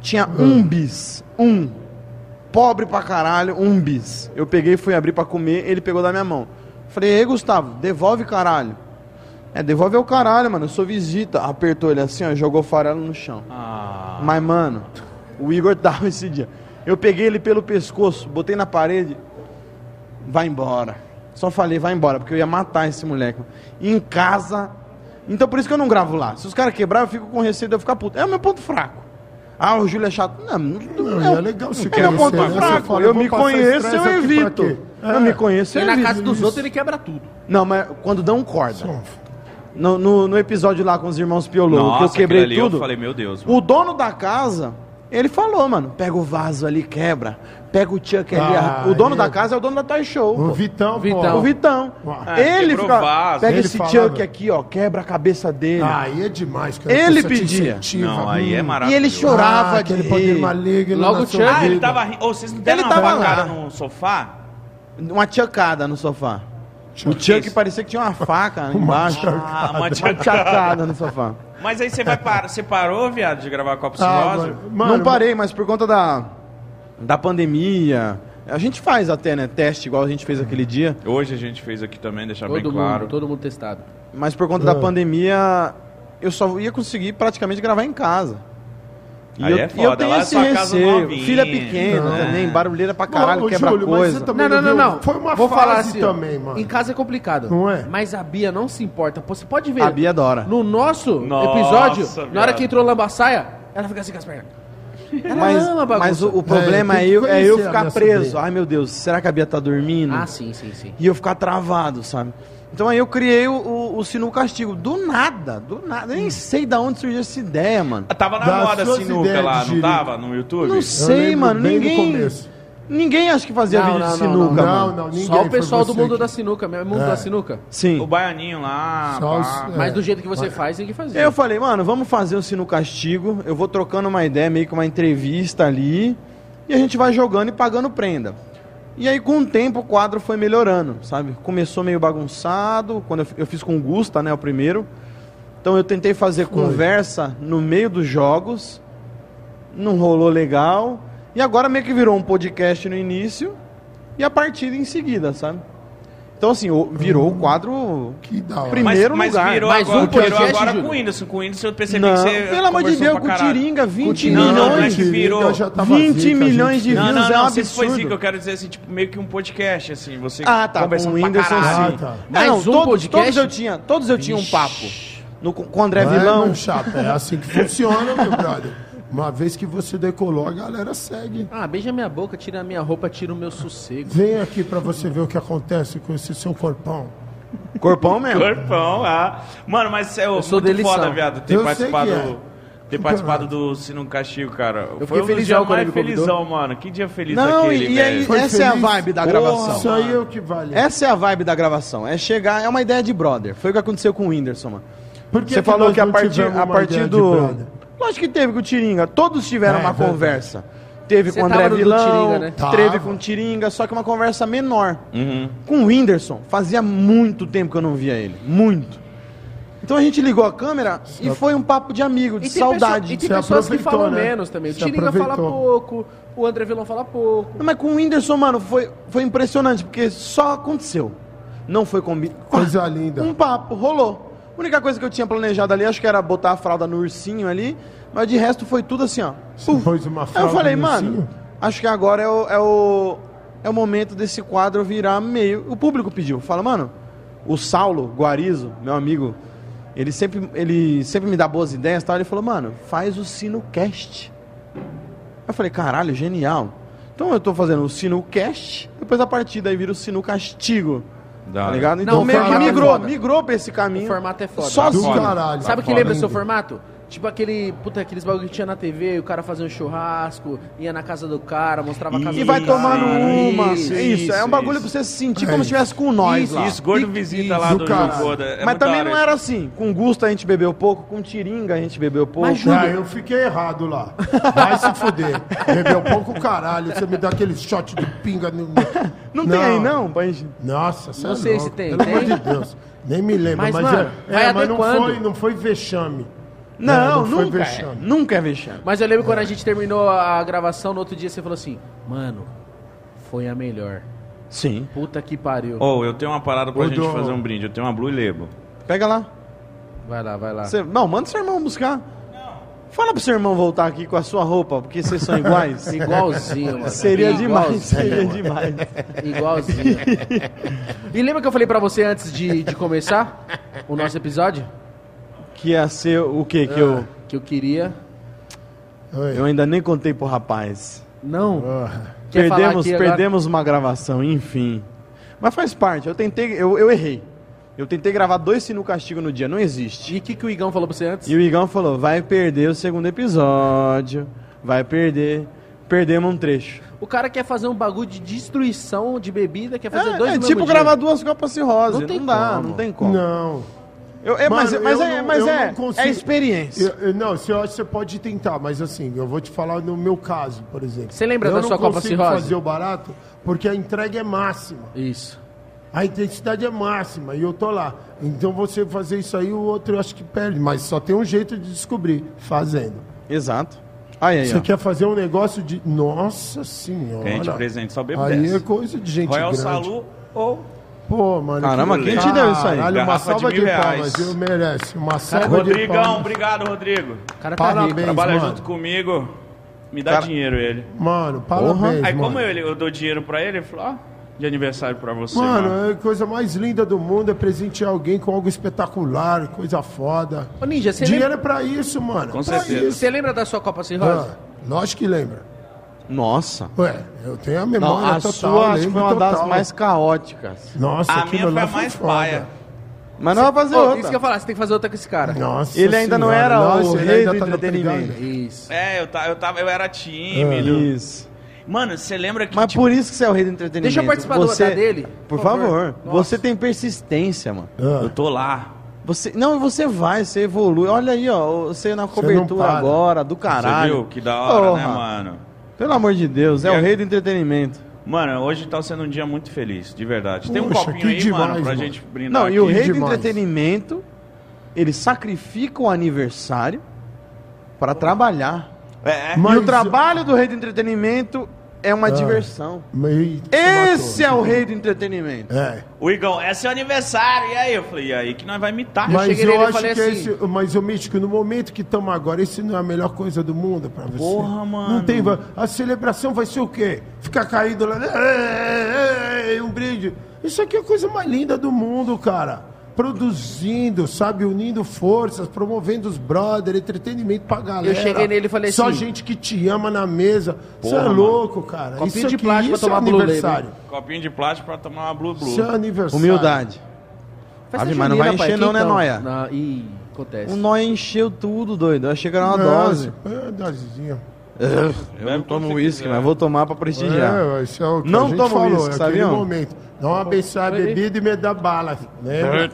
Tinha um bis. Um. Pobre pra caralho, um bis. Eu peguei, fui abrir pra comer, ele pegou da minha mão. Falei, ei, Gustavo, devolve caralho. É, devolve o caralho, mano, eu sou visita. Apertou ele assim, ó, jogou farelo no chão. Ah, Mas, mano, o Igor tava [laughs] esse dia. Eu peguei ele pelo pescoço, botei na parede. Vai embora. Só falei, vai embora, porque eu ia matar esse moleque. Em casa. Então por isso que eu não gravo lá. Se os caras quebrar, eu fico com receio de eu ficar puto. É o meu ponto fraco. Ah, o Júlio é chato. Não, não, Não, não é legal se é meu conhecer, ponto né? Você fraco. fala, eu vou me passar conheço, estresse eu aqui pra evito. quê? É. Eu me conheço, eu E na evito. casa dos outros ele quebra tudo. Não, mas quando dão corda. Então, No, no, no episódio lá com os irmãos Piolô, que eu nossa, quebrei aquilo ali tudo. Eu falei, meu Deus. O dono da casa, ele falou, mano, pega o vaso ali, quebra. Pega o Chuck ali. Ah, arra- o dono é. da casa é o dono da Toy Show. O pô. Vitão, pô. Vitão. O Vitão. Ah, ele É, quebrou o fica, vaso. pega Ele esse falava. Chuck aqui, ó, quebra a cabeça dele. Ah, aí é demais, cara. Ele Você te pedia. incentiva. Não, aí é Hum. maravilhoso. e ele chorava ah, de aquele poder rir. maligno Logo na o sua Thiago, Ah, ele vida. tava rindo. Ô, vocês não deram Ele uma tava facada lá. no sofá? Uma tchacada no sofá. O Chuck Isso. parecia que tinha uma [laughs] faca embaixo. Ah, [laughs] uma Uma tchacada no sofá. Mas aí você vai parar. Você parou, viado, de gravar Copa Ah, Cirrose? mano. Mano, não parei, mas por conta da, da pandemia. A gente faz até, né? Teste igual a gente fez aquele dia. Hoje a gente fez aqui também, deixar Todo Tá bem mundo, claro. todo mundo testado. Mas por conta Ah. da pandemia, eu só ia conseguir praticamente gravar em casa. E, Aí eu, é e foda, eu tenho lá é esse sua casa receio. novinha. Filha pequena Não. É. também, barulheira pra caralho, Ô, quebra Júlio, mas coisa. você tá também Não, não, não, viu- não. Foi uma Vou fase falar assim, ó, também, mano. Em casa é complicado. Não é? Mas a Bia não se importa. Pô, Você pode ver. A Bia adora. No nosso Nossa, episódio, na hora viado. que entrou Lambaçaia, ela fica assim com as pernas. Ela Mas, é ama a bagunça. mas o, o problema é, tem que eu, é eu conhecer né, a ficar minha preso. sobrinha. Ai meu Deus, será que a Bia tá dormindo? Ah, sim, sim, sim. E eu ficar travado, sabe? Então aí eu criei o, o, o sino castigo. Do nada, do nada. Eu Hum. nem sei da onde surgiu essa ideia, mano. Ah, Tava na Das moda suas sinuca ideias lá, de não girico. tava? No YouTube? Não Eu sei, lembro mano. bem do Ninguém. começo. Ninguém acho que fazia é Não, vídeo não, de não, sinuca, não, mano. Não, não, ninguém. Só o foi pessoal do você mundo que- da sinuca, meu mundo É. da sinuca. Sim. O baianinho lá. Só pá. os- Mas É. do jeito que você faz, tem que fazer. Eu falei, mano, vamos fazer o sino castigo. Eu vou trocando uma ideia, meio que uma entrevista ali. E a gente vai jogando e pagando prenda. E aí, com o tempo, o quadro foi melhorando, sabe? Começou meio bagunçado. Quando eu, fi- eu fiz com o Gusta, né, o primeiro. Então eu tentei fazer conversa no meio dos jogos. Não rolou legal. E agora meio que virou um podcast no início. E a partida em seguida, sabe? Então, assim, o- virou o quadro Que da hora. Mas, Primeiro mas lugar. virou Mais agora, um virou podcast, agora Júlio? com o Whindersson. Com o Whindersson eu percebi que Não, você pelo amor de conversou Deus, pra caralho. Cutiringa, 20 Não, não, milhões. que virou. Eu já tava 20 zica, milhões de gente. Não, views não, é um não, se isso foi absurdo. assim que eu quero dizer, assim, tipo, meio que um podcast, assim, você Ah, tá. Com o conversando pra Whindersson, caralho. sim. Ah, tá. Não, Mais um todos, podcast? todos eu tinha, todos eu tinha um papo. No, com com o André É, Vilão. meu chapa, é assim que funciona, meu brother. Uma vez que você decolou, a galera segue. Ah, beija minha boca, tira a minha roupa, tira o meu sossego. Vem aqui pra você ver o que acontece com esse seu corpão. Corpão mesmo. Corpão, ah. Mano, mas é sou muito delição. foda, viado, ter Eu sei participado, que é. ter participado do Sino Castigo, cara. fiquei Foi um dos felizão dias quando ele mais me convidou. felizão, mano. Que dia feliz Não, aquele, e, e aí, velho. Foi essa é a feliz? vibe da Porra, gravação. Isso aí é o que vale. Essa é a vibe da gravação. É chegar, é uma ideia de brother. Foi o que aconteceu com o Whindersson, mano. Por que Você que falou nós que a não partir, tivemos a uma partir ideia de do. brother? Lógico que teve com o Tiringa. Todos tiveram É, uma verdade. conversa. Teve Você com o tava André no do Vilão, Tiringa, né? Uhum. teve Tava. com o Tiringa, só que uma conversa menor. Com o Whindersson, fazia muito tempo que eu não via ele. Muito. Então a gente ligou a câmera e foi um papo de amigo, de E tem saudade. pessoa- e tem Você pessoas que aproveitou, falam né? menos também. O Você Tiringa fala aproveitou. pouco, o André Vilão fala pouco. Não, Mas com o Whindersson, mano, foi, foi impressionante, porque só aconteceu. Não foi comigo. Coisa linda. Um papo, rolou. A única coisa que eu tinha planejado ali, acho que era botar a fralda no ursinho ali, mas de resto foi tudo assim, ó. Você pôs uma Aí eu fralda falei, no mano, ursinho? acho que agora é o, é o, é o momento desse quadro virar meio. O público pediu. Fala, mano, o Saulo Guarizo, meu amigo, ele sempre, ele sempre me dá boas ideias e tal. Ele falou, mano, faz o Sinocast. Eu falei, caralho, genial. Então eu tô fazendo o Sinocast, depois a partir daí vira o Sino Castigo. Da Tá hora. ligado? Não, Então o meio que formato é migrou, foda. migrou pra esse caminho. O formato é foda. Só Do assim. caralho. Sabe Tá que foda, lembra o seu ainda. formato? Tipo aquele, puta, aqueles bagulho que tinha na TV, o cara fazia um churrasco, ia na casa do cara, mostrava a casa E do vai cara. tomando uma. Isso, isso, é um bagulho isso. pra você se sentir É como isso. se estivesse com nós lá. Isso, gordo visita lá do do caralho. Gordo. é Mas muito também da não hora era assim. Com Gusta a gente bebeu pouco, com Tiringa a gente bebeu pouco. Mas, Júlio, Ah, eu fiquei errado lá. Vai se fuder. Bebeu pouco caralho. Você me dá aquele shot de pinga no. no- não, tem aí não, pra gente- Nossa, você Não é sei louco. se tem, Pelo tem? amor de Deus. Nem me lembro, Mas, mas, mano, é, vai é, mas não adequando. foi, não foi vexame. Não, É, nunca, foi é, vexame. nunca é vexame. Mas eu lembro quando a gente terminou a gravação, no outro dia você falou assim, mano, foi a melhor. Sim. Puta que pariu. Ô, eu tenho uma parada pra Ô, gente Dom. fazer um brinde. Eu tenho uma Blue Label. Pega lá. Vai lá, vai lá. Você- não, manda seu irmão buscar. Fala pro seu irmão voltar aqui com a sua roupa, porque vocês são iguais. Igualzinho, mano. Seria demais, Igualzinho. seria demais. Igualzinho. e lembra que eu falei pra você antes de, de começar o nosso episódio? Que ia ser o quê? Que eu, Que eu queria. Oi. eu ainda nem contei pro rapaz. Não. Ah, Quer falar perdemos aqui agora? perdemos uma gravação, enfim. Mas faz parte, eu tentei, eu, eu errei. Eu tentei gravar dois Sino Castigo no dia, não existe. E o que, que o Igão falou pra você antes? E o Igão falou: vai perder o segundo episódio, vai perder. Perdemos um trecho. O cara quer fazer um bagulho de destruição de bebida, quer fazer É, dois é no mesmo tipo dia. gravar duas copas cirrose. Não Não, tem dá, como. não tem como. não. Eu- é, mas Mano, mas eu é, não- mas eu é, não consigo- é experiência. Eu- eu- não, você, você pode tentar, mas assim, eu vou te falar no meu caso, por exemplo. Você lembra eu da não sua Copa consigo Cirrose? fazer o barato porque a entrega é máxima. Isso. A intensidade é máxima e eu tô lá. Então você fazer isso aí, o outro eu acho que perde. Mas só tem um jeito de descobrir, fazendo. Exato. Aí, aí, Você ó. quer fazer um negócio de. Nossa senhora! Tem gente presente, só bebo Aí 10. é coisa de gente Royal grande. Salu ou... Pô, mano. Caramba, que quem legal. te deu isso aí? Caralho, uma Garrafa de salva de, mil palmas. reais. Eu [laughs] merece. Uma Tá salva de Rodrigão, palmas. obrigado, Rodrigo. O cara tá rico. Parabéns, Trabalha mano. junto comigo. Me dá Cara- dinheiro ele. Mano, parabéns, Aí mano. como eu, eu dou dinheiro pra ele, ele falou, ó, de aniversário pra você, mano. Mano, é a coisa mais linda do mundo é presentear alguém com algo espetacular, coisa foda. Ô, Ninja, você Dinheiro lembra, é pra isso, mano. Com pra é certeza. Isso. você lembra da sua Copa Sem Rosa? Ah, lógico que lembra. Nossa. Ué, eu tenho a Não, memória a total. sua acho que lembro foi uma das total. mais caóticas. Nossa, A aquilo minha foi lá a mais foda. paia. Mas não vai fazer Ô, outra. isso que eu falar, você tem que fazer outra com esse cara. Nossa Ele ainda não senhora, era nossa, o ele rei ainda do tá na entretenimento. pegada. Isso. É, eu, ta, eu, tava, eu era tímido. Isso. Ah, Mano, você lembra que... Mas tipo, por isso que você é o rei do entretenimento. Deixa eu participar do você... da dele, Por por favor. favor. Você tem persistência, mano. Ah, Eu tô lá. Você... Não, você vai, você evolui. Olha aí, ó. Você na cobertura para. agora, do Você caralho. viu? Que da hora, né, Porra. mano? Pelo amor de Deus, é E o a- rei do entretenimento. Mano, hoje tá sendo um dia muito feliz, de verdade. Tem um Poxa, que copinho aí, demais, mano, pra mano. gente brindar Não, aqui. e o rei do demais. entretenimento, ele sacrifica o aniversário pra trabalhar. É, é. Mas- Ah. E o trabalho do rei do entretenimento é uma diversão. Meio- Esse é o rei do entretenimento. É. O Igão, é seu aniversário. E aí? Eu falei, e aí que nós vai imitar. Mas cheguei eu, nele e acho falei que é assim- esse, mas o místico, no momento que estamos agora, isso não é a melhor coisa do mundo pra você. Porra, mano. Não tem, va- a celebração vai ser o quê? Ficar caído lá, "Ei, ei, ei", um brinde. Isso aqui é a coisa mais linda do mundo, cara. Produzindo, sabe, unindo forças, promovendo os brother, entretenimento pra galera. cheguei nele e falei Só assim- gente que te ama na mesa. Você é Porra, louco, cara. Copinho isso de aqui, plástico pra isso é tomar Blue Label. aniversário. Copinho de plástico pra tomar uma Blue Blue. Isso é aniversário. Humildade. Ave, mas não vai encher não, Um né, Noia? Não, ih, acontece. O Noia encheu tudo, doido. Eu achei que era uma dose. Dose. É, dosezinha. Eu não tomo uísque, mas vou tomar pra prestigiar. É, isso é o que Não a gente toma falou, uísque, é sabiam? aquele momento. Não abençoar a bebida e me dá bala. Né? Vem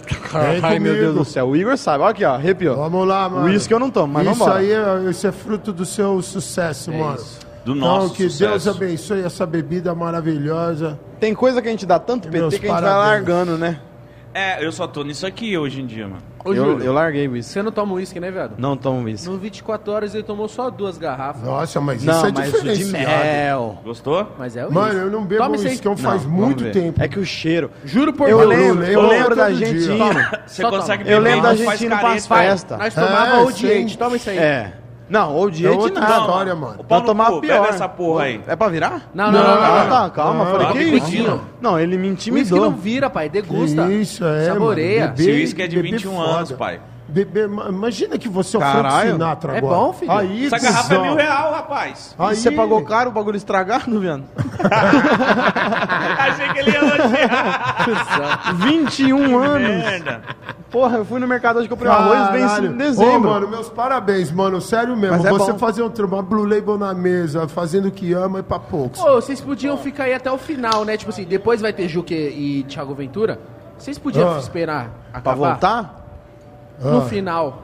Ai, meu comigo. Deus do céu. O Igor sabe. Olha aqui, ó. Arrepiou. Vamos lá, mano. Uísque eu não tomo, mas isso vambora. aí, é- isso é fruto do seu sucesso, mano. Do Então, nosso que Deus sucesso. abençoe essa bebida maravilhosa. Tem coisa que a gente dá tanto PT Meus que a gente vai parabéns. largando, né? É, eu só tô nisso aqui hoje em dia, mano. Ô, Eu, Júlio, eu larguei o uísque. você não toma uísque, né, viado? Não tomo uísque. No 24 horas ele tomou só duas garrafas. Nossa, mas Não, isso é mas o de diferenciado. mel. Gostou? Mas é uísque. Mano, eu não bebo Tome seis. uísque, eu faz Não, muito vamos ver. tempo. É que o cheiro. Juro por Eu Deus. lembro, eu eu lembro da todo dia. Argentina. Você Só consegue toma. Eu lembro da mas faz Argentina careta. pras festas. Nós tomava É, o diente, sim. toma isso aí. É. Não, ou de É jeito outra nada. história, mano. O pau no tomar cu, pior. bebe essa porra aí. É pra virar? Não, não, não, não, Ah, não, não. tá, calma. Não, falei, não, que não, isso? não. Não, ele me Uísque intimidou. não vira, pai. Que Degusta. Isso é. Saboreia. mano. Esse Beber- uísque é de beber 21 foda. anos, pai. Beber, ma- imagina que você é o Frank Caralho. Sinatra É agora. bom, filho. [laughs] Aí, Essa garrafa é cuzão. mil real, rapaz. [laughs] E Aí, você pagou caro o bagulho estragado, viado? Achei que ele ia elogiar. 21 anos. Merda. Porra, eu fui no mercado hoje, comprei um arroz, vence Caralho. em dezembro. Ô, mano, meus parabéns, mano. Sério mesmo. Mas é você bom. fazer um trampo, uma Blue Label na mesa, fazendo o que ama e pra poucos. Ô, vocês podiam ficar aí até o final, né? Tipo assim, depois vai ter Juque e Thiago Ventura. Vocês podiam Ah. esperar acabar pra voltar? no Ah. final.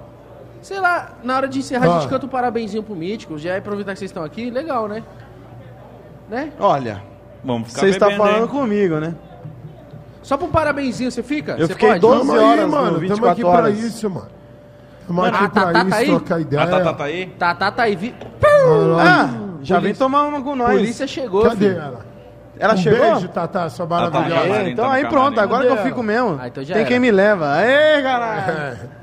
Sei lá, na hora de encerrar a Ah. gente canta um parabenzinho pro Mítico. Já é aproveitar que vocês estão aqui, legal, né? Né? Olha, Vamos ficar você está bebendo, falando hein? comigo, né? Só pro parabenzinho você fica? Eu Você fiquei pode? 12 Tamo aí, horas, mano. no Tamo 24 aqui pra horas. isso, mano. Tamo Mano, aqui a pra Tatá tá isso, aí? trocar ideia. A Tatá tá aí? Tá, tá, tá aí. Vi... Ah, já polícia- vem tomar uma com A nós. polícia chegou, Cadê filho. ela? Ela um chegou? beijo, Tatá, sua Tatá, maravilhosa. Camarim, É, tá então no aí camarim. pronto, agora que eu Cadê ela? fico mesmo. Ah, então já Tem era. quem me leva. Aê, caralho! [laughs] É.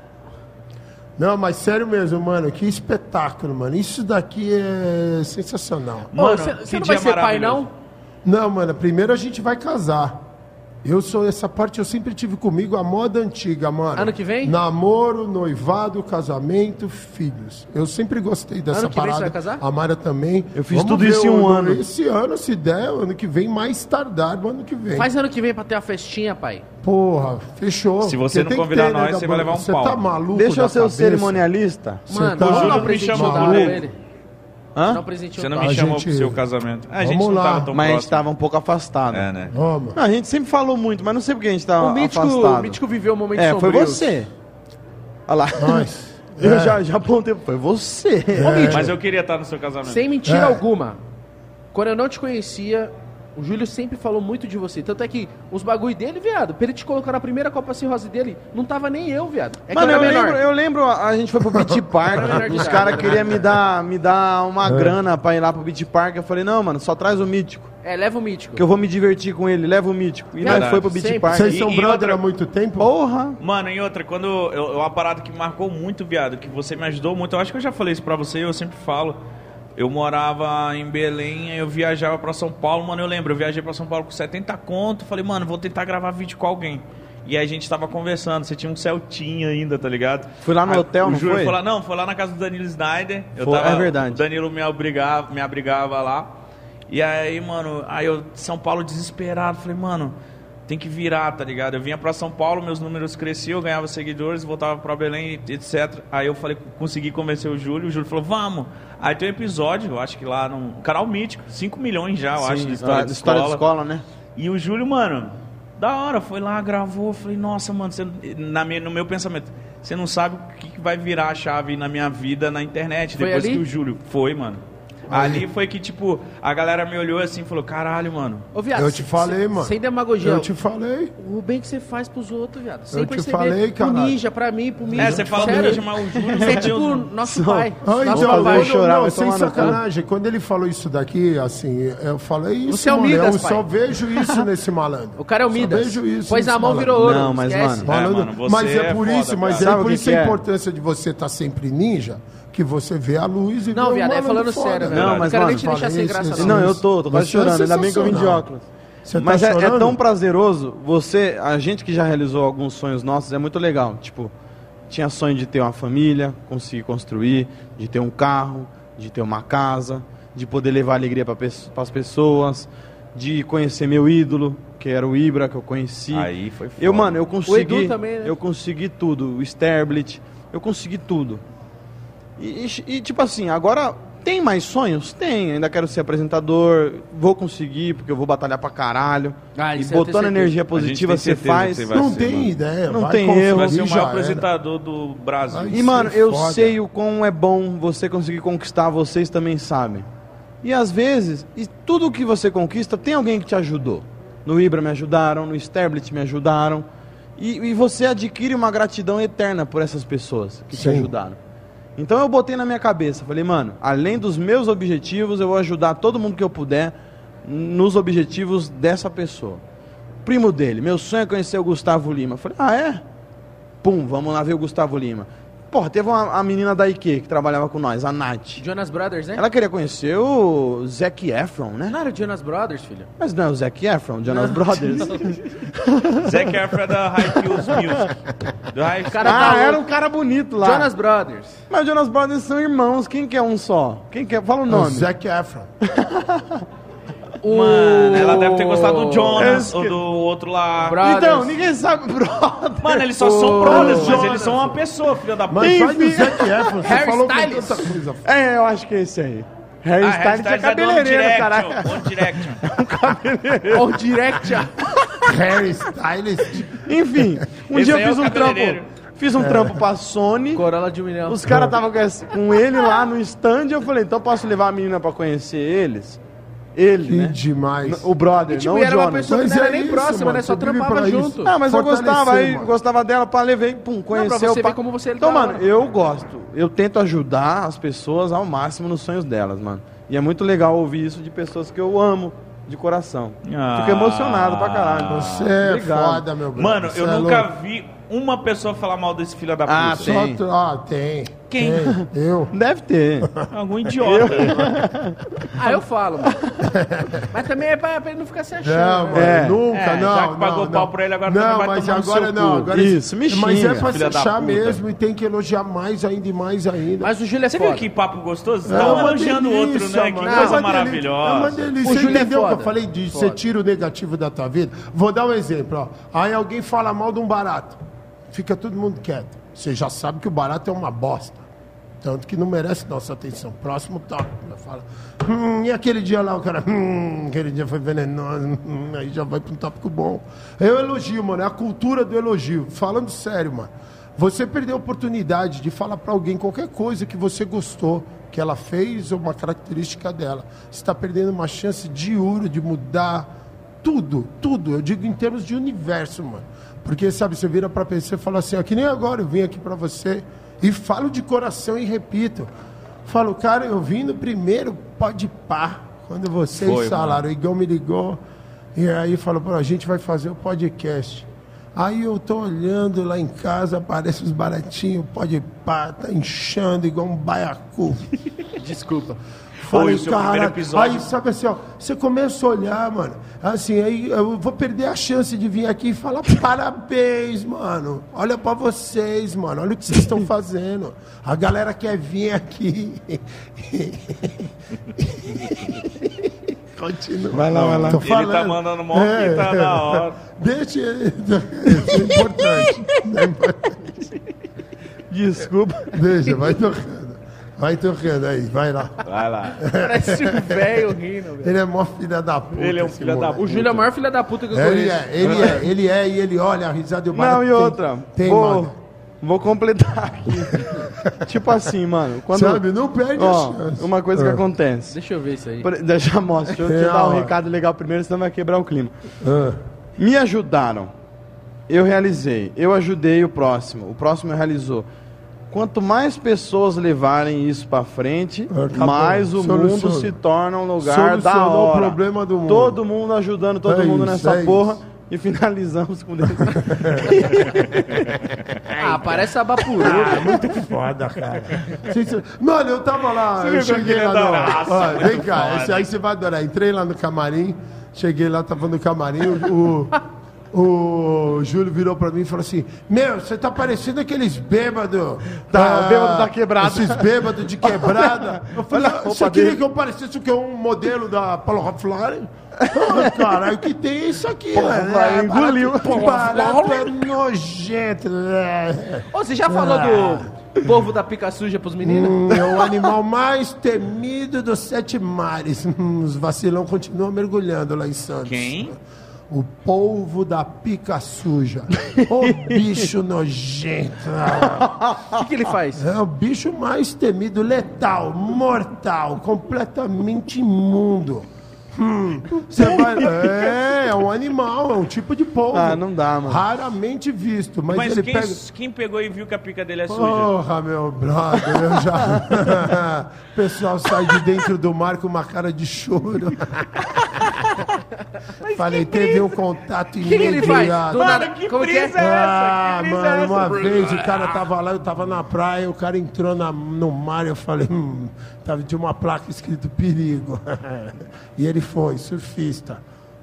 Não, mas sério mesmo, mano. Que espetáculo, mano. Isso daqui é sensacional. Ô, Mano, você que você não vai dia ser pai, maravilhoso. não? Não, mano, primeiro a gente vai casar. Eu sou essa parte, eu sempre tive comigo a moda antiga, mano. Ano que vem? Namoro, noivado, casamento, filhos. Eu sempre gostei dessa Ano que vem parada. você vai casar? A Mara também. Eu fiz tudo isso em o- um ano. Esse ano, se der, ano que vem, mais tardar, ano que vem. Faz ano que vem pra ter uma festinha, pai. Porra, fechou. Se você Porque não tem que convidar ter, né, nós, você da vai banda? levar um você pau. Tá maluco Deixa da eu ser o cabeça? cerimonialista. Você Mano, tá- vamos Júlio dar um me presentinho chamou pra pra ele. Dá um Hã? presentinho Você não pra me A chamou gente- pro seu casamento. Ah, A gente Vamos não lá. tava tão Mas a gente próximo. tava um pouco afastado. É, né? [laughs] Vamos. Não, a gente sempre falou muito, mas não sei porque a gente tava O Mítico, o afastado. Mítico viveu um momento É, foi sombrio. você. Olha lá. Nós. Eu É. já, já apontei. Foi você. [laughs] É. Mas eu queria estar no seu casamento. Sem mentira É. alguma. Quando eu não te conhecia, o Júlio sempre falou muito de você. Tanto é que os bagulho dele, viado, pra ele te colocar na primeira Copa Cirrose dele, não tava nem eu, viado. É que Mano, eu era lembro, eu lembro, a a gente foi pro Beach Era menor Park, de os idade, caras né? queriam me dar, me dar uma grana pra ir lá pro Beach Park. Eu falei, não, mano, só traz o Mítico, É, leva o mítico. que eu vou me divertir com ele, leva o Mítico. E nós Verdade. foi pro Beach Sempre. Park. Vocês E- são e brother outra- há muito tempo? Porra! Mano, e outra, quando eu, eu- é uma parada que marcou muito, viado, que você me ajudou muito, eu acho que eu já falei isso pra você, eu sempre falo. Eu morava em Belém, aí eu viajava pra São Paulo, mano, eu lembro, eu viajei pra São Paulo com 70 conto, falei, mano, vou tentar gravar vídeo com alguém. E aí a gente tava conversando, você tinha um Celtinha ainda, tá ligado? Fui lá no Aí hotel, o não Júlio foi? Lá, não, foi lá na casa do Danilo Snyder. Eu Foi, tava, é verdade. O Danilo me abrigava, me abrigava lá. E aí, mano, aí eu, São Paulo desesperado, falei, mano, tem que virar, tá ligado? Eu vinha pra São Paulo, meus números cresciam, eu ganhava seguidores, voltava pra Belém, etc. Aí eu falei, consegui convencer o Júlio, o Júlio falou, vamos. Aí tem um episódio, eu acho que lá no canal mítico, 5 milhões já, eu acho, de história, a- de é, história escola. né? E o Júlio, mano, da hora, foi lá, gravou, falei, nossa, mano, você- na minha, no meu pensamento, você não sabe o que, que vai virar a chave na minha vida na internet Foi depois ali? que o Júlio foi, mano. Ali foi que, tipo, a galera me olhou assim e falou, caralho, mano. Ô, viado, Eu te falei, sem- mano. Sem demagogia. Eu te falei. O bem que você faz pros outros, viado. Sem Eu te perceber. falei, pro caralho. ninja, pra mim, pro ninja. É, você fala Sério? pra chamar o Júnior, Você meu [laughs] é Deus, tipo mano. nosso pai. Ah, nosso então, papai. não, chorar, não, vai sem tomar no cu. sacanagem. Quando ele falou isso daqui, assim, eu falei isso, Você é o mano, Midas, eu pai. só vejo isso nesse malandro. O cara é o Só Midas. vejo isso Pois a nesse mão malandro. virou ouro. Não, mas, esquece. mano, Falando- mano, você mas é é por foda, isso, mas cara. é Sabe por o que isso que a é? importância de você estar sempre ninja, que você vê a luz e Não, vê viado, o é falando malandro foda, sério, né? velho. Não, mas, não quero nem mano, te deixar sem falei graça, isso, não. isso. Não, eu tô, tô quase Você é chorando. Ainda bem que eu vim de sensacional. óculos. Você tá Mas é, é chorando? tão prazeroso, você, a gente que já realizou alguns sonhos nossos, é muito legal. Tipo, tinha sonho de ter uma família, conseguir construir, de ter um carro, de ter uma casa, de poder levar alegria para as pessoas, de conhecer meu ídolo, que era o Ibra, que eu conheci. Aí foi foda. Eu, mano, eu consegui. Edu também, né? Eu consegui tudo. O Sterblit, eu consegui tudo. E, e- e, tipo assim, agora tem mais sonhos? Tem. Ainda quero ser apresentador, vou conseguir, porque eu vou batalhar pra caralho. Ah, e isso eu tenho botando certeza. energia tem positiva, você certeza faz. que você vai Não ser, tem mano. ideia. Não vai tem conseguir, erro. Vai ser o já maior era. apresentador do Brasil. Ai, E, mano, Isso é eu foda. sei o quão é bom você conseguir conquistar, vocês também sabem. E às vezes, e tudo que você conquista, tem alguém que te ajudou. No Ibra me ajudaram, no Sterblit me ajudaram. E, e você adquire uma gratidão eterna por essas pessoas que te Sim. ajudaram. Então eu botei na minha cabeça, falei, mano, além dos meus objetivos, eu vou ajudar todo mundo que eu puder nos objetivos dessa pessoa. Primo dele, meu sonho é conhecer o Gustavo Lima. Falei, ah, é? Pum, vamos lá ver o Gustavo Lima. Porra, teve uma a menina da IQ que trabalhava com nós, a Nath. Jonas Brothers, né? Ela queria conhecer o Zac Efron, né? Não era o Jonas Brothers, filho. Mas não é o Zac Efron, Jonas Brothers. Zac Efron é da High Kills Music. Do High Cara, ah, tá era um louco. cara bonito lá. Jonas Brothers. Mas Jonas Brothers são irmãos, quem quer um só? Quem quer? Fala o O nome. Zac Efron. O... Mano, ela deve ter gostado do Jonas Esse ou que- do outro lá. Brothers. Então, ninguém sabe, brother. Mano, eles só são brothers, mas eles são uma pessoa, filha da puta. Mas vai do Enfim. Zac Efron, você Harry falou com Styles. tanta coisa. É, eu acho que é esse aí. Harry Ah, tá Styles é Hairstyles é do né, One cabeleireiro, caralho. Direction, One Direction. Ou Direct. Harry Styles. Enfim, um Esse dia aí eu é fiz o um cabeleireiro. trampo. Fiz um trampo pra [laughs] Sony. Corolla de um milhão. Os caras estavam com, esse- com ele lá no stand. Eu falei, então posso levar a menina pra conhecer eles? Ele, Que né? demais. O brother, Tipo, não o era uma Jonas. pessoa que Mas não era é nem isso, próxima, mano, né? Só você vive trampava pra isso. junto. Ah, mas eu Fortalecer, gostava, aí mano. gostava dela, pá, levei, pum, conheceu. você pá. ver como você é Então, da mano, hora. eu gosto. Eu tento ajudar as pessoas ao máximo nos sonhos delas, mano. E é muito legal ouvir isso de pessoas que eu amo de coração. Ah. Fico emocionado pra caralho. Você é Obrigado. foda, meu brother. Mano, Você eu é nunca louco. vi uma pessoa falar mal desse filho da Ah, puta. Só Tem. tu- Ah, tem. Quem? Tem. [laughs] Eu. Deve ter. É Algum idiota. [laughs] Ah, eu falo, mano. Mas também é pra, pra ele não ficar se achando. Não, né? mano, É. nunca, É, não. já que pagou não, pau não. pra ele, agora também não, vai mas tomar no seu agora não. cu. Agora Isso, me Mas é xinga, pra se filha da achar puta. mesmo e tem que elogiar mais ainda e mais ainda. Mas o Júlio é Você viu foda. que papo gostoso? É Estão uma elogiando o outro, delícia, né? Que mano. É uma coisa delícia. É uma maravilhosa. delícia. O Você Júlio é entendeu o que foda. eu falei de você Foda. tira o negativo da tua vida? Vou dar um exemplo, ó. Aí alguém fala mal de um barato. Fica todo mundo quieto. Você já sabe que o barato é uma bosta. Tanto que não merece nossa atenção. Próximo tópico. né? Fala. Hum, e aquele dia lá, o cara. Hum, aquele dia foi venenoso. Hum, aí já vai para um tópico bom. Eu elogio, mano. É a cultura do elogio. Falando sério, mano. Você perdeu a oportunidade de falar para alguém qualquer coisa que você gostou, que ela fez ou uma característica dela. Você está perdendo uma chance de ouro de mudar tudo, tudo. Eu digo em termos de universo, mano. Porque, sabe, você vira para pensar e fala assim, ó, que nem agora eu vim aqui para você e falo de coração e repito. Falo, cara, eu vim no primeiro pode pá, quando vocês Foi, falaram, o Igão me ligou e aí falou, pô, a gente vai fazer o podcast. Aí eu tô olhando lá em casa, aparece os baratinhos, pode pá, tá inchando igual um baiacu. Desculpa. Foi Falei, o seu primeiro "Caraca." episódio. Aí sabe assim, ó, você começa a olhar, mano, assim, aí eu vou perder a chance de vir aqui e falar [laughs] parabéns, mano. Olha pra vocês, mano, olha o que vocês estão fazendo. A galera quer vir aqui. [laughs] Continua. Vai lá, vai lá. Tô É. Ele tá mandando mó fita da hora. Deixa ele. Isso é importante. É importante. Desculpa. Deixa, vai tocando. Vai tocando aí, vai lá. Vai lá. Parece um velho rindo, velho. Ele é mó filha da puta. Ele é um esse filho da moleque. O Júlio é o maior filho da puta que eu Ele conheço. é, ele é, ele é, e ele olha a risada e o barato Não, e tem- outra. Tem, vou, mano. Vou completar aqui. [laughs] tipo assim, mano. Quando, Sabe? Não perde Ó, a chance. uma coisa que Ah. acontece. Deixa eu ver isso aí. Por- Deixa eu mostrar. Deixa eu te É, dar um ó. recado legal primeiro, senão vai quebrar o clima. Ah. Me ajudaram. Eu realizei. Eu ajudei o próximo. O próximo realizou. Quanto mais pessoas levarem isso pra frente, Acabou. mais o Soluciona. mundo se torna um lugar da Solucionou o hora. problema do mundo. Todo mundo ajudando todo É mundo isso, nessa é porra. isso. E [laughs] finalizamos com Deus. Ah, parece abapuru. Ah. Foda, cara. Sim, sim. Mano, eu tava lá, viu eu que eu cheguei queria lá no. adorar, Ó, assim, vem muito cá, foda. esse aí você vai adorar. Entrei lá no camarim, cheguei lá, tava no camarim, o. o... o Júlio virou pra mim e falou assim: Meu, você tá parecendo aqueles bêbados. Tá, o bêbado da quebrada." Esses bêbados de quebrada. Eu falei: Olha a Você roupa queria dele." que eu parecesse o que? Um modelo da Paulo Flare? Ah, caralho, que tem isso aqui? né? mano? Flare engoliu. Barato, barato nojento. né? Ô, você já falou Ah. do povo da pica suja pros meninos? Hum, é o animal mais temido dos sete mares. Hum, os vacilão continuam mergulhando lá em Santos. Quem? O polvo da pica suja. O bicho nojento. O que, que ele faz? É o bicho mais temido, letal, mortal, completamente imundo. Hum, você vai- É, é um animal, é um tipo de polvo. Ah, não dá, mano. Raramente visto, mas, Mas ele quem, pega. quem pegou e viu que a pica dele é suja? Porra, meu brother, eu já. o pessoal sai de dentro do mar com uma cara de choro. Falei, teve um contato O que, que ele faz? Do imediato. nada, como que é? Ah, mano, uma vez o cara tava lá, eu tava na praia, o cara entrou na- no mar eu falei, hum, tava de uma placa escrito perigo. [laughs] e ele foi, surfista,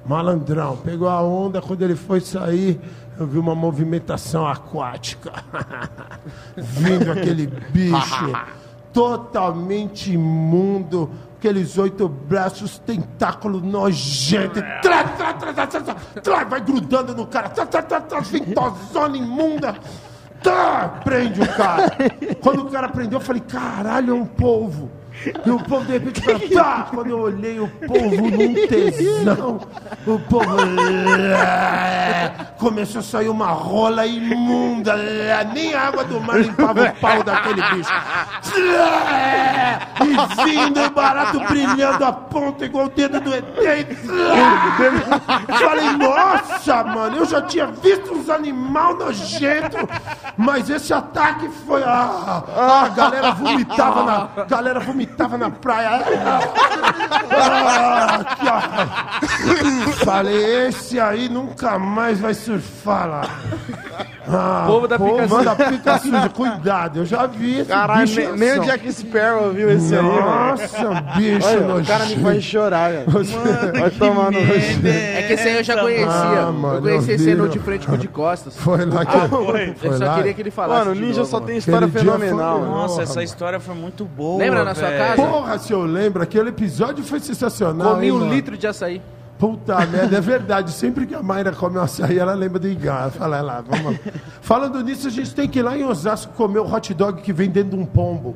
malandrão, pegou a onda, quando ele foi sair, eu vi uma movimentação aquática. [laughs] Vindo aquele bicho totalmente imundo. Aqueles oito braços, tentáculo nojento. Tra, tra, tra, tra, tra, tra, tra, vai grudando no cara. Tra, tra, tra, tra, ventosona imunda. Tá, prende o cara. Quando o cara prendeu, eu falei, caralho, é um polvo. E o povo de repente falou, tá! Quando eu olhei o povo num tesão, o povo começou a sair uma rola imunda. Nem a água do mar limpava o pau daquele bicho. E vindo o barato brilhando a ponta igual o dedo do ET. Falei, nossa, mano, eu já tinha visto uns animal nojento, mas esse ataque foi. Ah, a galera vomitava na. galera vomitava na praia. Ah, que horror. Falei, esse aí nunca mais vai surfar lá. Ah, Povo da pica suja. da pica suja. Cuidado, eu já vi esse Caralho, bicho em nem, nem é o ação. Jack Sparrow viu esse aí, mano. Nossa, bicho Olha, o nojento. cara me faz chorar, velho. Vai tomar no É que esse aí eu já conhecia. Ah, mano, eu conhecia eu esse aí vi. no de frente com o de costas. Foi lá que Ah, foi. Eu só queria que ele falasse. Mano, o de Ninja novo, só mano. tem história Aquele dia foi fenomenal, mano. Nossa, Porra, essa mano. história foi muito boa. Lembra na sua velho. casa? Porra, se eu lembro, aquele episódio foi sensacional. Comi hein, um mano? litro de açaí. [laughs] Puta merda, é verdade. Sempre que a Mayra come um açaí, ela lembra do Igá. Ela Fala "É lá, vamos lá." Falando nisso, a gente tem que ir lá em Osasco comer o hot dog que vem dentro de [laughs] um pombo.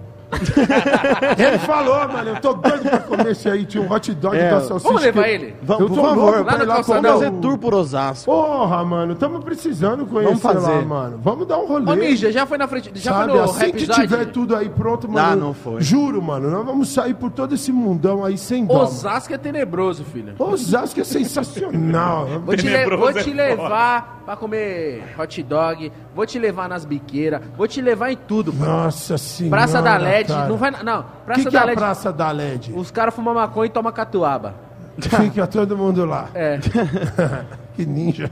ele falou, mano, eu tô doido pra comer esse aí. Tinha um hot dog É, da salsicha. vamos levar que- ele? Vamos, Eu por tô favor, louco lá pra ir no lá calçadão. comer Vamos fazer o... tour por Osasco. Porra, mano, tamo precisando conhecer lá, fazer. mano. Vamos dar um rolê. Ô, Ninja, já foi na frente. Já Sabe, foi no assim que Rapzide? tiver tudo aí pronto, mano. Ah, não foi. Juro, mano, nós vamos sair por todo esse mundão aí sem dó. mano. Osasco é tenebroso, filho. Osasco [laughs] é sensacional. Vou te, le- Tenebroso vou é te levar pra comer hot dog, vou te levar nas biqueiras, vou te levar em tudo. mano. Nossa senhora. Praça da LED, cara. não vai... na- Não, O Praça que, que é da a LED, Praça da LED? os caras fumam maconha e tomam catuaba. [laughs] Fica todo mundo lá. É. Que [laughs] ninja.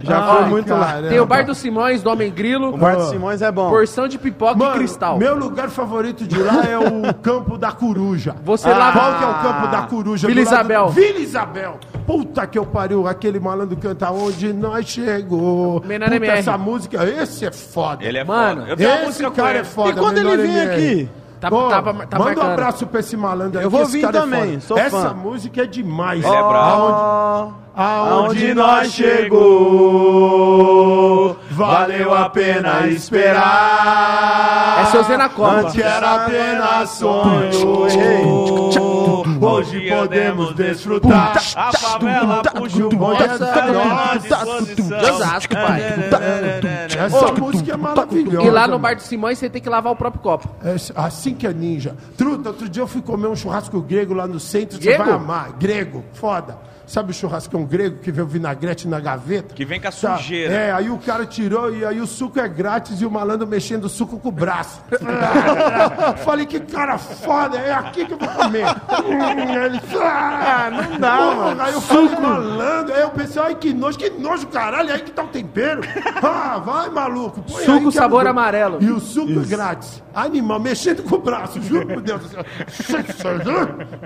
Já Ai, foi muito lá. caramba. Tem o Bar dos Simões, do Homem Grilo, O Bar de Simões é bom. porção de pipoca e Mano, cristal. meu lugar favorito de lá [laughs] é o Campo da Coruja. Você lá- Qual que é o Campo da Coruja? Vila Do lado- Isabel. Vila Isabel. Puta que eu pariu, aquele malandro canta onde nós chegou. Menor Puta, MR. essa música, esse é foda. Ele é Mano, foda. Eu tenho uma esse música com cara é ele. foda. E quando Menor ele vem MR. aqui? é- Tá- Ó, tá- tá manda um marcando. abraço pra esse malandro aí. Eu vou que esse vir cara é também, foda. sou Essa fã. música é demais. Ele é brabo. Ó, Aonde, Aonde nós chegou, valeu a pena esperar. É seu é Zé na Copa. Antes era apenas sonho. hoje podemos desfrutar. tá? A tá, favela puxa o bonde Essa da nossa nossa disposição. tá, Osasco, pai. Essa música é maravilhosa. E lá no mano. Bar do Simões você tem que lavar o próprio copo. É assim que é ninja. Truta, outro dia eu fui comer um churrasco grego lá no centro, Grego? você vai amar. Grego, foda. Sabe o churrascão grego que vem o vinagrete na gaveta? Que vem com a Tá. sujeira. É, aí o cara tirou e aí o suco é grátis e o malandro mexendo o suco com o braço. Falei, que cara foda, é aqui que eu vou comer. Ele, ah, não dá, mano. Aí eu falei, malandro. Aí eu pensei, ai, que nojo, que nojo, caralho. Aí que tá o tempero. Ah, vai, maluco. Põe Suco aí que é sabor bom. amarelo. E o suco grátis. Animal, mexendo com o braço, juro por Deus.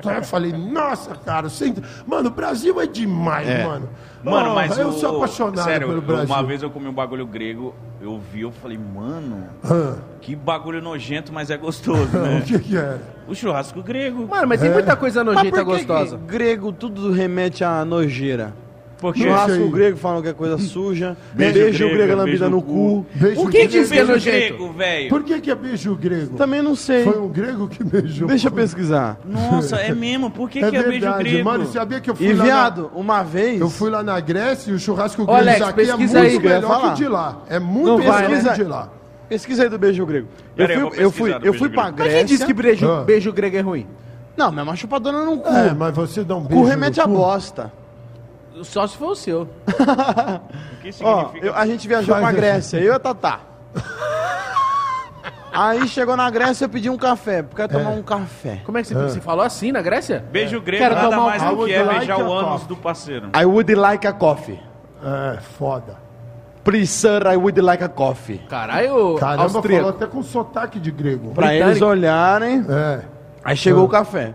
Então eu falei, nossa, cara. sem- Mano, o Brasil é demais, mano. Mano, Porra, mas eu o- sou apaixonado sério, pelo Brasil. Uma vez eu comi um bagulho grego, eu vi, eu falei, mano, Ah, que bagulho nojento, mas é gostoso, o né? que que é? era? o churrasco grego. Mano, É. mas tem muita coisa nojenta é gostosa. grego tudo remete à nojeira? Porque Isso Churrasco aí. grego falam que é coisa suja. Beijo Beijo, grego, o grego é beijo lambida no no cu. Beijo O que diz grego. que é beijo nojento? grego, velho. Por que que é beijo grego? Também não sei. Foi um grego que beijou. Deixa eu pesquisar. Nossa, [laughs] é mesmo, por que, É que é beijo verdade, grego? mano. Sabia que eu fui E lá viado, uma vez. Na... Eu fui lá na Grécia e o churrasco Ô, grego Alex, daqui é muito pesquisa aí. Eu ia melhor que falar. o de lá. É muito Não melhor vai, que o né? de lá. Pesquisa aí do beijo grego. Eu Pera aí, eu fui, vou eu fui, pesquisar do eu fui beijo grego. pra Mas Grécia. quem disse que beijo, Ah. beijo grego é ruim? Não, mas uma chupadona no cu. É, mas você dá um cu beijo. remete no à cu. bosta. Só se for o seu. O que Ó, significa? eu- a gente viajou Vai, pra vai. Grécia, eu e a Tatá. Aí chegou na Grécia, eu pedi um café, porque eu ia tomar um café. Como é Ah. que você, você falou assim na Grécia? Beijo grego Quero nada tomar um mais do água que é do like beijar a o ânus copo. do [laughs] parceiro. I would like a coffee. É, foda. Please, sir, I would like a coffee. Caralho, Caramba, austríaco. falou até com sotaque de grego. Pra Britânico. Ah. eles olharem. É. Aí chegou o café.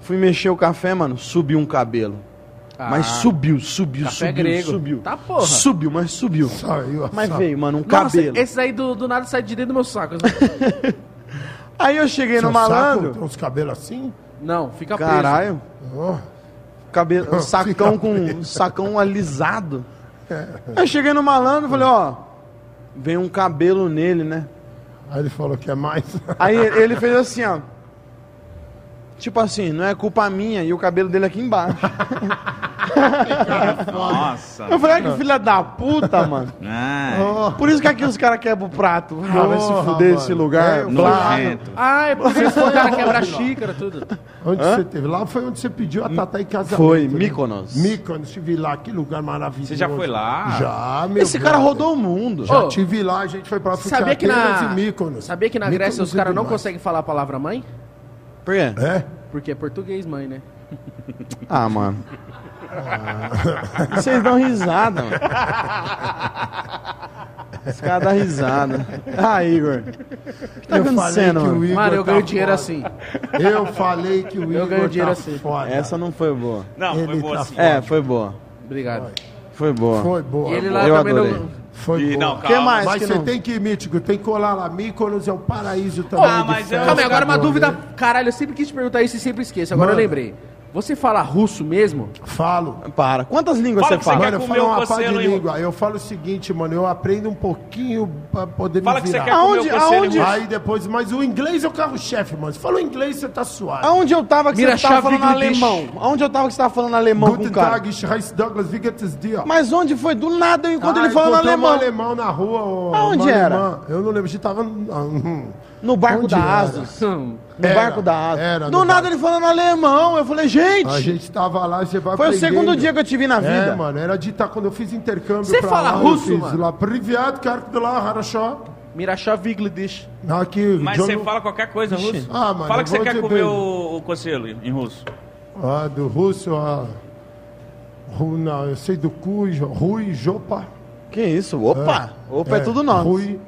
Fui mexer o café, mano, subiu um cabelo. Mas Ah. subiu, subiu, Café subiu, grego. subiu. Tá porra. Subiu, mas subiu. Saiu a Mas sa- veio, mano, um Nossa, cabelo. esses aí do, do nada saem de dentro do meu saco. assim. [laughs] Aí eu cheguei Seu no saco malandro. tem uns cabelos assim? Não, fica preso. Caralho. Ó. [laughs] cabelo, um sacão Fica com um sacão alisado. Aí eu cheguei no malandro e falei, ó, vem um cabelo nele, né? Aí ele falou que é mais. Aí [laughs] ele fez assim, ó. Tipo assim, não é culpa minha e o cabelo dele aqui embaixo. Nossa. Eu falei, ah, que filha da puta, mano. Ah, [laughs] Por isso que aqui os caras quebram o prato. Ah, vai se Porra, fuder esse mano. lugar. É, blá. nojento. Ah, é por isso que o cara [laughs] quebra a xícara, tudo. Onde você teve? Lá foi onde você pediu a Tatá em casamento. Foi, né? Mykonos. Mykonos, estive lá, que lugar maravilhoso. Você já foi lá? Já, meu "Ah, Esse cara brother. rodou o mundo. Ô, Já tive lá, a gente foi pra Sabia que na, e Mykonos. sabia que na Mykonos Grécia os é caras não demais. conseguem falar a palavra mãe? Por quê? É? Porque é português mãe, né? Ah, mano. Ah. Vocês dão risada, [laughs] mano. Os caras dão risada. Ah, Igor. O que tá Eu falei que acontecendo, o mano? Igor Mano, eu tá ganho dinheiro foda. assim. Eu falei que o Igor ganho dinheiro tá assim. foda. Essa não foi boa. Não, foi Ele boa assim. tá sim. É, foi boa. Obrigado. Foi boa. foi boa. E ele boa. lá Eu também adorei. não... Foi E- boa. não, O que Calma, mais Mas que você não... tem que ir, Mítico, tem que colar lá. Mykonos é um paraíso também. Ah, de mas eu- festa, Calma aí, agora é uma né? dúvida. Caralho, eu sempre quis te perguntar isso e sempre esqueço. Agora Manda. eu lembrei. Você fala russo [laughs] mesmo? Falo. Para. Quantas línguas Fala você que você fala? quer Mano, eu comer falo um uma pá de cocelo, hein? língua. Eu falo o seguinte, mano, eu aprendo um pouquinho pra poder Fala me que você virar. quer comer um Aonde- o conselho aonde- russo. Aí depois, mas o inglês é o carro-chefe, mano. Se fala o inglês, você tá suave. Aonde eu tava que Mira você tava chave, falando English. alemão? Aonde eu tava que você tava falando alemão com Guten o cara? Tag, Scheiß Douglas, wie geht's dir? Mas onde foi? Do nada eu encontrei Ah, ele falando encontramos alemão. um alemão na rua. ô, Aonde uma era? alemã. Eu não lembro, a gente tava... no- Ah, hum, No barco Onde da era? Asus. Hum. No Era, barco da Asus. era Do no nada barco. ele falando alemão. Eu falei, gente. A gente tava lá, você vai Foi o aprender, segundo meu. dia que eu te vi na vida. É, mano, era de estar quando eu fiz intercâmbio Você pra fala lá, russo, eu fiz mano? lá, priviado, quero que lá, Harashó. Mirachavigledis. Aqui, Mas John- você fala qualquer coisa russo. Ah, mano, fala eu que você vou quer te comer ver. o, o conselho em russo. Ah, do russo, ah... Ru- não, eu sei do cu, Jo- Rui, Jopa. Que isso? Opa! Opa, é, tudo nosso. Rui,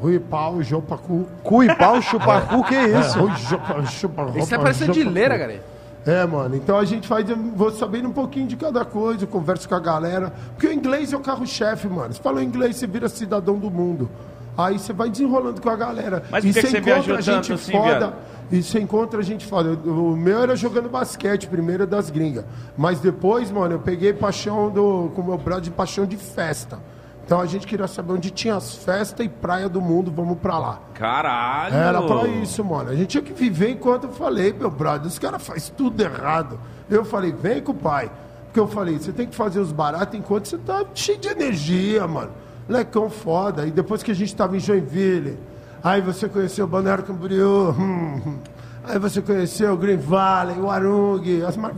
Rui, pau, Jopa, cu. É, Cu e pau, chupa cu, que isso? Rui, Jopa, chupa, Isso tá Jopa, parecendo de Jopa, leira, cu. galera. É, mano, então a gente faz, eu vou sabendo um pouquinho de cada coisa, eu converso com a galera, porque o inglês é o carro-chefe, mano. Você fala inglês, você vira cidadão do mundo. Aí você vai desenrolando com a galera. Mas por que que você viajou tanto gente assim, foda. viado? E você encontra gente foda. Eu- O meu era jogando basquete, primeiro é das gringas. Mas depois, mano, eu peguei paixão do, com meu brother de paixão de festa. Então a gente queria saber onde tinha as festas e praia do mundo, vamos pra lá. Caralho! Era pra isso, mano. A gente tinha que viver enquanto eu falei, meu brother, os caras fazem tudo errado. Eu falei, vem com o pai. Porque eu falei, você tem que fazer os baratos enquanto você tá cheio de energia, mano. Lecão foda. E depois que a gente tava em Joinville, aí você conheceu o Balneário Camboriú, hum, hum. aí você conheu o Green Valley, o Arung, as Ô, Bana-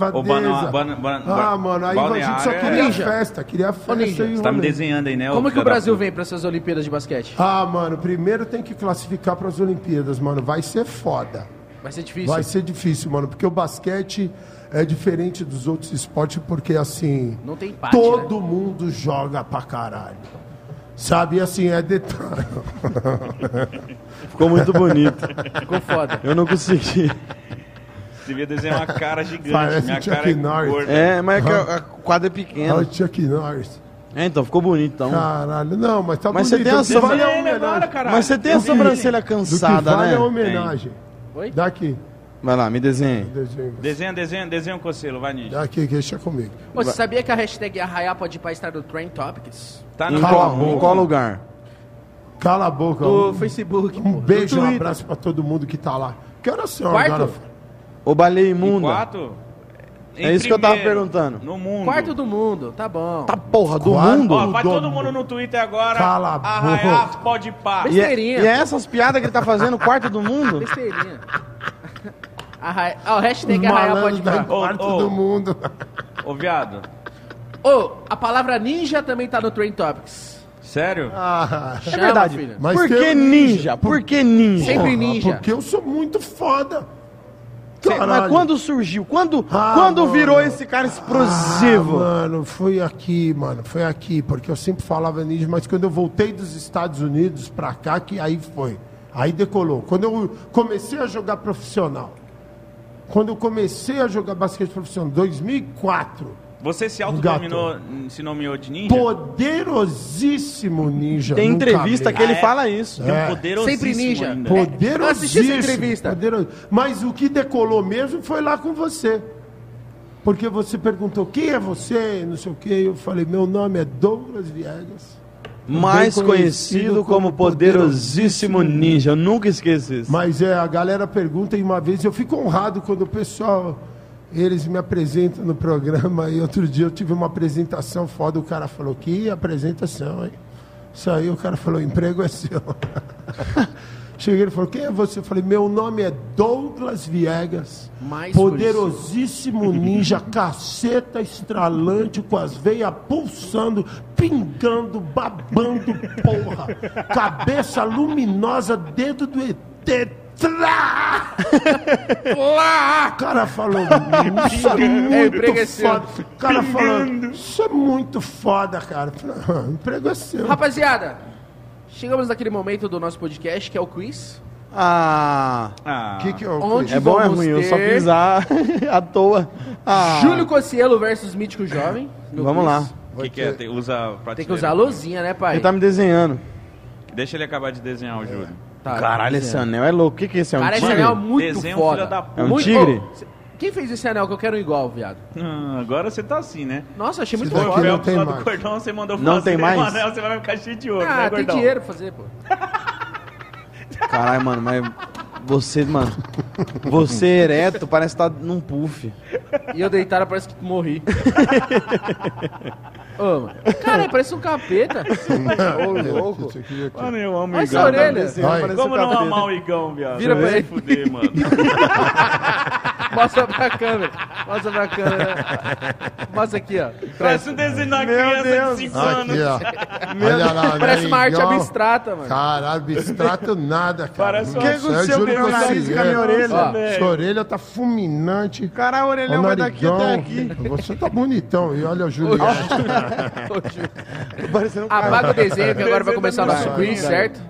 Marvadezas. Bana- Bana- Ah, mano, aí a gente só Balneário é- queria Ninja. festa, queria festa Ninja, e Você tá me rolê. desenhando aí, né? ô Como que filho o da Brasil puta? vem para essas Olimpíadas de basquete? Ah, mano, primeiro tem que classificar para as Olimpíadas, mano. Vai ser foda. Vai ser difícil. Vai ser difícil, mano, porque o basquete é diferente dos outros esportes, porque assim. Não tem empate, né? Todo mundo joga pra caralho. Sabe, E, assim, [laughs] é detalhe. Ficou muito bonito. Ficou [laughs] foda. Eu não consegui. Devia desenhar uma [laughs] cara gigante. Parece Minha Chuck cara é Norris. gorda. É, mas é que a, a quadra é Olha pequena. o Chuck Norris. É, então, ficou bonito, então. Caralho, não, mas tá Mas você bonito. tem a O que sobra- vale é a Ele homenagem. agora, caralho. Mas você tem a Eu vi ele. sobrancelha Do que cansada, vale é a né? homenagem. Oi? Daqui. Vai lá, me desenhe. Desenho. Desenha, desenha, desenha o Cocelo, vai, Ninja. Daqui, deixa comigo. Pô, você sabia que a hashtag Arraiá pode ir pra estar do Trend Topics? Tá Em no Cala a qual, Calma. boca. em qual lugar? Cala a boca. Do um- Facebook. Um pô, do beijo, um Twitter. abraço pra todo mundo que tá lá. Que horas são Quarto? agora? Ô, baleia Em imunda. quarto? É isso que eu tava perguntando. No mundo. Quarto do mundo, tá bom. Tá porra do Quarto? mundo? Ó, vai do todo mundo. mundo no Twitter agora. Cala a Arraiá, boca. pode pá. E é, Besteirinha. e é essas piadas que ele tá fazendo, quarto do mundo? Besteirinha. [laughs] Arraia... Ó, hashtag Arraiá Malandro pode da ir. pra- quarto Ô, ô. do mundo. [laughs] Ô, viado. Ô, a palavra ninja também tá no Trend Topics. Sério? Ah, Chama, É verdade. filha. Mas Por tem que um ninja? Por que ninja? Sempre ninja. Porque eu sou muito foda. Mas Caralho. quando surgiu? Quando, Ah, quando mano. virou esse cara Ah, explosivo? mano, foi aqui, mano, foi aqui, porque eu sempre falava ninja, mas quando eu voltei dos Estados Unidos pra cá, que aí foi. Aí decolou. Quando eu comecei a jogar profissional, quando eu comecei a jogar basquete profissional, 2004, Você se um autodominou, se nomeou de ninja? poderosíssimo ninja. Tem nunca entrevista vi. que ele Ah, é? fala isso. Tem um É. poderosíssimo Sempre ninja. ainda. Poderosíssimo. Eu assisti essa entrevista. Poderoso. Mas o que decolou mesmo foi lá com você. Porque você perguntou quem é você, não sei o quê. Eu falei, meu nome é Douglas Viegas. Mais Bem conhecido como poderosíssimo ninja. Eu nunca esqueço isso. Mas é, a galera pergunta e uma vez eu fico honrado quando o pessoal. Eles me apresentam no programa e outro dia eu tive uma apresentação foda. O cara falou: Que apresentação, hein? Isso aí, o cara falou: Emprego é seu. [laughs] Cheguei ele falou: Quem é você? Eu falei: Meu nome é Douglas Viegas. Mais poderosíssimo ninja, caceta estralante, com as veias pulsando, pingando, babando, porra. Cabeça luminosa, dedo do ET. Trá! Lá! O cara falou, isso [laughs] é É, muito emprego é seu. foda. O cara falou, isso é muito foda, cara. Eu falei, "Ah, Emprego é seu. Rapaziada, chegamos naquele momento do nosso podcast que é o quiz. Ah, Ah, O que, que eu Onde- é bom ou é Vamos ruim? Eu só ter- fiz a [laughs] à toa. Ah, Júlio Cocielo versus Mítico Jovem. no Vamos quiz. lá. que, que é? Tem, usa a Tem prateleira. que usar a luzinha, né, pai? Ele tá me desenhando. Deixa ele acabar de desenhar o Júlio. Tá, Caralho, esse desenho. anel é louco. O que, que é esse? É um Cara, esse tigre? anel é muito Desenho, foda. filho da puta. É um Muito- tigre? Ô, cê- quem fez esse anel que eu quero igual, viado? Ah, agora você tá assim, né? Nossa, achei muito daqui é Foi o foda. não Phelps tem lá do mais. cordão, você mandou Não tem mais? mano, você vai ficar cheio um de ouro, né, Ah, tem gordão? dinheiro pra fazer, pô. Caralho, mano, mas você, [laughs] mano, você ereto parece estar tá num puff. E eu deitado, parece que morri. Ô, mano. Cara, parece um capeta. é [laughs] Ô, É, louco. Mano, eu amo o Olha Tá, essa Igão. orelha. Como não amar o Igão, viado? Vira Vai pra se ele. fuder, mano. Mostra pra câmera. Mostra pra câmera. Mostra aqui, ó. Parece um desenho da criança Deus. de 5 anos. Aqui, ó. [laughs] Olha lá, né? Parece uma arte é Igual- abstrata, mano. Caralho, abstrato nada, cara. Parece uma- Nossa, O que aconteceu eu juro é com um meu pra nariz você, e com a minha é. orelha? Ó, Velho. Sua orelha tá fulminante. Caralho, o Ó, orelhão vai daqui até [laughs] narigão. aqui. Você tá bonitão. E olha o Juliette. Parecendo um cara. Apaga o desenho que agora Desenho vai começar o da nosso minha quiz, vida. certo?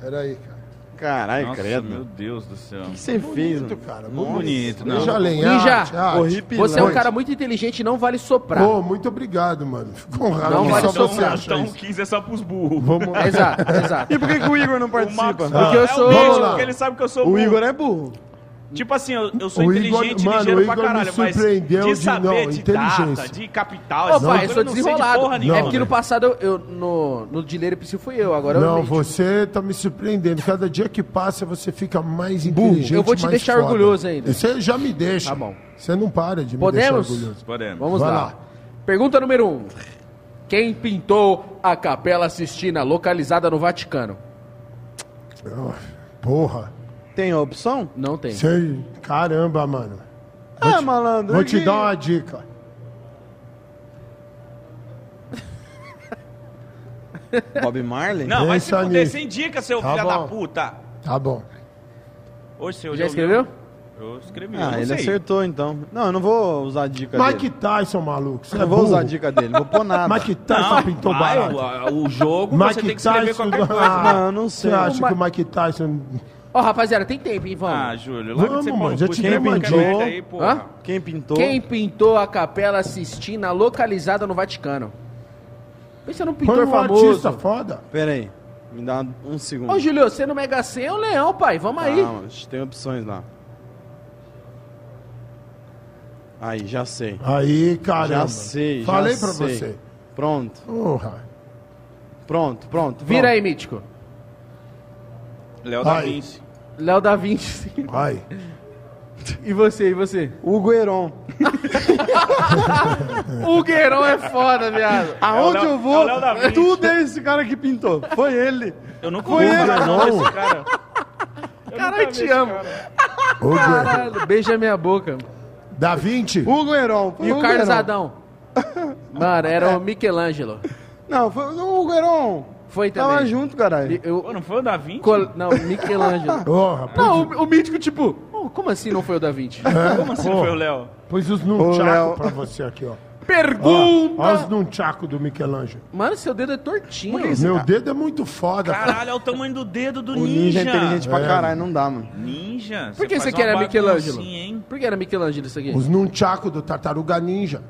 Peraí, cara. Caralho, Nossa, credo. meu O Deus do céu. que você fez, mano? Bonito, cara. Bonito, né? não. Deixa além. Ninja, arte, arte. horripilante. Você é um cara muito inteligente e não vale soprar. Pô, muito obrigado, mano. Fico honrado. Não, que mas só então- um você acha então isso. 15 é só pros burros. Vamos... Exato, exato. E por que, que o Igor não O Marcos participa? só Porque eu é o sou- bicho, Vamos lá. porque ele sabe que eu sou O burro. Igor é burro. Tipo assim, eu, eu sou O Igor- inteligente, mano, ligeiro o pra Igor me caralho, mas surpreendeu de de- saber não, de data, inteligência. de capital, Ô, essas pai, eu coisas sou eu não sei de desenrolado. porra Não, é porque nenhuma. no passado eu, eu- no, no Dileiro Psyu fui eu, agora eu Não, minto. você tá me surpreendendo. Cada dia que passa, você fica mais inteligente. Eu vou te mais deixar foda. orgulhoso ainda. Você já me deixa. Tá bom. Você não para de me Podemos? deixar orgulhoso. Podemos. Vamos Vai lá. lá. Pergunta número 1. Um. Quem pintou a Capela Sistina, localizada no Vaticano? Ah, Porra. Tem a opção? Não tem. Sei. Caramba, mano. Ah, malandro. Vou te que- dar uma dica. Bob Marley? Não, vai se Pensa fuder, nisso. sem dica, seu Tá filho da bom. puta. Tá bom. Hoje seu Já escreveu? Eu escrevi, eu Ah, não ele sei. acertou então. Não, eu não vou usar a dica Mike dele. Tyson, maluco. Você Eu é não vou burro. usar a dica dele, não vou pôr nada. Mike Tyson Não, Tá, pintou vai, é barato. o, o jogo você tem que escrever qualquer coisa. [laughs] Ah, Não, eu não sei. Você acha O Ma- que o Mike Tyson... Ó, rapaziada, tem tempo, hein? Vamos. Ah, Júlio, larga Vamos, de ser pau mano, no já cu, te escreve qualquer entendi. merda aí, porra. Hã? Quem pintou? Quem pintou a Capela Sistina, localizada no Vaticano? Pensa num Foi pintor um famoso. artista foda. Pera aí, me dá um segundo. Ô, Julio, você no Mega Sena é o leão, pai. Vamos aí. Calma, tem opções lá. Aí, já sei. Aí, caramba. Já sei, já Falei pra sei. você. Pronto, Porra. pronto, pronto. Vira aí, Mítico. Léo da Vai. Vinci. Léo da Vinci. [laughs] Vai. E você, e você? Hugo Heron. O Gueirão é foda, viado. Aonde É o Léo- eu vou, é o Léo da Vinci. tudo é esse cara que pintou. Foi ele. Eu não Foi conheço ele. não, esse cara. Cara, eu te amo. Ô, Diego. Caralho, beija minha boca. Dá 20? Um. Hugo Heron. foi E o Hugo Carlos Heron. Adão? [laughs] Mano, era o Michelangelo. Não, foi o Hugo Heron. Foi Tava também. junto, caralho. E eu- Pô, não foi o da Vinci? col- não, Michelangelo. Porra, [laughs] pô. Não, o, o Mítico, tipo, "Oh, como assim não foi o da Vinci? É? Como assim não foi o Léo? Pus os Léo. nunchaku pra você aqui, ó. Pergunta! Olha os nunchaku do Michelangelo. Mano, seu dedo é tortinho. Meu dedo é muito foda. cara. Caralho, é o tamanho do dedo do O ninja ninja. é inteligente pra É. caralho, não dá, mano. Ninja? Por que faz você uma quer a Michelangelo? baguncinha, hein? Por que era Michelangelo isso aqui? Os nunchaku do Tartaruga Ninja.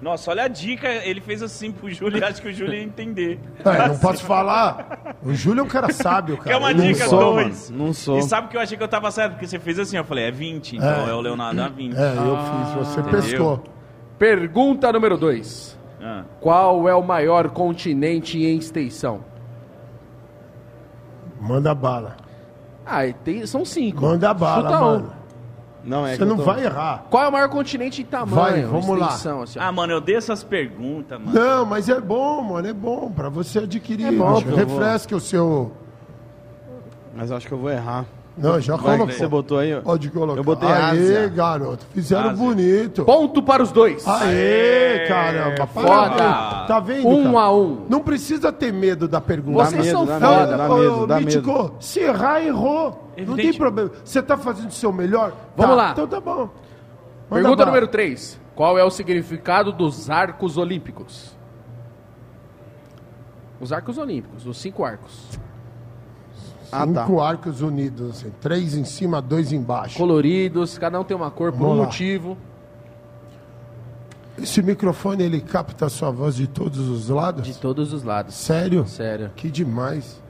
Nossa, olha a dica. Ele fez assim pro Júlio e acho que o Júlio ia entender. É, não posso falar. O Júlio é um cara sábio, cara. Quer uma Ele não dica? sou- sou, dois. mano, Não sou. E sabe que eu achei que eu tava certo? Porque você fez assim, eu falei, é 20, então É. é, o Leonardo da Vinci. É, eu fiz. Você pescou. Pergunta número 2. Ah. Qual é o maior continente em extensão? Manda bala. Ah, e tem- são cinco. Manda bala, Chuta um. mano. Não, é que Você eu não tô- vai errar. Qual é o maior continente em tamanho? Vai, vamos lá. extensão, assim, ó? Ah, mano, eu dei essas perguntas, mano. [laughs] Não, mas é bom, mano. É bom pra você adquirir. É bom, Acho que eu vou. Refresca o seu... Mas eu acho que eu vou errar. Não, já Vai que colocou. você botou aí, ó. Pode colocar. Eu botei Aê, Ásia. garoto. Fizeram Ásia. bonito. Ponto para os dois. Ah, Aê, caramba. Parabéns. Tá vendo? Um cara? a um. Não precisa ter medo da pergunta. Dá Vocês medo, são dá foda. medo, dá Ô, medo, dá é Mítico, medo. se errar, errou. Não tem Evidente. problema. Você tá fazendo o seu melhor? Vamos Tá, lá. Então tá bom. Manda Pergunta bala. número 3. Qual é o significado dos arcos olímpicos? Os arcos olímpicos, os cinco arcos. Ah, tá. Cinco arcos unidos, assim. Três em cima, dois embaixo. Coloridos, cada um tem uma cor por Vamos um lá. motivo. Esse microfone, ele capta a sua voz de todos os lados? De todos os lados. Sério? Sério. Que demais.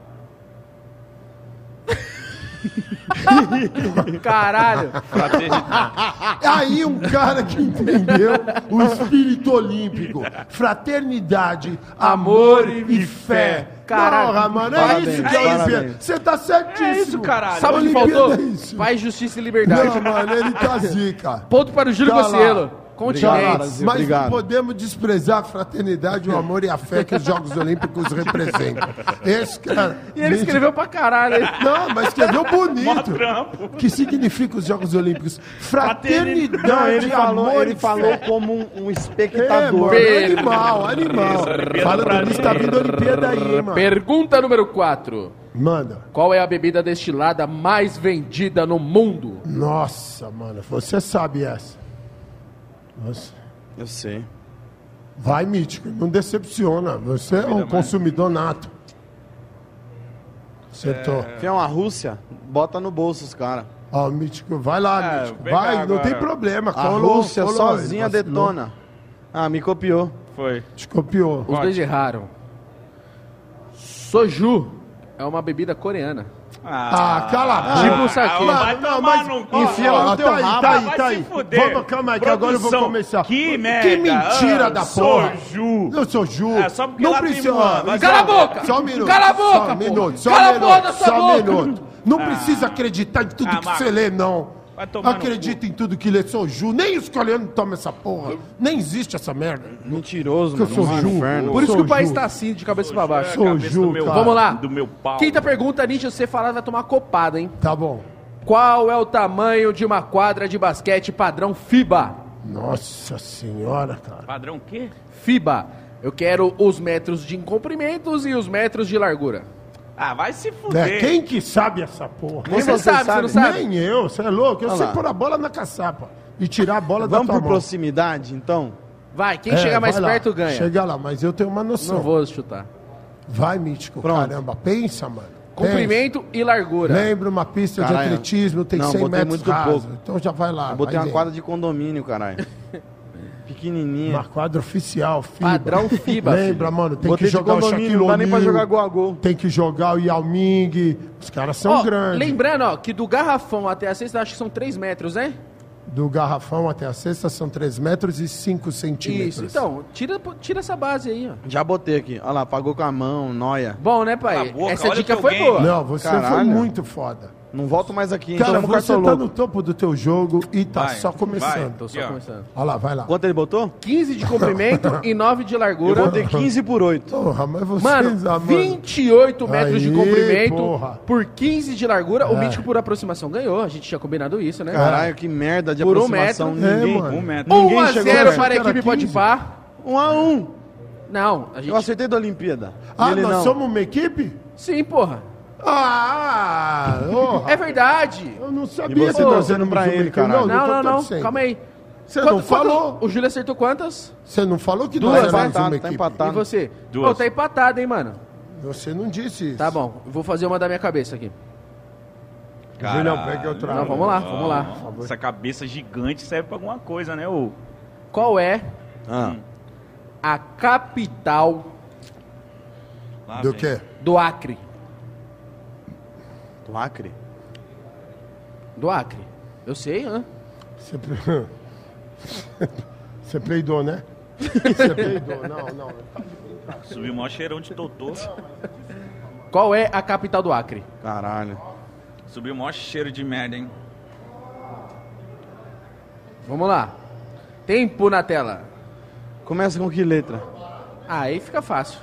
Caralho! Pra ter- Aí um cara que entendeu o espírito olímpico. Fraternidade, amor, e fé. Caralho. Porra, mano, é Parabéns, isso que é parabéns. Olimpíada. Você tá certíssimo. É isso, caralho. Sabe o que Olimpíada faltou? é isso. Paz, justiça e liberdade. Não, mano, ele tá zica. Ponto para o Júlio Tá lá. Cocielo. Tá lá. Continentes. Brasil, Mas obrigado. não podemos desprezar a fraternidade, o amor e a fé que os Jogos Olímpicos representam. Esse cara. E ele escreveu pra caralho. [laughs] hein? Não, mas escreveu Mó bonito. trampo. que significa os Jogos Olímpicos? Fraternidade, Não, ele amor falou, ele e falou fé. como um, um É, mano, espectador. Pedro. animal, animal. Fala pra do mim. Luiz, tá vindo a Olimpíada aí, mano. Pergunta número 4. Manda. Qual é a bebida destilada mais vendida no mundo? Nossa, mano, você sabe essa. Nossa. Eu sei. Vai, Mítico, não decepciona. Você é um consumidor nato. Acertou. Se é uma Rússia, bota no bolso os caras. Ó, Mítico, vai lá, É, Mítico. pegar Vai, não agora. tem problema. A Rússia sozinha detona. Ah, me copiou. Foi. Te copiou. Os dois erraram. Soju é uma bebida coreana. Ah, cala a tipo boca. um saquinho. Mano, Vai não, tomar mas- no cu. ó, Enfia lá no ó, teu tá aí, rabo. tá aí, Vai tá se aí. fuder. Vamos, calma aí, que agora eu vou Produção, começar. que Que merda. mentira da Ah, sou porra. Ju. Eu sou Ju. É, só porque lá tem é. precisa- Luan, vai Só- Cala a boca! Só um minuto. Cala a boca, Só porra. um minuto. Só Cala a um boca da minuto. sua Só um boca. minuto. Não precisa acreditar em tudo Ah, que Marco. você lê, não. Vai tomar no Acredita em tudo que lê. Sou Ju. Nem os coreanos tomam essa porra. Nem existe essa merda. Mentiroso, Que eu mano. sou Vai no Ju. inferno. Por isso que o país Ju. tá assim, de cabeça pra baixo. Sou Cabeça é do Ju, meu- cara. Vamos lá. Do meu pau. Quinta pergunta, Ninja, você falar vai tomar copada, hein? Tá bom. Qual é o tamanho de uma quadra de basquete padrão FIBA? Nossa senhora, cara. Padrão quê? FIBA. Eu quero os metros de comprimentos e os metros de largura. Ah, vai se fuder. É, quem que sabe essa porra? Nem você você sabe, você sabe. não sabe? Nem eu, você é louco? Eu Olha sei lá. pôr a bola na caçapa e tirar a bola Vamos da por tua mão. proximidade, então? Vai, quem É, chegar mais vai lá. perto ganha. Chega lá, mas eu tenho uma noção. Não vou chutar. Vai, Mítico, Pronto. caramba. Pensa, mano. Comprimento e largura. Pensa. Lembra uma pista Caralho. de atletismo, tem Não, 100 botei metros muito raso. pouco. Então já vai lá. Eu botei vai uma ver. quadra de condomínio, [laughs] caralho. Pequenininha. Uma quadra oficial, FIBA. Padrão FIBA. Lembra, mano, tem Botei que de jogar o condomínio, Shaquille não dá nem pra O'Neal, jogar gol a gol. Tem que jogar o Yao Ming. Os caras são Ó, grandes. Lembrando, ó, que do garrafão até a cesta, acho que são 3 metros, né? Do garrafão até a cesta são 3 metros e 5 centímetros. Isso. Então, tira, tira essa base aí, ó. Já botei aqui. Olha lá, pagou com a mão, noia. Bom, né, pai? Cala a boca, Essa olha dica o teu foi game. boa. Não, você foi Caralho. muito foda. Não volto mais aqui, Então hein? Cara, Toma um você tá cartão louco. no topo do teu jogo e tá Vai, só começando. Tô só Aqui, ó. começando. Olha lá, vai lá. Quanto ele botou? 15 de [laughs] comprimento e 9 de Eu largura. botei 15 por 8. Porra, mas vocês... ah, Mano, 28 metros de Aí, comprimento porra. por 15 de largura. O É. Mítico por aproximação ganhou. A gente tinha combinado isso, né? Caralho, que merda de Por um aproximação. metro. É, Ninguém. mano. Um metro. Um. 1 Ninguém a chegou 0 perto. para a equipe Era 15. Potipar. Um a um. Não, a Eu gente... acertei da Olimpíada. Ah, Ele nós não. somos uma equipe? Sim, porra. Ah, porra. É verdade. Eu não sabia E você que nós torcendo éramos pra uma ele, equipe. caralho. eu Não, tô não, não. torcendo. Calma aí. Você Quanto- não falou? quanto- O Júlio acertou quantas? Você não falou que Duas, nós tá éramos uma empatado, tá equipe? E empatado. você? Duas. Pô, tá empatado, hein, mano? Você não disse isso. Tá bom. Vou fazer uma da minha cabeça aqui. Julião, pega o trago. Não, vamos lá, vamos lá. Essa cabeça gigante serve pra alguma coisa, né? ô? Qual é Ah. a capital Lá Ah, Do vem. quê? do Acre? Do Acre. Do Acre. Eu sei, hã? Você... [laughs] Você peidou, né? Você peidou. Não, não. Subiu o maior cheirão de totô. Qual é a capital do Acre? Caralho. Subiu o maior cheiro de merda, hein? Vamos lá. Tempo na tela. Começa com que letra? Ah, aí fica fácil.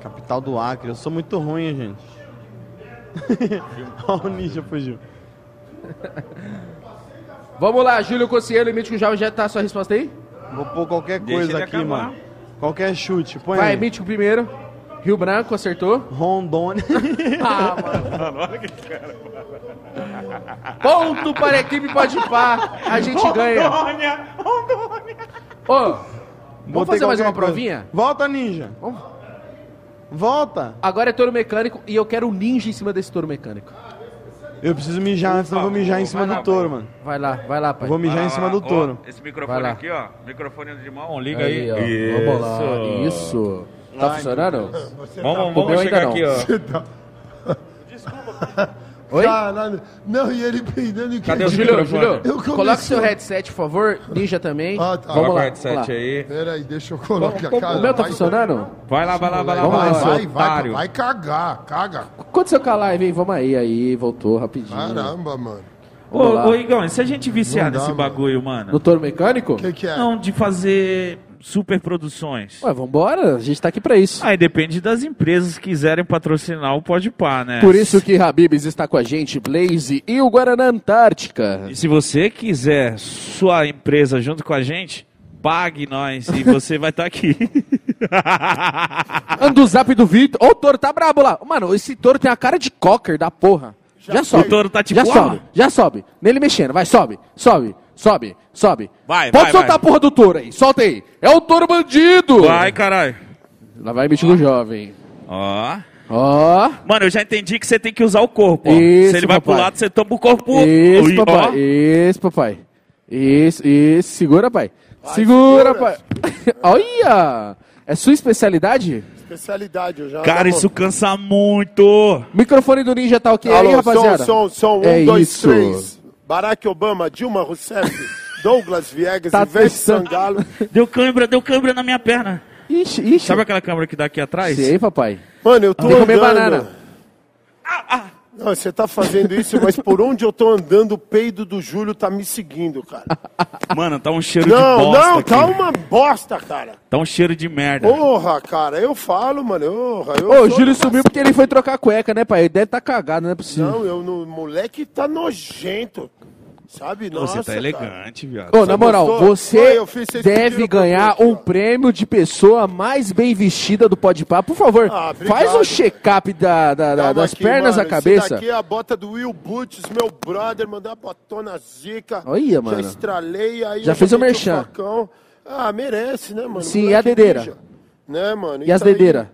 Capital do Acre. Eu sou muito ruim, hein, gente. [laughs] Olha o ninja fugiu. Vamos lá, Júlio Cossiello e Mítico Jovem, já tá a sua resposta aí? Vou pôr qualquer Deixa coisa ele aqui, acabar. mano. Qualquer chute. Põe Vai, aí. Mítico primeiro. Rio Branco, acertou. [laughs] Rondônia. Ah, mano. Ponto para a equipe pode par. A gente ganha. Rondônia! Rondônia! Ô, [laughs] vamos Botei fazer mais qualquer coisa. uma provinha? Volta, ninja. Vamos. Volta. Agora é touro mecânico e eu quero um ninja em cima desse touro mecânico. Eu preciso mijar antes, não vou mijar em cima Vai do lá, touro, mano. Vai lá, vai lá, pai. Vou mijar Vai lá, em cima vai lá. do touro. Ó, esse Vai microfone lá. aqui, ó. Microfone de mão, liga aí. Aí, ó. Vamos lá. Isso. Tá funcionando? Vamos, O meu vamos tá ainda chegar não. [laughs] aqui, ó. Oi? Caralho. Ah, Não, e ele peidando e Cadê o Júlio, queridinho. microfone. Júlio, Eu comecei- coloca seu headset, por favor. Ninja também. Ah, tá. Vamos Coloca o lá. vamos headset lá. aí. Peraí, deixa eu colocar a cara. O meu tá Vai- funcionando? Vai lá, vai lá, vai lá. Vamos Vai, lá, seu vai, vai, otário. vai cagar, caga. Aconteceu com a live, hein? Vamos aí, aí. Voltou rapidinho. Caramba, mano. Ô, lá. ô, Igão, e se a gente viciar Não dá, nesse mano. bagulho, mano? No touro mecânico? O que, que é? Não, de fazer superproduções. Ué, vambora. A gente tá aqui pra isso. Aí depende das empresas que quiserem patrocinar o Pode Par, né? Por isso que Habibs está com a gente, Blaze e o Guaraná Antártica. E se você quiser sua empresa junto com a gente, pague nós e você vai estar aqui. [laughs] Anda o zap do Vitor. Ô, o touro tá brabo lá. Mano, esse touro tem a cara de cocker da porra. Já, sobe. O touro tá tipo Já Arnold. sobe, já sobe. Nele mexendo. Vai, sobe, sobe, sobe, sobe. Vai, Pode vai, soltar vai. a porra do touro aí. Solta aí. É o touro bandido. Vai, caralho. Lá vai metido jovem. Ó. Ó. Mano, eu já entendi que você tem que usar o corpo. ó. Isso, se ele vai papai. pro lado, você toma o corpo. Isso, Ui, ó. papai. Isso, papai. Isso, isso. [laughs] Segura, pai. Segura, pai. Olha. É sua especialidade? especialidade. Eu já Cara, isso cansa muito. Microfone do Ninja tá ok aí, Alô, rapaziada? som, som, som. Um, É dois, isso. três. Barack Obama, Dilma [laughs] Rousseff, Douglas Viegas, Tá Ivete pensando. Sangalo. Deu câimbra, deu câimbra na minha perna. Ixi, ixi. Sabe aquela câmera que dá aqui atrás? Sei, papai. Mano, eu tô Tem que andando. comer banana. Não, você tá fazendo isso, mas por onde eu tô andando, o peido do Júlio tá me seguindo, [laughs] cara. Mano, tá um cheiro de Não, bosta não, aqui. tá uma bosta, cara. Tá um cheiro de merda. Porra, cara, eu falo, mano. Porra, eu Ô, o sou- Júlio sumiu porque ele foi trocar a cueca, né, pai? Ele deve tá cagado, não é possível. Não, eu no moleque tá nojento. Sabe? Você Nossa, tá Ah, elegante, viado. Ô, na moral, gostou? Foi, você eu fiz, vocês deve pediram pra ganhar mim, um cara. prêmio de pessoa mais bem vestida do Pode Papo. Por favor, Ah, obrigado. faz um check-up da, da- da- Calma das aqui, pernas mano, à cabeça. Esse daqui é a bota do Will Butts, meu brother, mandou uma botona zica. Olha, mano. Já estralei, aí Já eu fez o meti merchan. facão. Ah, merece, né, mano? Sim, Moleque e a dedeira? ninja. Né, mano? E as tá aí- dedeiras? Ah,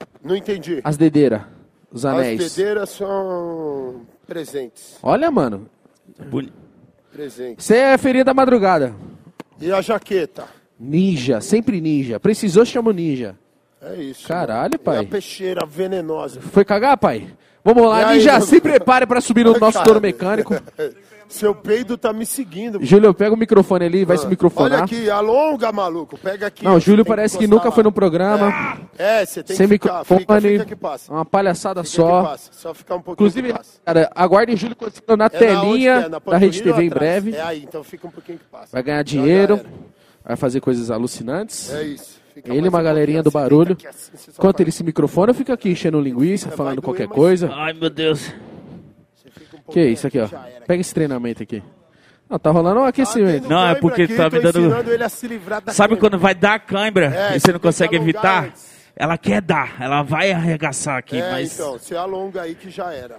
tá, né, Não entendi. As dedeiras. Os anéis. As dedeiras são presentes. Olha, mano. Boni- Presentes. Você é a feirinha da madrugada. E a jaqueta? Ninja, sempre ninja. Precisou, chama o ninja. É isso. Caralho, mano. pai. E a peixeira venenosa. Foi cagar, pai? Vamos E lá, aí, ninja. [laughs] mano? Se prepare pra subir no nosso [laughs] Cara. touro mecânico. Seu peido tá me seguindo. mano. Júlio, pega o microfone ali, vai se Ah, Olha microfonar. aqui, alonga, maluco. Pega aqui. Não, o você Júlio tem parece que encostar nunca foi lá. no programa. É, você tem sem que ficar. microfone. Fica, fica que passa. Uma palhaçada Fica que só. passa. Só ficar um pouquinho Inclusive, que passa. cara, aguardem Júlio Cossino na É onde que telinha é? Na da Rede panturrilha ou TV em atrás? breve. É aí, então fica um pouquinho que passa. Vai ganhar Já dinheiro, era. vai fazer coisas alucinantes. É isso. Fica Ele e mais uma um galerinha pouquinho do assim, barulho. fica aqui assim, você só Enquanto faz. ele se microfona, eu fico aqui enchendo linguiça, falando doer, qualquer mas- coisa. Ai, meu Deus. Você fica um Que pouquinho isso aqui, ó. já era. Ah, Pega esse treinamento aqui. Não, tá rolando um aquecimento. Não, é porque ele tá me dando- ele a se livrar da Sabe câmera. quando vai dar a câimbra É, e você você tem não que consegue alongar evitar? antes. Ela quer dar, ela vai arregaçar aqui, é, mas Ah. então, você alonga aí que já era.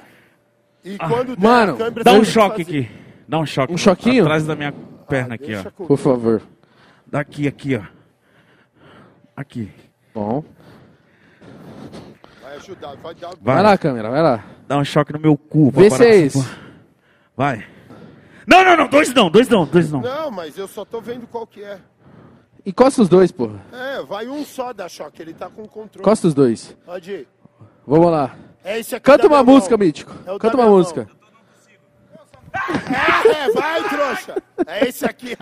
E quando der mano, a câmera, dá um você choque fazia. aqui. Dá um choque. Um choquinho? Atrás da minha perna aqui, ó. Deixa comigo. Por favor. Daqui, aqui, ó. Aqui. Bom. Vai ajudar, vai dar. Vai, Vai lá, câmera, vai lá. Dá um choque no meu cu. pra Vê parar se é com isso. essa porra. Vai. Não, não, não. Dois não, dois não, dois não. Não, mas eu só tô vendo qual que é. Encosta os dois, porra. É, vai um só da choque, ele tá com controle. Encosta os dois. Pode ir. Vamos lá. É esse aqui Canta da uma minha música, mão. Mítico. É o Canta da uma minha música. mão. É, é, vai, trouxa. É esse aqui.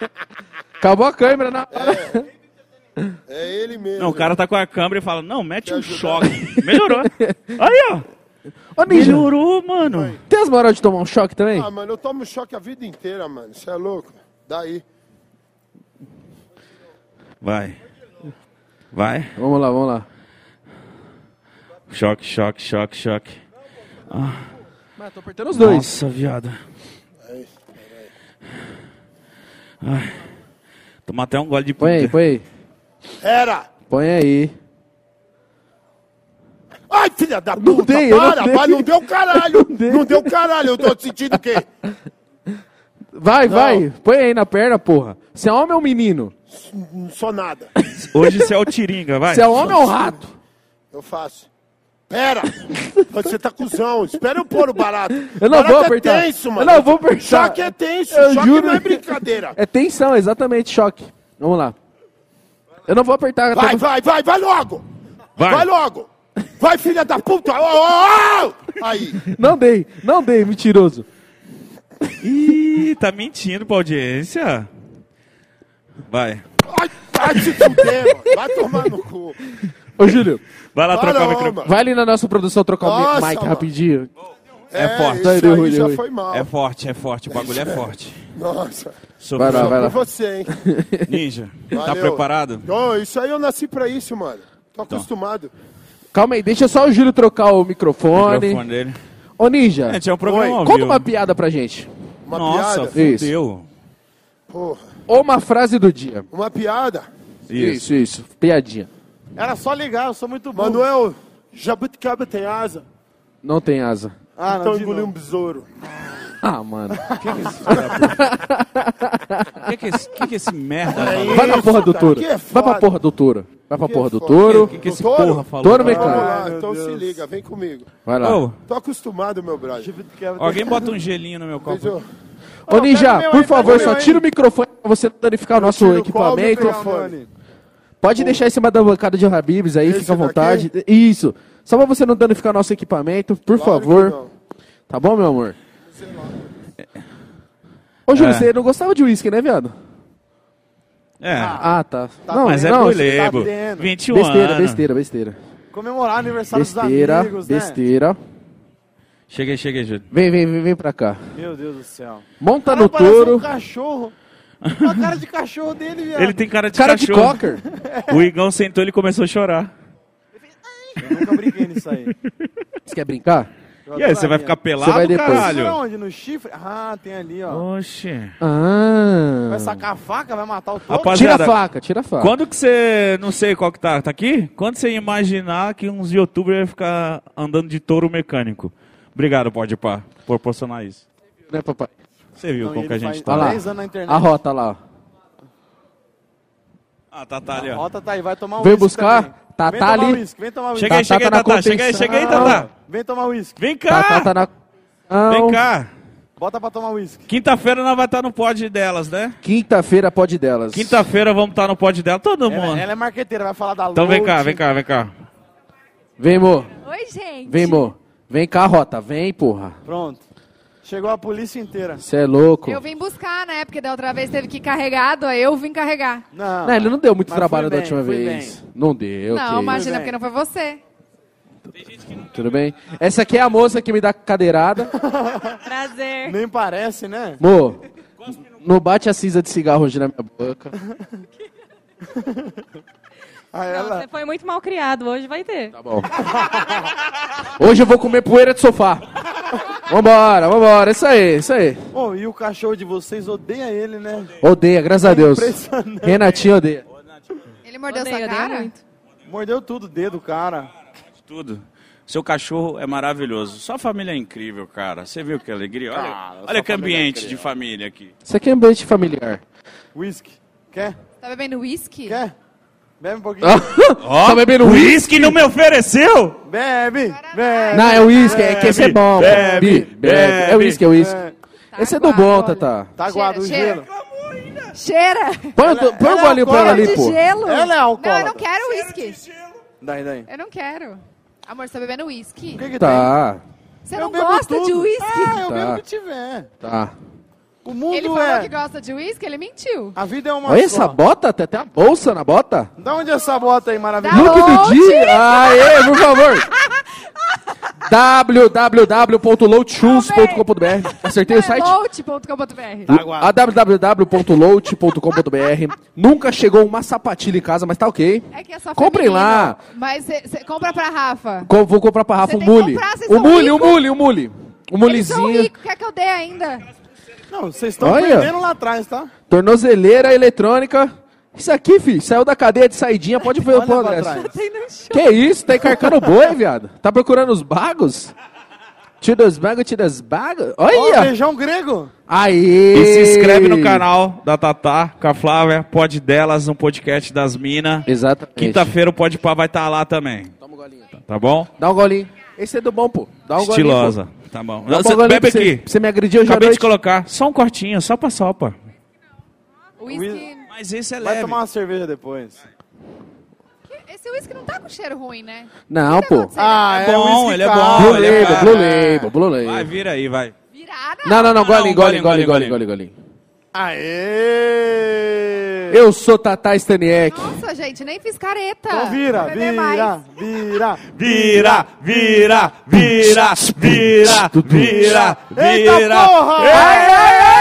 [laughs] Acabou a câmera né? na É ele mesmo. Não, o cara tá com a câmera e fala, não, mete um ajudar? choque. Melhorou. Aí, ó. Ô, Ninja, Melhorou, mano. tem as moral de tomar um choque também? Ah, mano, eu tomo choque a vida inteira, mano. Você é louco? Daí. Vai. Vai. Vamos lá, vamos lá. Choque, choque, choque, choque. Mas tô Tá apertando os dois. Nossa, viado. Ai. Tomar até um gole de Põe aí, puta. põe aí. Era! Põe aí. Ai, filha da puta, dei, eu não para, dei. vai, não [laughs] deu caralho! dei. Não deu caralho, eu tô sentindo o quê? Vai, vai. Põe aí na perna, porra. Se é homem ou menino? Não sou nada. Hoje você é o Tiringa, vai. Se é homem ou rato? Eu faço. Pera! Você tá cuzão, espera eu pôr o barato. Eu não barato vou é apertar. tenso, Eu mano. não vou apertar. Choque é tenso, Eu choque juro. não é brincadeira. É tensão, exatamente, choque. Vamos lá. Eu não vou apertar. tá? até Vai, no- vai, vai, vai logo! Vai. Vai, logo! Vai, filha da puta! Ó, ó, ó! Aí, Não dei, não dei, mentiroso. Ih, tá mentindo pra audiência. Vai. ai, vai se fuder, mano. vai tomar no cu. Ô, Júlio, Vai lá Vai trocar o não, microfone. mano. vai ali na nossa produção trocar o mi- Nossa, mic mano. rapidinho. É forte. Isso aí Deu ruim, deu já ruim. foi mal. É forte, é forte. O bagulho é forte. Nossa, Sobre Vai lá, vai lá. e você, hein? Ninja, tá Valeu. preparado? Então. Ô, isso aí eu nasci pra isso, mano. Tô acostumado. Calma aí, deixa só o Júlio trocar o O microfone. microfone dele. Ô, Ninja, Gente, é um programa ao conta vivo. uma piada pra gente. Uma Nossa, piada. Isso. fudeu. Porra, Ou uma frase do dia. uma piada. Isso. isso. isso. Piadinha. Era só ligar, eu sou muito bom. Manuel, jabuticaba tem asa, Não tem asa. [laughs] Ah, não, então de engoliu novo. um besouro. Ah, mano. O que que esse, que que esse merda falou? Vai pra Isso, porra do cara, touro. que é Vai pra foda. porra do touro. Vai pra Que porra do foda. touro. Que que esse Touro? porra falou? Touro cara? Vamos mecânico. lá, então se liga, vem comigo. Vai lá. Ô, Tô acostumado, meu brother. é. alguém bota um gelinho no meu Mas copo. eu- Ô, Ninja, meu por aí, favor, pega o só meu tira o microfone pra você não danificar o nosso tiro qual equipamento. microfone? Pode deixar em cima da bancada de Habibs aí, Esse fica à daqui? vontade. Isso. Só pra você não danificar nosso equipamento, por Claro que favor. não. Tá bom, meu amor? Ô, Júlio, você não gostava de uísque, né, viado? É. Ah, tá. não, mas é não, mulebo. tá tendo. 21 Besteira, anos. besteira, besteira. Comemorar aniversário Besteira, dos Tá amigos, né? besteira. Cheguei, cheguei, Júlio. Vem, vem, vem, vem pra cá. Meu Deus do céu. Monta Cara, Tá no parece touro. um cachorro. Olha a cara de cachorro dele, viado. Ele tem cara de Cara de cachorro. cocker. o Igão sentou, ele começou a chorar. Eu nunca briguei nisso aí. Você quer brincar? Eu E aí, você vai adoraria. ficar pelado, Você vai depois. Segura caralho? onde? No chifre? Ah, tem ali, ó. Oxi. Ah. Vai sacar a faca, vai matar o touro. Tira a Rapaziada, faca, tira a faca. quando que você... Não sei qual que tá. Tá aqui? Quando você imaginar que uns youtubers iam ficar andando de touro mecânico? Obrigado, pode pá, por proporcionar isso. Né, papai? Você viu Não, como e que a ele gente Olha tá. lá. 10 anos na internet. A rota lá, ó. Ah, tá, tá ali, ó. Rota tá aí, vai tomar um Vem uísque buscar? também. Tá, vem tá tomar um ali. uísque, vem tomar uísque. Chega aí, Tatá chega aí, tá na Tatá. Chega aí, contenção. chega aí, Tatá. Vem tomar um uísque. Vem Tá, tá, cá. tá na. Vem Não. cá. Bota pra tomar um uísque. Quinta-feira nós vai estar no pod delas, né? Quinta-feira pode delas. Quinta-feira vamos estar no pod dela, todo mundo. Ela, ela é marqueteira, vai falar da Então vem Load. cá, vem cá, vem cá. Vem, mo. Oi, gente. Vem, mo. Vem cá, rota. Vem, porra. Pronto. Chegou a polícia inteira. Você é louco. Eu vim buscar, né? Porque da outra vez teve que ir carregado, aí eu vim carregar. Não, Não, Né, ele não deu muito Mas trabalho foi da bem, última foi vez. Não deu. não, que imagina, bem. porque não foi você. isso. Tudo bem? Essa aqui é a moça que me dá cadeirada. Prazer. nem parece, né? Mo, não bate a cinza de cigarro hoje na minha boca. Aí ela... Você foi muito mal criado, hoje vai ter. Tá bom. Hoje eu vou comer poeira de sofá. Vambora, vambora. Isso aí, isso aí. Bom, e o cachorro de vocês odeia ele, né? Odeia, graças É a Deus. Impressionante. Renatinho odeia. Ele mordeu Odeio, sua odeio cara? muito. Mordeu tudo, o dedo, cara. Tudo. Seu cachorro é maravilhoso. Sua família é incrível, cara. Você viu que alegria? Olha, olha que ambiente de família aqui. Isso aqui é ambiente familiar. Whisky. Quer? Tá bebendo uísque? Quer? Bebe um pouquinho. tá bebendo uísque? Whisky não me ofereceu? Bebe! Guaraná. Bebe! Não, é uísque, é que esse é bom. bebe, Bi, bebe. É uísque, é uísque. Tá Esse é do aguado, bom, olha. Tatá. Tá aguado o Cheira, gelo. Cheira! Põe, o do- põe um ela é golinho pra ela alcoólatra ali, de pô. gelo! Ela é Não, eu alcoólatra. não quero uísque. Daí, daí. Eu não quero. Amor, você tá bebendo uísque? O que que Tá, Você tem? não Eu bebo gosta tudo. de uísque? É, eu Tá. bebo o que tiver. tá. O mundo Ele falou é... que gosta de uísque, ele mentiu. A vida é uma Olha só. essa bota, tem até a bolsa na bota. Da onde é essa bota aí, maravilhosa? Da Look do onde? dia. Aê, por [laughs] favor. www.loadshoes.com.br É Acertei o site? Lote.com.br. Aguado. A www.loat.com.br Nunca chegou uma sapatilha em casa, mas tá ok. É que é só Comprem feminino. lá. Mas você compra pra Rafa. Co- Vou comprar pra Rafa Você um tem que mule. comprar, vocês O são mule, o rico. mule, o mule. O Eles são mulezinho. ricos, quer que eu dê ainda? Não, vocês estão Olha. perdendo lá atrás, tá? Tornozeleira eletrônica. Isso aqui, filho, saiu da cadeia de saidinha, pode ver o Olha pra progresso. trás. Tem no [laughs] chão. Que isso, tá encarcando o boi, viado. Tá procurando os bagos? Tira os bagos, tira os bagos. Ó, Olha! feijão grego. Aí! E se inscreve no canal da Tatá com a Flávia, pod delas, um podcast das minas. Exatamente. Quinta-feira o Pod Pá vai estar lá também. Toma um golinho. Tá bom? Dá um golinho. Esse é do bom, pô. Dá um Estilosa. golinho. Tá bom. pô. Dá um Você golinho bebe pra você- aqui. pra Você me agrediu hoje à Acabei de noite. colocar. Só um cortinho, só pra sopa. Uísque. Mas esse é Vai leve. tomar uma cerveja depois. Esse uísque não tá com cheiro ruim, né? Não, Tá pô. acontecendo? Ah, É bom, whisky ele é caro. bom. Blue Olha, Label, cara. Blue Label, Blue Vai, Label. vira aí, vai. Virada. Não, não, não, Não, golinho, golinho, golinho, golinho, golinho, golinho, golinho, golinho. Aê! Eu sou Tatá Staniek. Nossa, gente, nem fiz careta. Então vira, Vou beber vira, mais. vira, Vira, vira, vira, vira, vira, Eita porra! É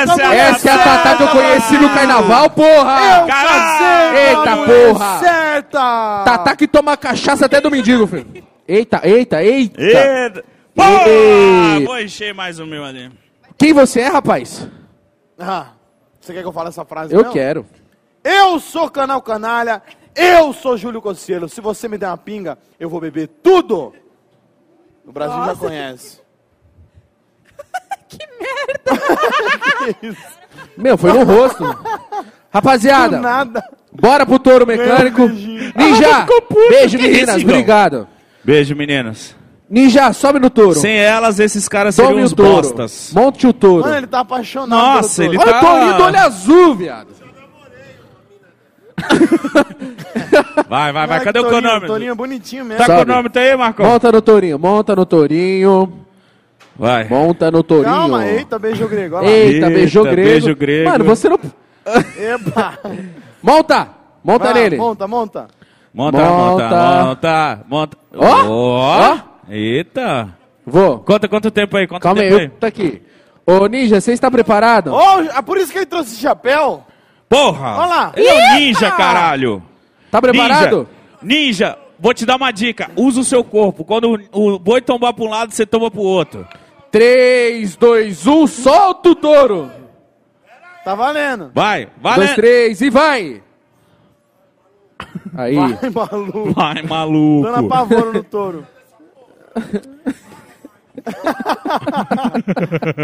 Essa é a Essa é a Tatá que eu conheci no carnaval, porra! Caralho! Eita porra! Tá, Certa! Tatá que toma cachaça até do mendigo, filho. Eita, eita, eita. Eita! Porra! Ei. Vou encher mais o meu ali. Quem você é, rapaz? Ah, você quer que eu fale essa frase Eu mesmo? quero. Eu sou Canal Canalha, eu sou Júlio Conselho. Se você me der uma pinga, eu vou beber tudo. O Brasil já [laughs] conhece. Meu, foi no [laughs] rosto. Do Rapaziada, nada. bora pro touro mecânico. Ah, Ninja, beijo, meninas. isso, Igão? obrigado. Beijo, meninas. Ninja, sobe no touro. Sem elas, esses caras seriam Tome uns o touro. bostas. Monte o touro. Mano, ele tá apaixonado. Nossa, pelo ele touro. Olha o tá- tourinho do olho azul, viado. Vai, vai, vai. Olha Cadê que o Torinho, cronômetro? Torinho é bonitinho mesmo. Tá com o Sobe. cronômetro aí, Marcão? Monta no tourinho, monta no tourinho, Vai. monta no tourinho. Calma, eita, beijo grego. olha lá. Eita, beijou Eita, grego. beijo grego. Mano, você não. Epa. Tá Monta! Monta Vai, nele! Monta, monta. Monta, monta, Monta. monta, monta. Ó! Eita. Vou! Conta quanto tempo aí, conta Calma aí, tempo aí. eu tá aqui. Ô, Ninja, você está preparado? Oh, ah, por isso que ele trouxe esse chapéu. Porra! Olha lá. Ele é um ninja, caralho! Tá preparado? Ninja, ninja, vou te dar uma dica. Usa o seu corpo. Quando o o boi tombar pra um lado, você toma pro outro. 3, 2, 1, solta o touro! Tá valendo. Vai, né? 2, valendo. 3 e vai! Aí. Ai, maluco. Vai, Dando maluco. apavoro no touro.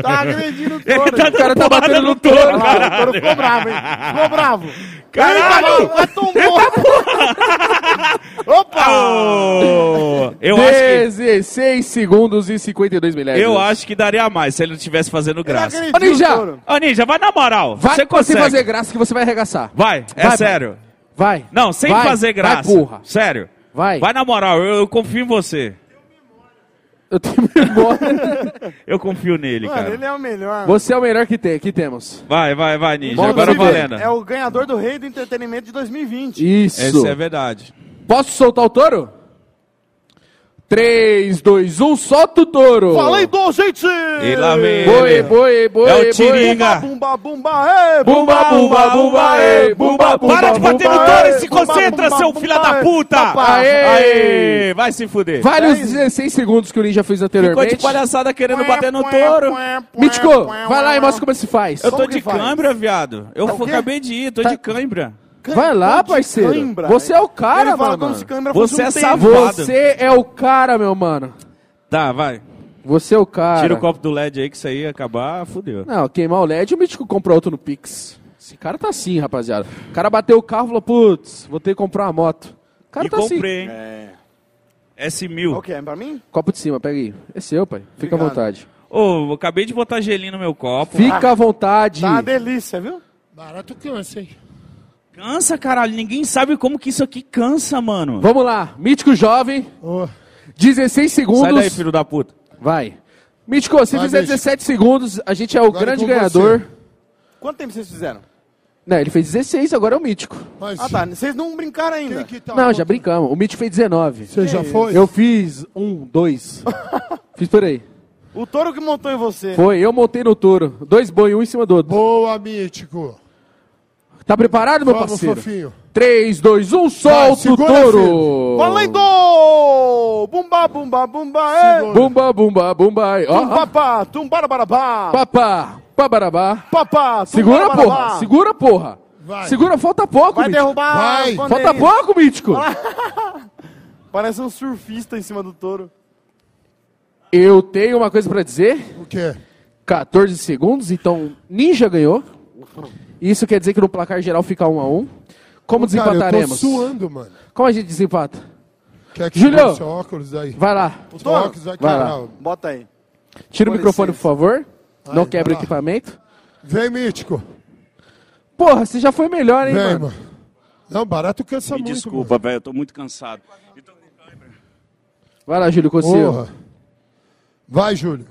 tá agredindo o touro. [laughs] Ele tá O cara tá dando porrada batendo no touro, Olha lá, o touro ficou bravo, hein? Ficou bravo. Caralho! Vai tombar. Opa! Ah. Ô, Eu acho que... 16 segundos e 52 milésimos. Eu acho que daria mais se ele não estivesse fazendo graça. Ele Ô, agrediu Ninja! o touro. Ô, Ninja, vai na moral. Vai você você consegue. fazer graça que você vai arregaçar. Vai, é Vai, sério. Vai. Não, sem Vai, fazer graça. Vai, burra. Sério. Vai. Vai na moral, eu, eu confio em você. Eu tenho [laughs] memória. Eu confio nele, Mano, cara. ele é o melhor. Você é o melhor que, tem, que temos. Vai, vai, vai, Ninja. Bom, Agora inclusive, valendo. É o ganhador do rei do entretenimento de 2020. Isso. Essa é verdade. Posso soltar o touro? 3, 2, 1, solta o touro! Falei do gente! E lá vem Boi, ele. boi, boi, É o boi. Tiringa. Bumba, bumba, ê, Bumba, bumba, bumba, ê, bumba, bumba, Para de bater no bumba, touro e ê. se concentra, bumba, seu bumba, filho da puta! papai. Aê! Vai se fuder. Vários 16 segundos que o Ninja fez Ficou de anteriormente. palhaçada querendo bater no touro. Mítico, vai lá e mostra como se faz. Eu tô Como que de faz? cãibra, viado. Eu o quê? acabei de ir, tô de cãibra. Vai lá, parceiro. cãibra, Você é o cara, Ele fala mano. como se câmera Você fosse é um tênis. safado. Você é o cara, meu mano. Tá, vai. Você é o cara. Tira o copo do LED aí que isso aí ia acabar, fudeu. Não, queimar o LED, o Mítico comprou outro no Pix. Esse cara tá assim, rapaziada. O cara bateu o carro e falou, putz, vou ter que comprar uma moto. O cara E tá assim. comprei, hein? S1000. assim, O que é pra mim? Copo de cima, pega aí. É seu, pai. Fica à Obrigado. vontade. Ô, eu acabei de botar gelinho no meu copo. Fica à vontade. Tá uma delícia, viu? Barato cansa, hein? Cansa, caralho. Ninguém sabe como que isso aqui cansa, mano. Vamos lá. Mítico jovem, Ô, 16 segundos. Sai daí, filho da puta. Vai. Mítico, se Vai, fizer Mítico. 17 segundos, a gente é o Agora grande é com ganhador. Quanto tempo vocês fizeram? Não, ele fez 16, agora é o Mítico. mas Ah, tá. Vocês não brincaram ainda. quem que tá Não, contra- já brincamos. O Mítico fez 19. Você já foi? Eu fiz um, [laughs] dois. fiz por aí. O touro que montou em você. Foi, eu montei no touro. Dois boi, um em cima do outro. Boa, Mítico. Tá preparado, meu Vamos, parceiro? fofinho. 3, 2, 1, solta o segura, touro! Valendo! Bumba, bumba, bumba, ê! Bumba, bumba, bumba. aí. Ó, ó. Papá, tumbarabarabá! Papá, pabarabá. Papá, Segura, tumbarabarabá. porra! Segura, porra! Vai. Segura, falta pouco, Vai Mítico. derrubar Vai. as Falta bandeirinhas. pouco, Mítico! Parece um surfista em cima do touro. Eu tenho uma coisa pra dizer. O quê? 14 segundos, então Ninja ganhou. Isso quer dizer que no placar geral fica 1 a 1 Como Cara, eu tô desempataremos? suando, mano. Como a gente desempata? Quer que Júlio! tire esse óculos aí? Vai lá, Os Toma. óculos vai Vai lá. quebrar. Bota aí. tira o Com microfone, por licença. favor. Não quebra o vai lá. equipamento. Vem, Mítico. Porra, você já foi melhor, hein, Vem, mano? mano. Não, barato cansa Me muito. desculpa, velho, eu tô muito cansado. E tô com cãibra. Vai lá, Júlio, mano. consigo. Porra. Vai, Júlio.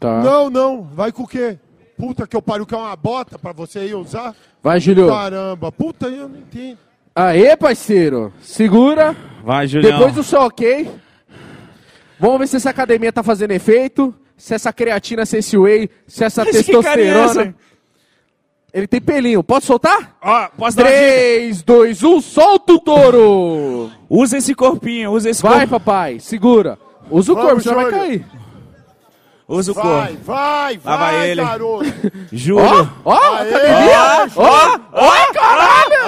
Tá. Não, não. Vai com o quê? Puta que eu pariu, que é uma bota pra você ir usar? Vai, Júlio. Caramba. Puta, eu não entendo. Aê, parceiro. Segura. Vai, Julião. Depois do seu ok. Vamos ver se essa academia tá fazendo efeito. Se essa creatina, se esse whey, se essa Mas que cara é testosterona. essa? Ele tem pelinho. Posso soltar? Ó, posso dar uma dica? 3, 2, 1, solta o touro! Usa esse corpinho, usa esse Vai, corpo. papai, segura. Usa o Vamos, corpo, senão vai Júlio. cair. Usa o Vai, corpo. vai, Lá vai, vai ele. garoto. Juro. Ó, ó, academia! Ó, ó, caralho!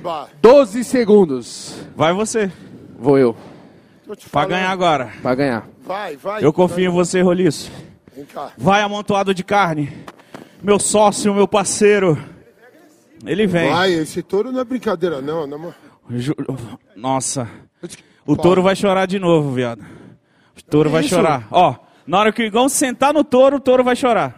Caramba. 12 segundos. Vai você. Vou eu, Tô te Pra falando. ganhar agora. pra ganhar. Vai, vai. Eu confio em você, Roliço. Vem cá. Vai amontoado de carne. Meu sócio, meu parceiro. Ele vem. Vai, esse touro não é brincadeira, não. na mo- Ju- Nossa. O touro vai chorar de novo, viado. [laughs] O touro vai chorar. Ó, na hora que o Igão sentar no touro, o touro vai chorar.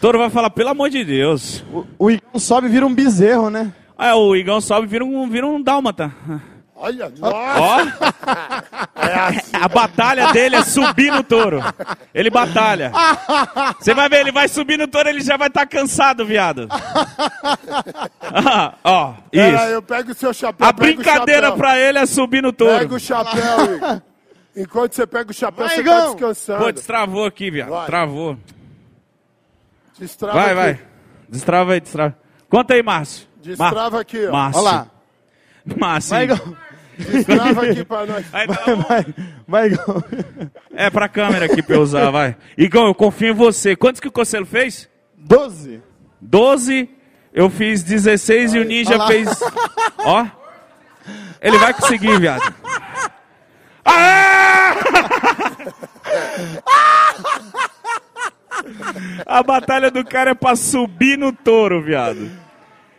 Toro vai falar, pelo amor de Deus. O Igão sobe e vira um bezerro, né? Ah, o Igão sobe e vira um, vira um dálmata. Olha, [laughs] nossa. Ó. É assim. A batalha dele é subir no touro. Ele batalha. Você vai ver, ele vai subir no touro, ele já vai estar cansado, viado. Ah, ó, Pera aí, isso. É, eu pego o seu chapéu. A pego o brincadeira chapéu. pra ele é subir no Pega touro. o chapéu, Igor. Enquanto você pega o chapéu, Vai, você tá Igão. descansando. Pô, destravou aqui, viado. Vai. Travou. Destrava Vai, aqui. vai. Destrava aí, destrava. Conta aí, Márcio. Destrava aqui, ó. Márcio. Olha lá. Márcio. Vai, Igão. Destrava [laughs] aqui pra nós. Aí tá bom. [laughs] Vai, vai, Igão. É pra câmera aqui pra eu usar, vai. Igão, eu confio em você. Quantos que o Conselho fez? Doze. 12, eu fiz 16 e o Ninja fez. Ó. Ele vai conseguir, viado. Aê! A batalha do cara é pra subir no touro, viado.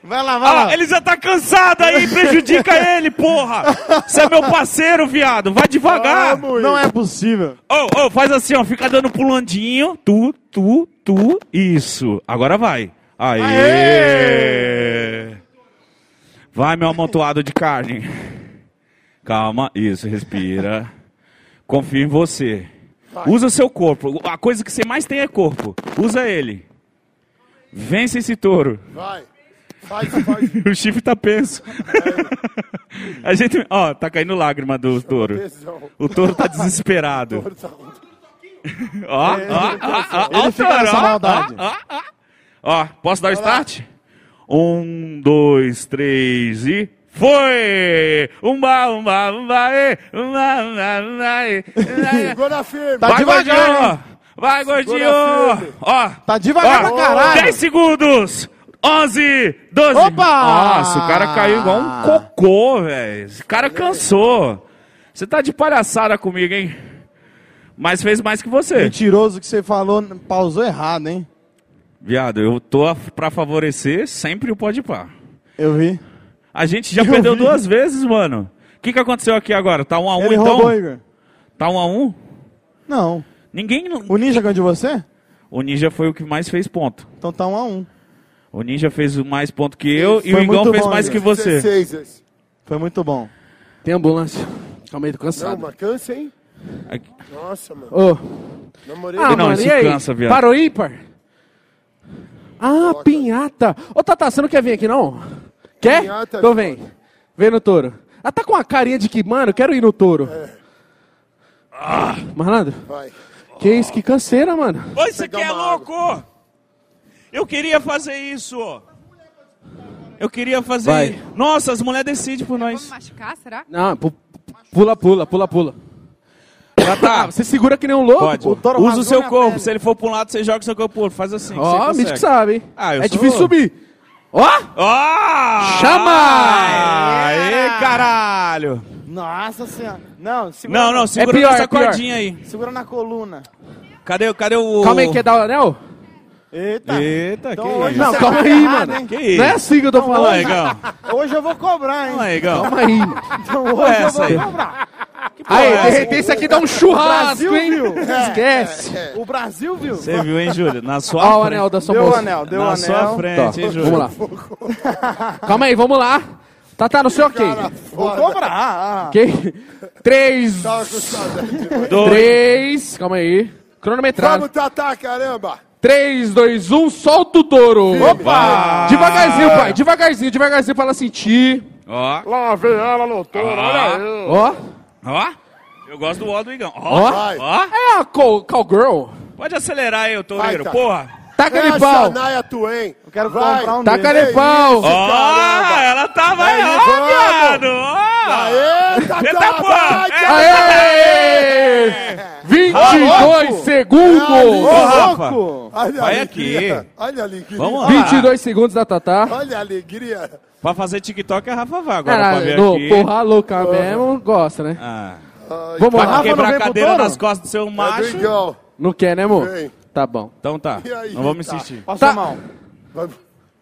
Vai lá, vai Ah, lá. lá, ele já tá cansado aí, prejudica ele, porra! Você é meu parceiro, viado, vai devagar! Ô, Não é possível. ô, faz assim, ó, fica dando pulandinho, tu, tu, tu, isso. Agora vai. Aê! Vai, meu amontoado de carne. Calma, isso, respira. Confio em você. Usa seu corpo. A coisa que você mais tem é corpo. Usa ele. Vence esse touro. [laughs] Vai. Faz, um faz. O chifre tá penso. [laughs] A gente. Ó, tá caindo lágrima do touro. Tesão. O touro tá desesperado. Por favor. Ó, ó, ó, ó, ó, Ele o fica touro, nessa ó, maldade. Ó, ó, ó. Ó, posso dar o start? Um, dois, três e. Foi! Umba, umba, umba, e, umba, umba, umba, [laughs] e, umba, e. Segura firme. Tá Vai, devagar, gordinho! Vai, gordinho! firme. Ó, Tá devagar Ah, pra caralho. 10 segundos! 11, 12. Opa! Nossa, o cara caiu igual um cocô, velho. Esse cara cansou. Você tá de palhaçada comigo, hein? Mas fez mais que você. Mentiroso que você falou, pausou errado, hein? Viado, eu tô a- pra favorecer sempre o pode par. Eu vi. A gente já perdeu vi. duas vezes, mano. O que, que aconteceu aqui agora? Tá um a um, Ele então? roubou, Igor. Tá um a um? Não. Ninguém. não- O Ninja ganhou de você? O Ninja foi o que mais fez ponto. Então tá um a um. O Ninja fez mais ponto que eu e o Foi Igão muito fez bom, mais Igor. que você. 16 esse. Foi muito bom. Tem ambulância. Calma aí, tô Tá. Não, cansado. mas cansa, hein? Aqui- Nossa, mano. Ô. Namorei. Ah, Não, mano, isso e aí? cansa, viado. Parou ímpar? Ah, pinhata. Ô, Tata, você não quer vir aqui, não? Quer? Pinhata, então vem. Vem no touro. Ela tá com uma carinha de que, mano, eu quero ir no touro. Ah, malandro, Vai. que isso, que canseira, mano. Ô, isso aqui é uma água. louco! Eu queria fazer isso! Eu queria fazer. Vai. isso. Nossa, as mulheres decidem por nós. Vamos machucar, será? Não, pu- pula, pula, pula, pula. Já Ah, [coughs] você segura que nem um louco. Pode. pô. touro Usa rasgou o seu minha corpo. pele. Se ele for pra um lado, você joga o seu corpo pro outro. Faz assim. você Ó, o consegue. Mítico sabe, hein? Ah, eu é sou- difícil subir. Ó! Ó! Chama! Ah! Aê, caralho! Nossa senhora. Não, segura, Não, não, segura pior, essa é pior. cordinha aí. segura na coluna. Cadê, cadê o. Calma aí, é quer dar o anel? Eita. Eita, que Então, hoje isso? né, Não, você calma vai aí, errar, mano. hein? Que isso? Não é assim que eu tô falando. Calma aí, Igão. Hoje eu vou cobrar, Calma hein? aí, Igão. Calma aí, mano. Então, hoje Porra, é eu essa vou aí. cobrar. Aí, Porra, de repente isso aqui dá um churrasco, Brasil, hein? viu? Esquece. É, O Brasil viu. Você viu, hein, Júlio? Na sua Ó o frente. anel da sua Deu o moça. anel, deu o Na anel. sua Tá, frente, hein, Júlio? vamos lá. [laughs] Calma aí, vamos lá. Tá, tá, no seu ok. Vou cobrar. ah, ah. Ok? Três. Tá. Dois. Três. Calma aí. Cronometrado. Vamos, Tatá, caramba. Três, dois, um, solta o touro. Vai. Devagarzinho, pai. Devagarzinho, devagarzinho assim, pra ela sentir. Ó, Lá vem ela no touro, olha aí. Ó. ó. Eu gosto do ó do Igão. Ó, Ó. Vai. ó. É a call, cowgirl. Pode acelerar aí, ô toureiro, Vai, tá. porra. Taca de Essa É pau. Naya Twain. Eu Quero comprar um Taca desse. de pau. Ó, caramba. ela tava aí, Aí, ó, vamos. viado. Ó. Aê, Tatá. Eita, porra. vai, tá É. Aê! 22 Ô, segundos! Rafa. louco. Olha a Vai alegria. aqui. Olha a alegria. Vamos lá. 22 segundos da Tatá. Olha a alegria. Pra fazer TikTok, a Rafa vai agora pra Caralho, ver no, aqui. Ah, porra louca mesmo, gosta, né? Ah. Vamos Pra lá. quebrar a cadeira touro? nas costas do seu É do macho. Igão. Não quer, né, amor? Vem. Tá bom. Então tá, E aí, não vamos tá? insistir. Passa Tá. a mão. Vai-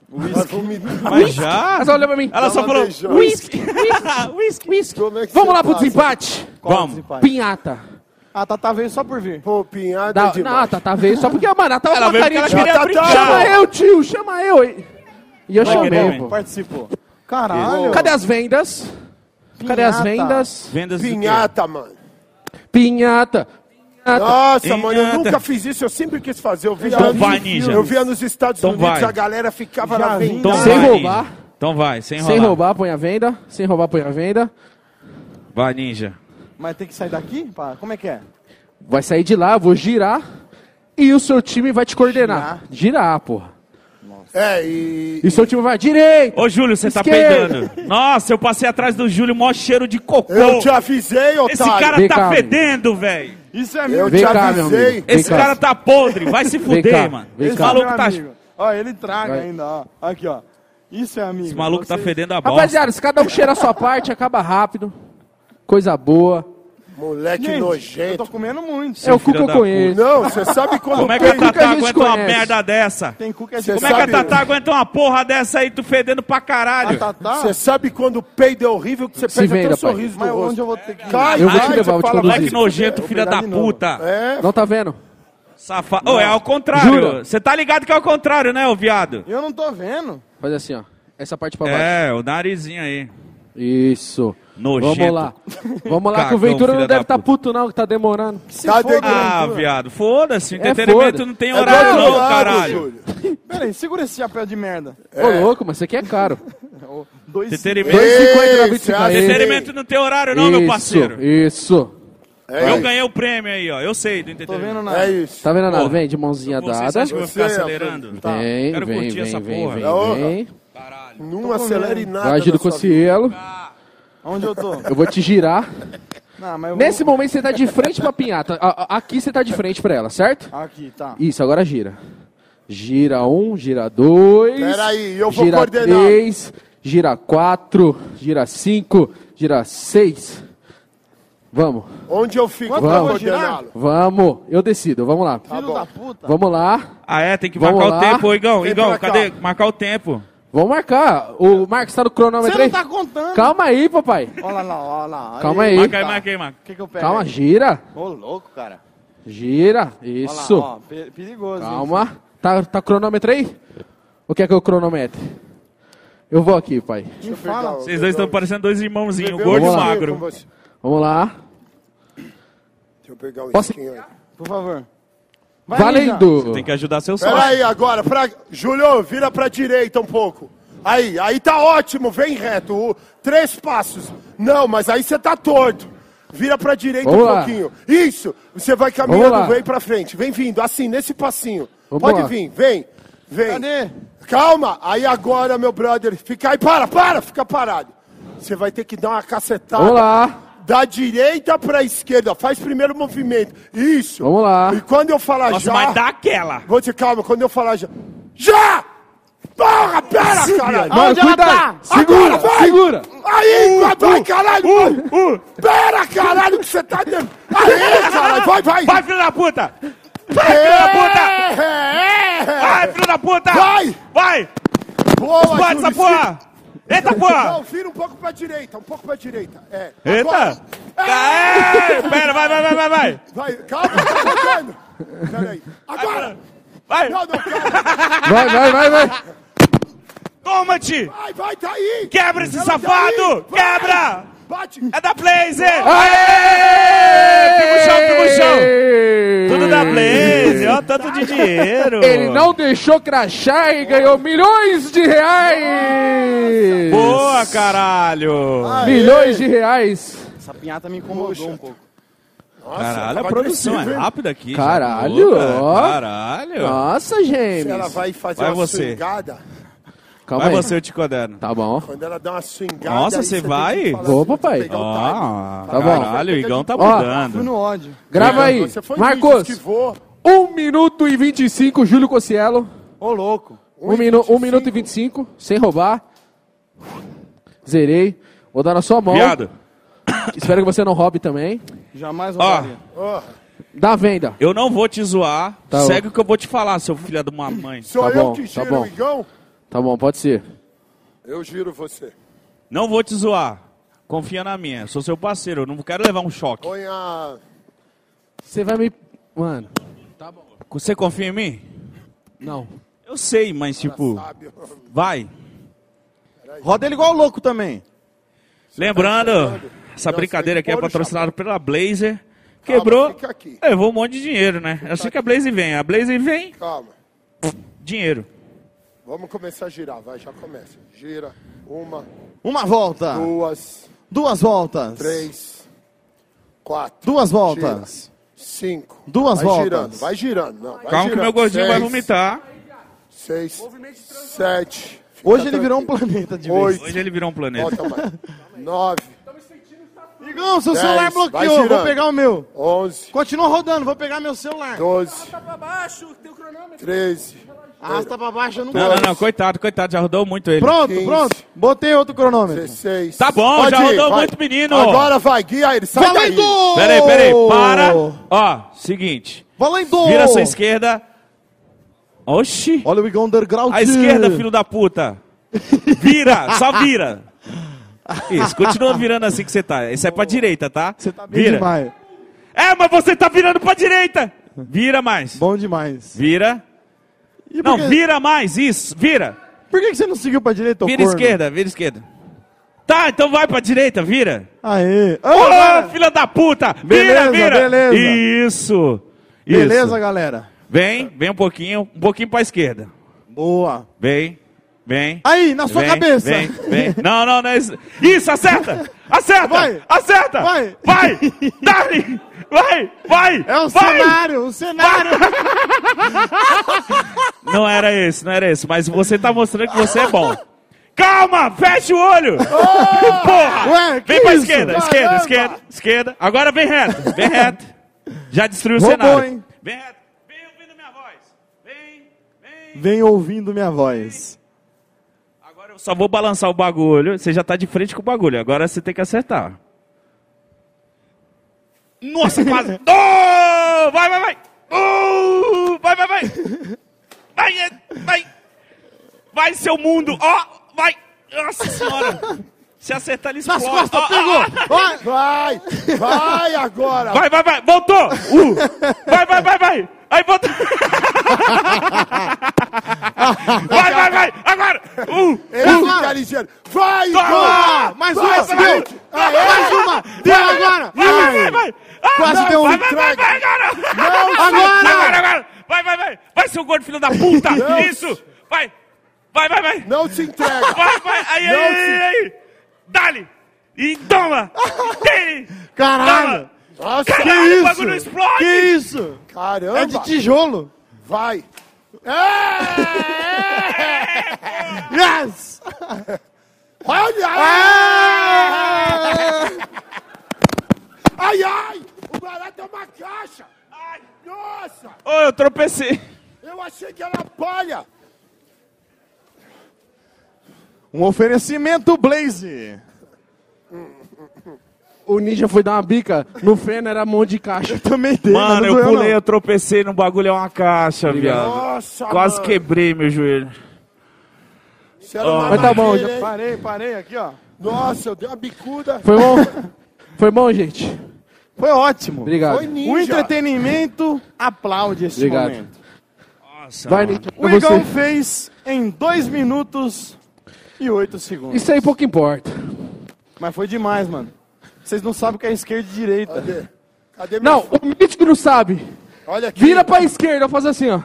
Vai vomitar. Mas já? Mas olha pra mim. Ela só uma falou beijada. whisky. [laughs] Whisky, whisky, whisky. Como é que Vamos você lá pro passa? desempate. Vamos. Pinhata. A Tatá Ah, tá, veio só por vir. Pô, pinhada Da, não, a tá- é demais. Tatá veio só porque, mano, ela tava Ela veio putaria, porque tio. ela queria brincar, Chama mano. eu, tio, chama eu. E e eu Vai chamei, querer, pô. Participou. Caralho. Cadê as vendas? Cadê as Pinhata. vendas? Vendas de quê? Pinhata, mano. Pinhata. Pinhata. Nossa, Pinhata. mano, eu nunca fiz isso, eu sempre quis fazer. Eu via Então anos- vai, ninja. Eu via nos Estados Então Unidos, vai. a galera ficava Já na vi. venda. Então Sem vai, roubar. Ninja. Então vai, sem roubar. Sem roubar, põe a venda. Sem roubar, põe a venda. Vai, ninja. Mas tem que sair daqui? Pá, Como é que é? Vai sair de lá, vou girar. E o seu time vai te coordenar. Girar, porra. É, e... E o seu time vai direito. Ô, Júlio, você tá Esquerda. peidando. Nossa, eu passei atrás do Júlio, mó cheiro de cocô. Eu te avisei, otário. Esse cara Vem tá cá, fedendo, velho. Isso é Eu meu. Vem te cá, meu avisei. amigo. Esse Vem cá. cara tá podre, vai se fuder, cá, mano. vem Esse cá. maluco tá, esse amigo. Ó, ele traga Vai. ainda, ó. Aqui, ó. Isso é amigo. maluco tá Você- fedendo a bosta. Rapaziada, se cada um cheira a sua parte, acaba rápido. Coisa boa. Moleque Gente, Eu tô nojento. comendo muito. é o cu que filho eu da conheço. Não, você sabe quando Como é que a Tudo que a Tatá gente aguenta uma conhece. merda dessa? Tem cu que é de Cê Como é que a Sabe- Tatá aguenta uma porra dessa aí, tu fedendo pra caralho? Tatá. Você sabe quando o peido é horrível que você Se perde até venda, o pai. sorriso tá. Mas do rosto. onde eu vou ter que é Cai, Eu vou cai, te levar, você vou te fala, conduzir. Vai que nojento, Eu filha pegar da de novo. puta. É, Não tá vendo? Safado. Ô, é ao contrário. Jura? Você tá ligado que é ao contrário, né, ô viado? Eu não tô vendo. Faz assim, ó. Essa parte pra baixo. É, o narizinho aí. Isso. Nojento. Vamos lá. Vamos lá, que Cagão, o Ventura filha não deve da tá puta. puto, não, que tá demorando. tá Ah, degradando. viado, foda-se. É, Entretenimento foda. não tem É horário, do outro não, lado, caralho. Júlio. Pera aí, segura esse chapéu de merda. Ô, louco, mas isso aqui é caro. Dois Entretenimento. 2,50 na Ei, 25 você aí. Entretenimento não tem horário, não, meu parceiro. Isso. Eu ganhei o prêmio aí, ó. Eu sei do Tô vendo entretenimento. nada. É isso. Tá vendo nada? Porra. Vem, de mãozinha Vocês dada. acham que eu vou ficar Você, acelerando? Tá. Vem, Quero vem, curtir vem, essa vem, porra. vem, Tá, Da hora. vem. Não acelere nada. Vai, Agílio na sua vida. Cocielo. Onde eu tô? Eu vou te girar. Não, mas Tá. eu Nesse vou... momento você tá de frente pra pinhata. A- a- Aqui você tá de frente pra ela, certo? Aqui, tá. Isso, agora gira. Gira um, gira dois. Peraí, eu vou gira coordenar. Três, gira quatro, gira cinco, gira seis. Vamos, Onde eu fico Quanto pra eu vou coordená-lo? vamos. Eu decido, vamos lá. Filho da puta. Vamos lá. Ah, é? Tem que Vamos marcar o lá. tempo, ô Igão. Vem Igão, pra cá. cadê? Marcar o tempo. Vamos marcar. O Marcos tá no cronômetro Você não aí. tá contando. Calma aí, papai. Olha lá, olha lá. Calma aí. Marca aí, tá. marca aí, marca. O que que eu pego? Calma, aí? gira. Ô, louco, cara. Gira. Olha lá, Isso. ó, pe- perigoso. hein? Calma. Tá, tá cronômetro aí? O que é que eu cronometro? Eu vou aqui, pai. Me fala. Vocês dois estão parecendo dois irmãozinhos, Bebeu gordo um e Vamos lá. pouquinho com magro. você. Vamos lá. Deixa eu pegar um Posso- pouquinho aí. Por favor. Vai, Valendo! Tem que ajudar seu sócio. Peraí, agora, pra... Júlio, vira pra direita um pouco. Aí, aí tá ótimo, vem reto. o- Três passos. Não, mas aí você tá torto. Vira pra direita Vamos um lá. pouquinho. Isso, você vai Vamos lá. caminhando, vem pra frente. Vem vindo, assim, nesse passinho. Vamos Pode lá. vir, vem, vem. Cadê? Calma, aí agora, meu brother, fica aí, para, para, fica parado. Você vai ter que dar uma cacetada. Vamos lá. Da direita pra esquerda, faz primeiro o movimento. Isso. Vamos lá. E quando eu falar Nossa, já... mas tá- dá aquela. Vou te calma, quando eu falar já. Já! Porra, pera, caralho! Mano, Onde ela cuidado! tá? Agora, Segura, vai! segura! Uh, Aí, vai, caralho! Uh, Pera, caralho, que você tá dentro! Aí, caralho, vai, É, vai! Vai, filho da puta! pera, puta! é, Vai, filho da puta! Vai! Vai! Boa, Vai, Júlio, essa porra! Eita, Não, porra! vira um pouco pra direita, um pouco pra direita. É. Eita! Agora. É. Aê! Pera, vai, vai, vai, vai, vai! Vai, calma, tá tocando. Pera aí. Agora! Vai! Não, não, calma. Vai, vai, vai, vai! Toma-te! Vai, vai, tá aí. Quebra esse Ela tá safado! aí. Vai. Quebra! Bate. É da Blaze! Aê! Pimuchão, pimuchão! Tudo da Blaze! Ó, tanto de dinheiro! Ele não deixou crachar e ganhou milhões de reais! Boa, caralho! Milhões de reais! Essa pinhata me incomodou um pouco. Caralho, a tava produção é agressivo, hein? rápida aqui. já. Caralho, Puta, ó. Caralho! Nossa, Se ela gêmeos! vai fazer Vai uma você. swingada, Calma Vai aí. você, eu te coderno. Tá bom. quando ela dá uma swingada... Nossa, aí você tem vai? que falar Vou, assim, papai. tem que pegar o time. Ah, Tá bom. caralho, o Igão tá Ó. Fui mudando. no ódio. Grava aí. Você foi Marcos, ninja, esquivou. 1 minuto e 25, Júlio Cocielo. Ô, louco. 1 minu um minuto e 25, sem roubar. Zerei. Vou dar na sua mão. Viado, Espero que você não roube também. Jamais Ó. roubaria. Dá venda. eu não vou te zoar. Tá bom. Segue o que eu vou te falar, seu filho de uma mãe. Sou Tá eu bom, que tá giro bom. o Igão? Tá bom, pode ser. Eu giro você. Não vou te zoar. Confia na minha. Sou seu parceiro. Eu não quero levar um choque. Põe a... Você vai me. Mano, Você confia em mim? não. Eu sei, mas tipo. Vai. Roda ele igual louco também. tá Lembrando, essa Então, brincadeira aqui é Pode patrocinada pela Blazer. Quebrou, fica aqui. levou um monte de dinheiro, né? É assim que a Blazer vem. A Blazer vem, Calma. dinheiro. Vamos começar a girar, vai, já começa. Gira. Uma, Uma volta. duas, Duas voltas. três, quatro. Duas voltas. Cinco. Duas vai voltas. Girando, vai girando, não. Vai Calma que girando. meu gordinho vai Seis, vomitar. Seis, sete. Fica Hoje ele virou um tranquilo. planeta de vez. Oito. Hoje ele virou um planeta. [laughs] Volta mais. nove, Igão, seu Dez. celular Vai bloqueou. girando. Vou pegar o meu. onze, Continua rodando, vou pegar meu celular. doze. Treze. Arrasta pra baixo, eu não Não, não, não, coitado, coitado, já rodou muito ele. Pronto, Quinze. pronto. Botei outro cronômetro. 16. Tá bom, já ir, rodou vai. muito, menino. Agora vai, guia ele. Sai daí. Valendo! Peraí, peraí, para. Ó, seguinte. Valendo! Vira a sua esquerda. Oxi. Olha o Igão Underground. A esquerda, filho da puta. Vira, só vira. Isso, continua virando assim que você tá. Isso é pra direita, tá? Você tá bem vira. demais. É, mas você tá virando pra direita. Vira mais. Bom demais. Vira. E por Não, que- vira mais, isso. Vira. Por que que você não seguiu pra direita, ô Vira corno? esquerda, vira esquerda. Tá, então vai pra direita, vira. Aê. Ah, Ô, Ô, galera. filha da puta! Vira, Beleza, vira! beleza. Isso! Isso. Beleza, galera? Vem, vem um pouquinho, um pouquinho pra esquerda. Boa. Vem, vem. Aí, na sua vem, cabeça. Vem, vem. Não, não, não é isso. Isso, acerta! Acerta! Vai. Acerta! Vai. Vai! Dá-lhe! Vai! Vai! [laughs] É um vai. cenário, um cenário. [laughs] Não era esse, não era esse, mas você tá mostrando que você é bom. Calma! Fecha o olho! Porra! Ué, que vem pra isso? esquerda, esquerda, Caramba! esquerda, esquerda. Agora vem reto, vem reto. Já destruiu o Roubou, cenário. hein? Vem reto. Vem ouvindo minha voz. Vem, vem. Vem ouvindo minha voz. Agora eu só vou balançar o bagulho. Você já tá de frente com o bagulho. Agora você tem que acertar. Nossa, [laughs] quase. Oh! Vai, vai, vai. Oh! Vai, vai, vai. Vai, é- vai. Vai, seu mundo. Ó, vai. Nossa senhora. Se acertar, ele Nas explode. costas, Ó, ó, pegou. ó. Vai. Vai, vai agora. Vai, vai, vai. Voltou. Uh. Vai, vai, vai, vai. Aí voltou. [laughs] Vai, vai, vai. Agora. Uh. Ele fica ligeiro. Vai, Toma! gol! Mais Vai, uma, vai. seguiu. Mais uma. Deu agora. Vai, vai, vai, vai! Ah, Quase não, deu um vai, vai, vai, entregue. vai, agora! agora! Agora, agora! Vai, vai, vai! Vai, seu gordo, filho da puta! Isso! Vai! Vai, vai, vai! Não se entrega. Vai, vai! Aí, aí, Não, aí, aí! Então, Dá-lhe! E toma! Dê-lhe! Caralho. Toma! Nossa, Caralho, o bagulho isso? explode! Que isso? caramba. É de tijolo. Vai. É! Yes! É! Olha! Ai, ai! O barato é uma caixa! Ai, nossa! Ô, eu tropecei! Eu achei que era palha! Um oferecimento, Blaze. O ninja foi dar uma bica, no feno era mão de caixa. Também dei, mas Mano, não eu doeu, pulei, não. eu tropecei no bagulho, é uma caixa, viado. Nossa, Quase mano. quebrei meu joelho. Você era uma Mas tá bom, madeira, hein? Parei, parei aqui, ó. Nossa, eu dei uma bicuda. Foi bom? Foi bom, gente? Foi ótimo. Obrigado. Foi ninja. O entretenimento aplaude esse Obrigado. momento. Nossa, Vai, mano. ninja. O pra Igão você. fez em 2 minutos e 8 segundos. Isso aí pouco importa. Mas foi demais, mano. Vocês não sabem o que é esquerda e direita. Cadê? Cadê meu Não, o mítico não sabe. Olha aqui. Vira tá- pra esquerda, faz assim, ó. O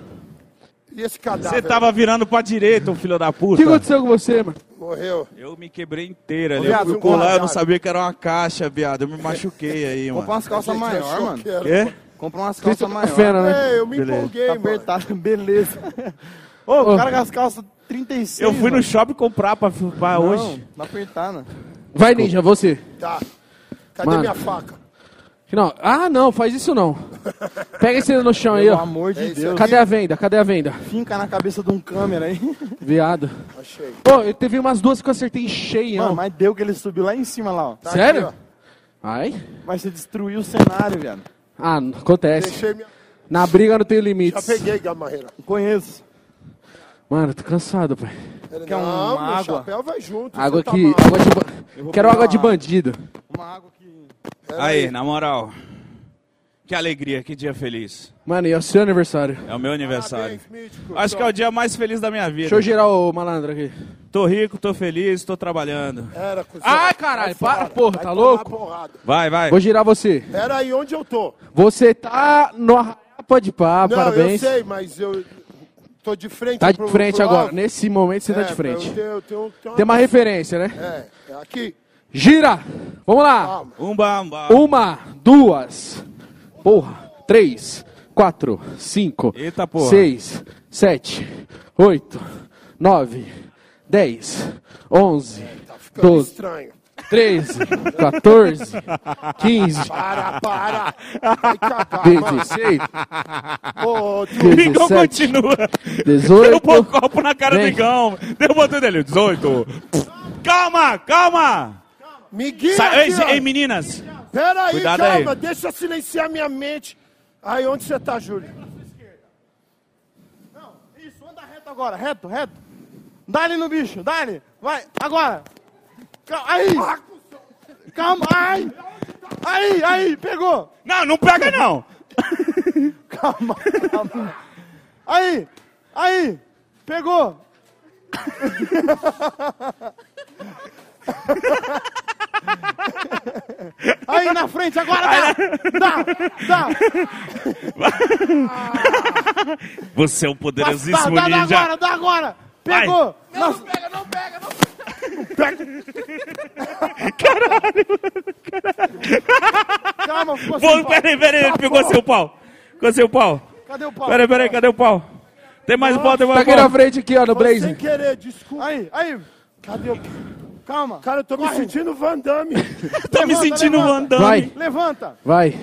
E esse cadáver? Você tava virando pra direita, ô filho da puta. que aconteceu com você, mano? Morreu. Eu me quebrei inteira ali. viado, eu fui um pular, eu não azar. sabia que era uma caixa, viado. Eu me machuquei aí, Comprar mano. umas calças Gente, maior, achou mano. que era- Quê? Comprar umas Fez calças tá uma maior. fena, né? É, eu me empolguei, Tá mano. apertado, beleza. [laughs] Ô, o cara com as calças 36. Eu fui no mano. shopping comprar pra, pra Não, hoje. Tá apertada. Vai, ninja, você. Tá. Cadê Mano. minha faca? Não. Ah, não, faz isso não. Pega esse no chão aí, Pelo ó. amor É de Deus. Cadê a venda? Cadê a venda? Finca na cabeça de um [laughs] câmera aí. Viado. Achei. Pô, eu teve umas duas que eu acertei cheio, Mano, mas deu que ele subiu lá em cima, lá, ó. Tá Sério? aqui, Ai. Mas você destruiu o cenário, viado. Ah, n- acontece. Deixei minha... Na briga não tem Já limites. peguei, Gamarreira. Conheço. Mano, tô cansado, pai. Ele, Quer não, uma meu água? chapéu vai junto. um Água você tá aqui. maluco. Água de ba- Eu vou Quero pegar água de uma água. bandido. Uma água que. Aí, na moral. Que alegria, que dia feliz. Mano, e é o seu aniversário. É o meu aniversário. Parabéns, mítico. Acho que é o dia mais feliz da minha vida. Deixa eu girar o malandro aqui. Tô rico, tô feliz, tô trabalhando. Era, cuzão. Ai, caralho, Vai fora. para, Ah, porra, Vai tá tomar louco? porrada. Vai, vai. Vou girar você. Pera aí, onde eu tô? Você tá no Arrapa de Pá, Não, parabéns. eu sei, mas eu tô de frente Tá de pro- frente pro agora. alvo. Nesse momento você tá É, de frente. Eu tenho, eu tenho- tenho Tem uma coisa- referência, né? É, é aqui. Gira! Vamos lá! Umba, umba. [laughs] Uma, duas, porra, três, quatro, cinco, Eita, porra. seis, sete, oito, nove, dez, onze, Ficando doze, estranho. treze, quatorze, quinze, Para, [laughs] para. Vai cagar, mano. dezesseis, Ô, tu- Igão dezessete, continua. Derrubou o dezoito, copo na cara do Vem. Igão. Derrubou tudo dele. 18. Calma, calma. Miguinho, Sa- ei, aqui, ó. ei, meninas. Pera aí, Cuidado calma. aí. Deixa eu silenciar minha mente. Aí, onde você tá, Júlio? Não, isso, anda reto agora, reto, reto. Dá-lhe no bicho, dá-lhe. Vai, agora. Calma, aí. Calma, ai. Aí, aí, pegou. Não, não pega não. Calma, calma. Aí, aí, pegou. [laughs] Aí, na frente, agora dá. Dá, dá. Você é um poderosíssimo dá, dá ninja. agora, dá agora! É Vai. Pegou! Não, pega, não pega, não pega! Caralho! Caralho! Calma, ficou sem Pô, pau. peraí, peraí, ele pegou seu pau. Pegou seu pau. Cadê o pau? Peraí, peraí, cadê o pau? Tem mais pau, tem tá mais aqui na pau. frente aqui, ó, no Foi sem Blazing. é querer, desculpa. Aí, aí! Cadê o Calma! Cara, eu tô me sentindo [laughs] Van Damme. Tô me Levanta, sentindo um levanta. andando. Vai, Levanta! vai.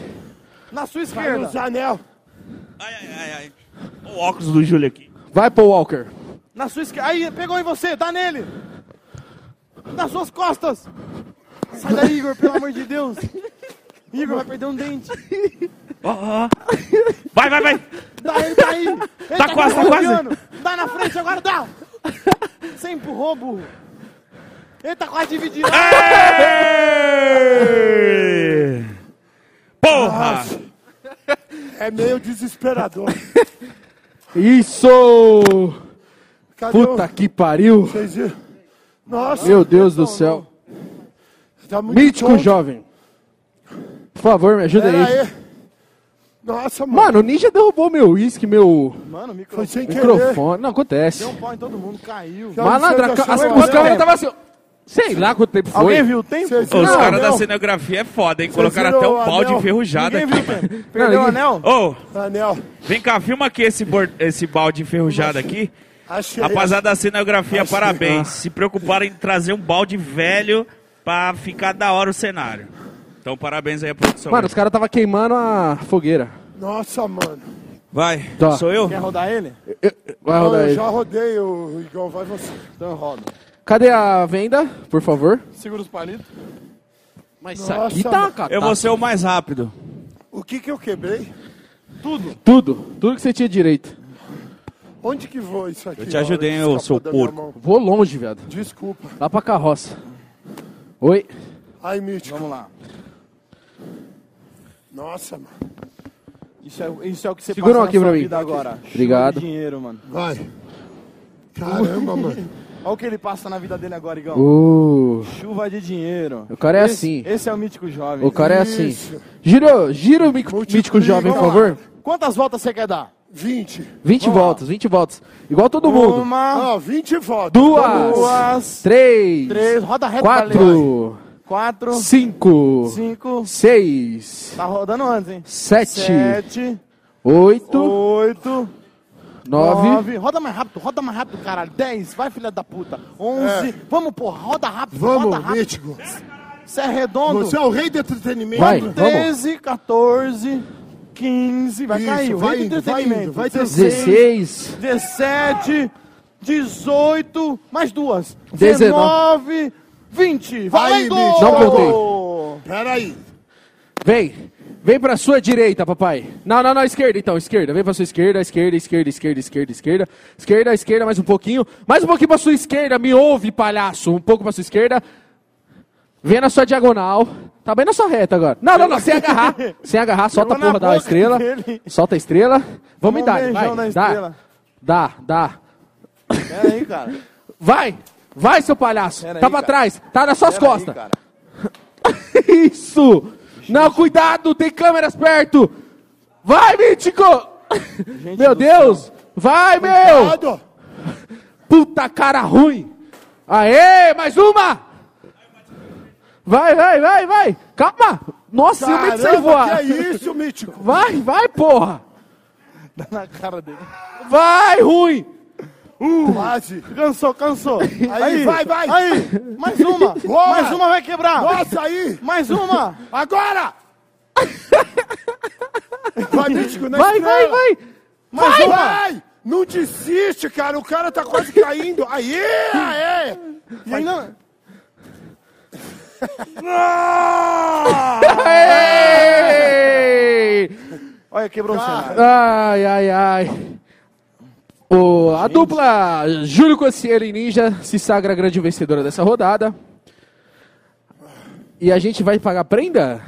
Na sua Caiu esquerda! os anel. Ai, ai, ai, ai. O óculos do Júlio aqui. Vai, Paul Walker. Na sua esquerda! Aí, pegou em você! Dá nele! Nas suas costas! Sai daí, Igor, pelo amor de Deus! Igor vai perder um dente! Vai, vai, vai. Dá ele, tá aí! Ele Tá quase, tá quase. rodeando. Dá na frente agora, dá! Você empurrou, burro! Ele tá quase dividindo! Ei! Porra! É meio desesperador. Isso! Cadê o... Puta que pariu! Vocês viram? Nossa, Meu Deus do céu. tá muito Mítico bom. jovem. Por favor, me ajuda é Pera aí. aí. Nossa, mano. Mano, o Ninja derrubou meu uísque, meu Mano, o micro Foi sem querer. microfone. Não, acontece. deu um pau em todo mundo, caiu. Malandra, Vocês ca- as, acharam- os câmeras estavam assim... ó. Sei lá quanto tempo foi. Alguém viu o tempo? Vocês Os viram o caras da anel? cenografia é foda, hein? Colocaram viram até o um balde anel? enferrujado Ninguém aqui. viu o tempo. Perdeu o ninguém- anel? Ô, Anel. vem cá, filma aqui esse, bor- esse balde enferrujado aqui. Achei. Rapaziada da cenografia, parabéns. Se preocuparam em trazer um balde velho pra ficar da hora o cenário. Então, parabéns aí à produção. Mano, os caras estavam queimando a fogueira. Nossa, mano. Vai, Tá. sou eu? Quer rodar ele? Vai Não, rodar eu aí. já rodei o Igão, vai você. Então roda. Cadê a venda, por favor? Segura os palitos. Mas isso aqui Nossa, tá mano. Eu vou ser o mais rápido. O que que eu quebrei? Tudo. Tudo que você tinha direito. Onde que vou isso aqui? Eu te ajudei, hein, ô, seu porco. Vou longe, viado. Desculpa. Lá pra carroça. Oi. Ai, mítico. Vamos lá. Nossa, mano. Isso é, isso é o que você Segura passa um na aqui sua pra mim. vida agora. Chuva Obrigado. de dinheiro, mano. Vai. Caramba, mano. Olha o que ele passa na vida dele agora, Igão. Uh, Chuva de dinheiro. o cara é assim. Esse- Esse é o mítico jovem. O cara é assim. Isso. Girou, gira o mic- mítico jovem, por Vamos favor. lá. Quantas voltas você quer dar? 20. 20 voltas, 20 voltas. Igual todo mundo. Uma, Ó, 20 votos. Duas, duas, três, três. Roda reto pra ler. quatro, Quatro, cinco, cinco. seis, Tá rodando antes, hein? sete, Sete, oito, oito, nove. Nove. Roda mais rápido, roda mais rápido, caralho. 10, vai, filha da puta. 11. É. Vamos, porra, roda rápido, roda Vamos, rápido. mítico. Você é redondo. Você é o rei do entretenimento. Vai. Vamos. 13, 14, 15. Vai Isso, cair, vai vai indo, vai indo, vai indo. 16, 17, 18, mais duas. 19, 19, 20. Vai, Valendo! bicho. um Não Pera aí. vem. Vem pra sua direita, papai. Não, não, não, esquerda então, esquerda. Vem pra sua esquerda, esquerda, esquerda, esquerda, esquerda, esquerda. Esquerda, esquerda, mais um pouquinho. Mais um pouquinho pra sua esquerda, me ouve, palhaço. Um pouco pra sua esquerda. Vem na sua diagonal. Tá bem na sua reta agora. Não, não, não, sem [laughs] agarrar. Sem agarrar, solta a Pegou porra na da boca estrela. dele. Solta a estrela. Vamos em um idade, beijão vai. na Dá, estrela. dá, dá. Pera É aí, cara. Vai! Vai, seu palhaço! Pera tá aí, pra cara. trás! Tá nas suas Pera aí, costas! cara. Isso! Não, cuidado! Tem câmeras perto! Vai, Mítico! meu Deus! Vai, meu! Cuidado. Puta cara ruim! Aê, mais uma! Vai, vai, vai, vai! Calma! Nossa, eu me sem Caramba, que voar! é isso, Mítico? Vai, vai, porra! Dá na cara dele. Vai, ruim! Quase. Cansou, cansou. Aí, Aí, vai, vai. Aí, mais [laughs] uma. Boa. Mais uma vai quebrar. Nossa, aí. Mais [laughs] uma. Agora! Vai, Mítico, na Vai, vai, estrela. vai! Mas Vai! vai! Não desiste, cara. O cara tá quase caindo. Aí, aê! E ainda... Ah! Aê! Olha, quebrou o cenário. Ai, ai, ai. O, a dupla Júlio Cossiello e Ninja se sagra a grande vencedora dessa rodada. E a gente vai pagar prenda?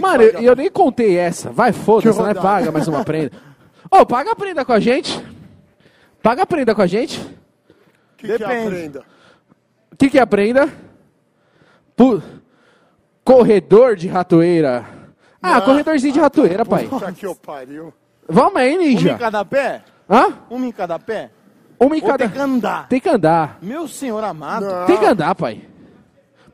Mano, eu, eu nem contei essa. Vai, foda-se, não é paga mais uma prenda. Ô, paga a prenda com a gente. Paga a prenda com a gente. Que que Depende. aprenda? O que, que é a prenda? Pu- Corredor de ratoeira. Ah, corredorzinho de ratoeira, pai. Puta que eu pariu. Vamos aí, Uma em Ninja. cada pé? Hã? Uma em cada pé? Uma em Ou cada... tem que andar? Tem que andar. Meu senhor amado. Tem que andar, pai.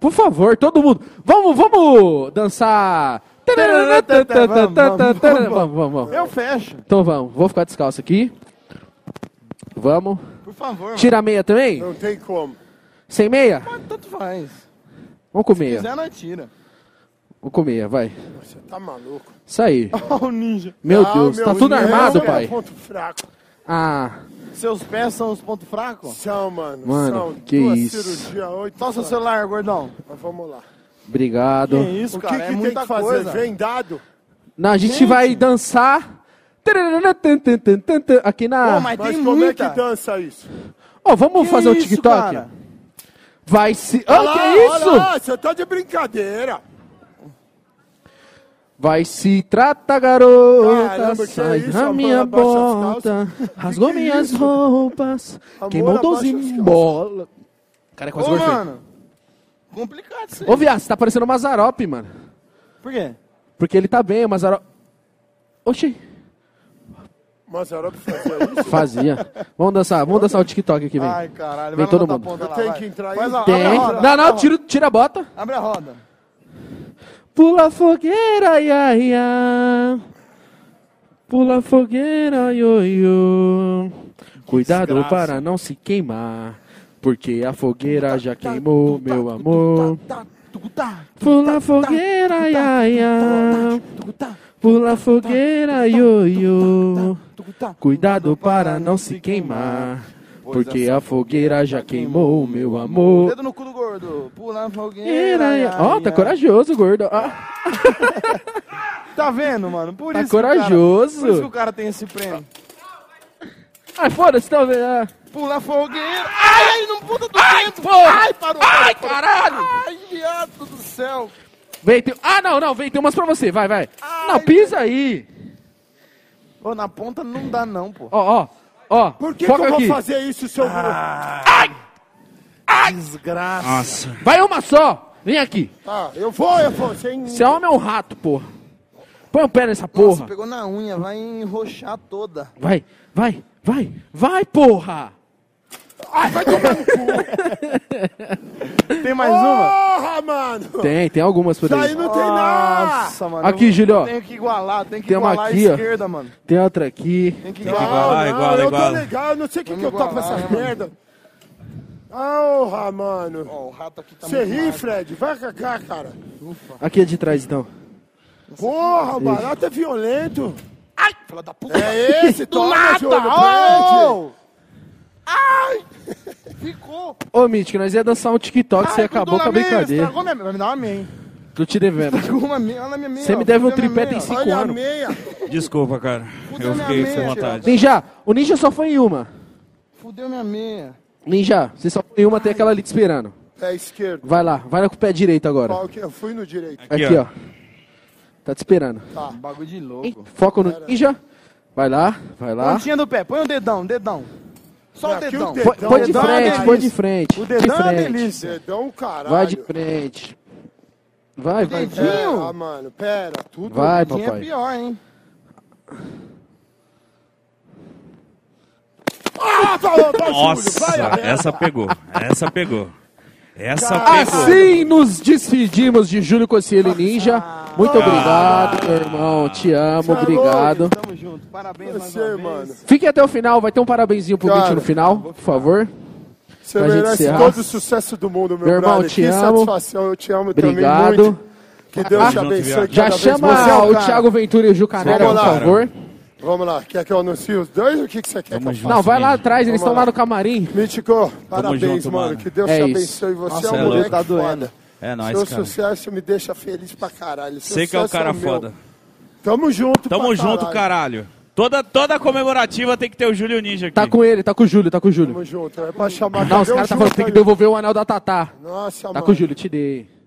Por favor, todo mundo. Vamos, vamos dançar. Vamos, vamos, Vamos, vamos. vamos, vamos. Eu fecho. Então vamos, vou ficar descalço aqui. Vamos. Por favor, Tira a meia também? Não tem como. Sem meia? Ah, mano. Tanto faz. Se Vamos com meia. quiser, nós tira. Vamos com meia, vai. Você tá maluco. Isso aí. [laughs] Ó o ninja. Meu Ah, Deus, meu tá tudo Deus, armado, é pai. ponto fraco. Ah, Seus pés são os pontos fracos? São, mano. Mano, são que duas isso. cirurgia, oito. Só seu celular, gordão. Mas vamos lá. obrigado. Que isso, o que, cara. que é tem muita que fazer? coisa. Vendado? Não, a gente, vai dançar. Aqui na. Pô, Ó, mas Mas tem como muita. é que dança isso? vamos Que fazer o isso, TikTok? cara? Vai se. Ah, Olha que lá, isso? olha lá, você tá de brincadeira. Vai se trata, garota, Caramba, que sai é isso? na A minha bola abaixa as bota, calças. rasgou Que que é minhas isso? roupas, Amor, queimou abaixa 12 as calças. bola. Cara, é quase Ô, perfeito. mano. Complicado isso aí. Ô, viado, você tá parecendo o Mazarope, mano. Por quê? Porque ele tá bem, o Mazarope... Oxi, Mas era pra fazer isso. fazia. vamos dançar, vamos dançar o TikTok aqui, vem. Ai, caralho. Vem vai todo na outra mundo. ponta Eu lá, tenho vai. que entrar aí. Faz a- Abre Tem. a roda. Não, abre a não, roda. tira, tira a bota. Abre a roda. Pula a fogueira, ia, ia. Pula a fogueira, io, io. Cuidado para não se queimar, porque a fogueira Tá, já queimou, meu amor. Pula a fogueira, ia, tá, ia. Pula a fogueira, io, io. tá, Cuidado para não se queimar, porque a fogueira já queimou, meu amor. Dedo no cu do gordo. Pula na fogueira. ia, Era- Ó, tá ia. corajoso, gordo. Ah, Tá vendo, mano? Por Tá isso que o cara- corajoso. por isso que o cara tem esse prêmio. ai, foda-se, tá vendo? Ah. Pula a fogueira. Ai, não puta do tempo. Ai, parou. Ai, parou, parou. caralho! Ai, viado do céu. Vem, tem... Ah, não, não, vem, tem umas pra você, vai, vai. não, pisa aí. Ô, na ponta não dá não, pô. Ó, ó, ó. Por que, que eu foca vou aqui. Ah. fazer isso, seu... Desgraça. Nossa. Vai uma só. Vem aqui. Ah, eu vou, eu vou. Sem... Esse homem é um rato, porra. Põe o pé nessa Nossa, porra. pegou na unha, vai enroxar toda. Vai, vai, vai, vai, porra. um Tem mais uma? Porra, mano! Tem, tem algumas por Isso aí aí. não tem nada! Nossa, mano. Aqui, eu- Júlio, eu ó. Tenho que igualar, tem que Tem uma igualar aqui, ó. a esquerda, mano. Tem outra aqui. Tem que Não, igualar. igualar, Ah, não, iguala, eu iguala. tô legal, eu não sei o que, Vamos que eu tô com igualar, essa mano. merda. Porra, mano. Ó, o rato aqui tá Você muito ri, magro. Fred? Vai cagar, cara. Aqui é de trás, então. Porra, o barato é violento. Fala da puta. É esse, toma, Júlio, é prende. Ô! Ai! Ficou. Ô, Mítico, nós ia dançar um TikTok, você Ai, acabou grudou com a na meia, brincadeira. estragou minha meia. Vai me dar uma meia, hein? Tô te [laughs] devendo. Estragou uma meia, olha a minha meia. Você me ó, deve um fudeu minha tripé, meia, tem ó. cinco Olha a anos. meia. Desculpa, cara. Puta Eu minha fiquei sem merda. vontade. Ninja, o Ninja só foi em uma. Fudeu minha meia. Ninja, você só foi em uma, tem aquela ali te esperando. É esquerdo. Vai lá, vai lá com o pé direito agora. Qual que- é? Eu fui no direito. Aqui, Aqui, ó. Tá te esperando. Um bagulho de Ih, louco. Foco no ninja. Vai lá, vai lá. Pontinha Então, do pé, põe o dedão, dedão. Só o Aqui dedão. o dedão. Põe põe de dedão é uma frente, delícia. põe de frente. O De dedão é uma frente. delícia. Dedão, caralho. Vai de frente. Vai, vai. Dedinho. É, ah, mano, pera, tudo. Vai, Dedinho é papai. pior, hein? Ah, falou, vai, Júlio, vai, Nossa, Alberto. essa pegou. Essa pegou. Essa pegou. Assim nos despedimos de Júlio Cossielli Ninja. Muito Ah. obrigado, meu irmão. Te amo, Tá obrigado. Tamo junto. Parabéns, mais Você, uma vez. mano. Fique até o final, vai ter um parabenzinho pro Cara, vídeo no final, por favor. Você Pra gente merece encerrar. todo o sucesso do mundo, meu, Meu irmão, brother. te que amo. satisfação, eu te amo Obrigado. também muito. Que Deus te Ah, abençoe. já cada Já vez chama mais. Você é um o cara. Thiago Ventura e o Gil Canela, Vamos por lá. favor. Vamos lá, quer que eu anuncie os dois ou o que, que você quer Tamo que eu junto. faça? Não, vai lá atrás, eles Vamos estão lá lá. no camarim. Mítico, parabéns, junto, mano. mano. Que Deus É te isso. abençoe. Você Nossa, é um é moleque louco. Tá doendo. foda. É Seu nóis, cara. sucesso me deixa feliz pra caralho. Você que é o Sucesso cara meu. foda. Tamo junto, Tamo pra junto, caralho. caralho. Toda, toda comemorativa tem que ter o Júlio Ninja aqui. Tá com ele, tá com o Júlio, tá com o Júlio. Tamo junto. É pra chamar Não, os Cadê o caras tá Júlio falando que tem que aí? devolver o anel da Tatá. Nossa, Tá mano. com o Júlio, te dei.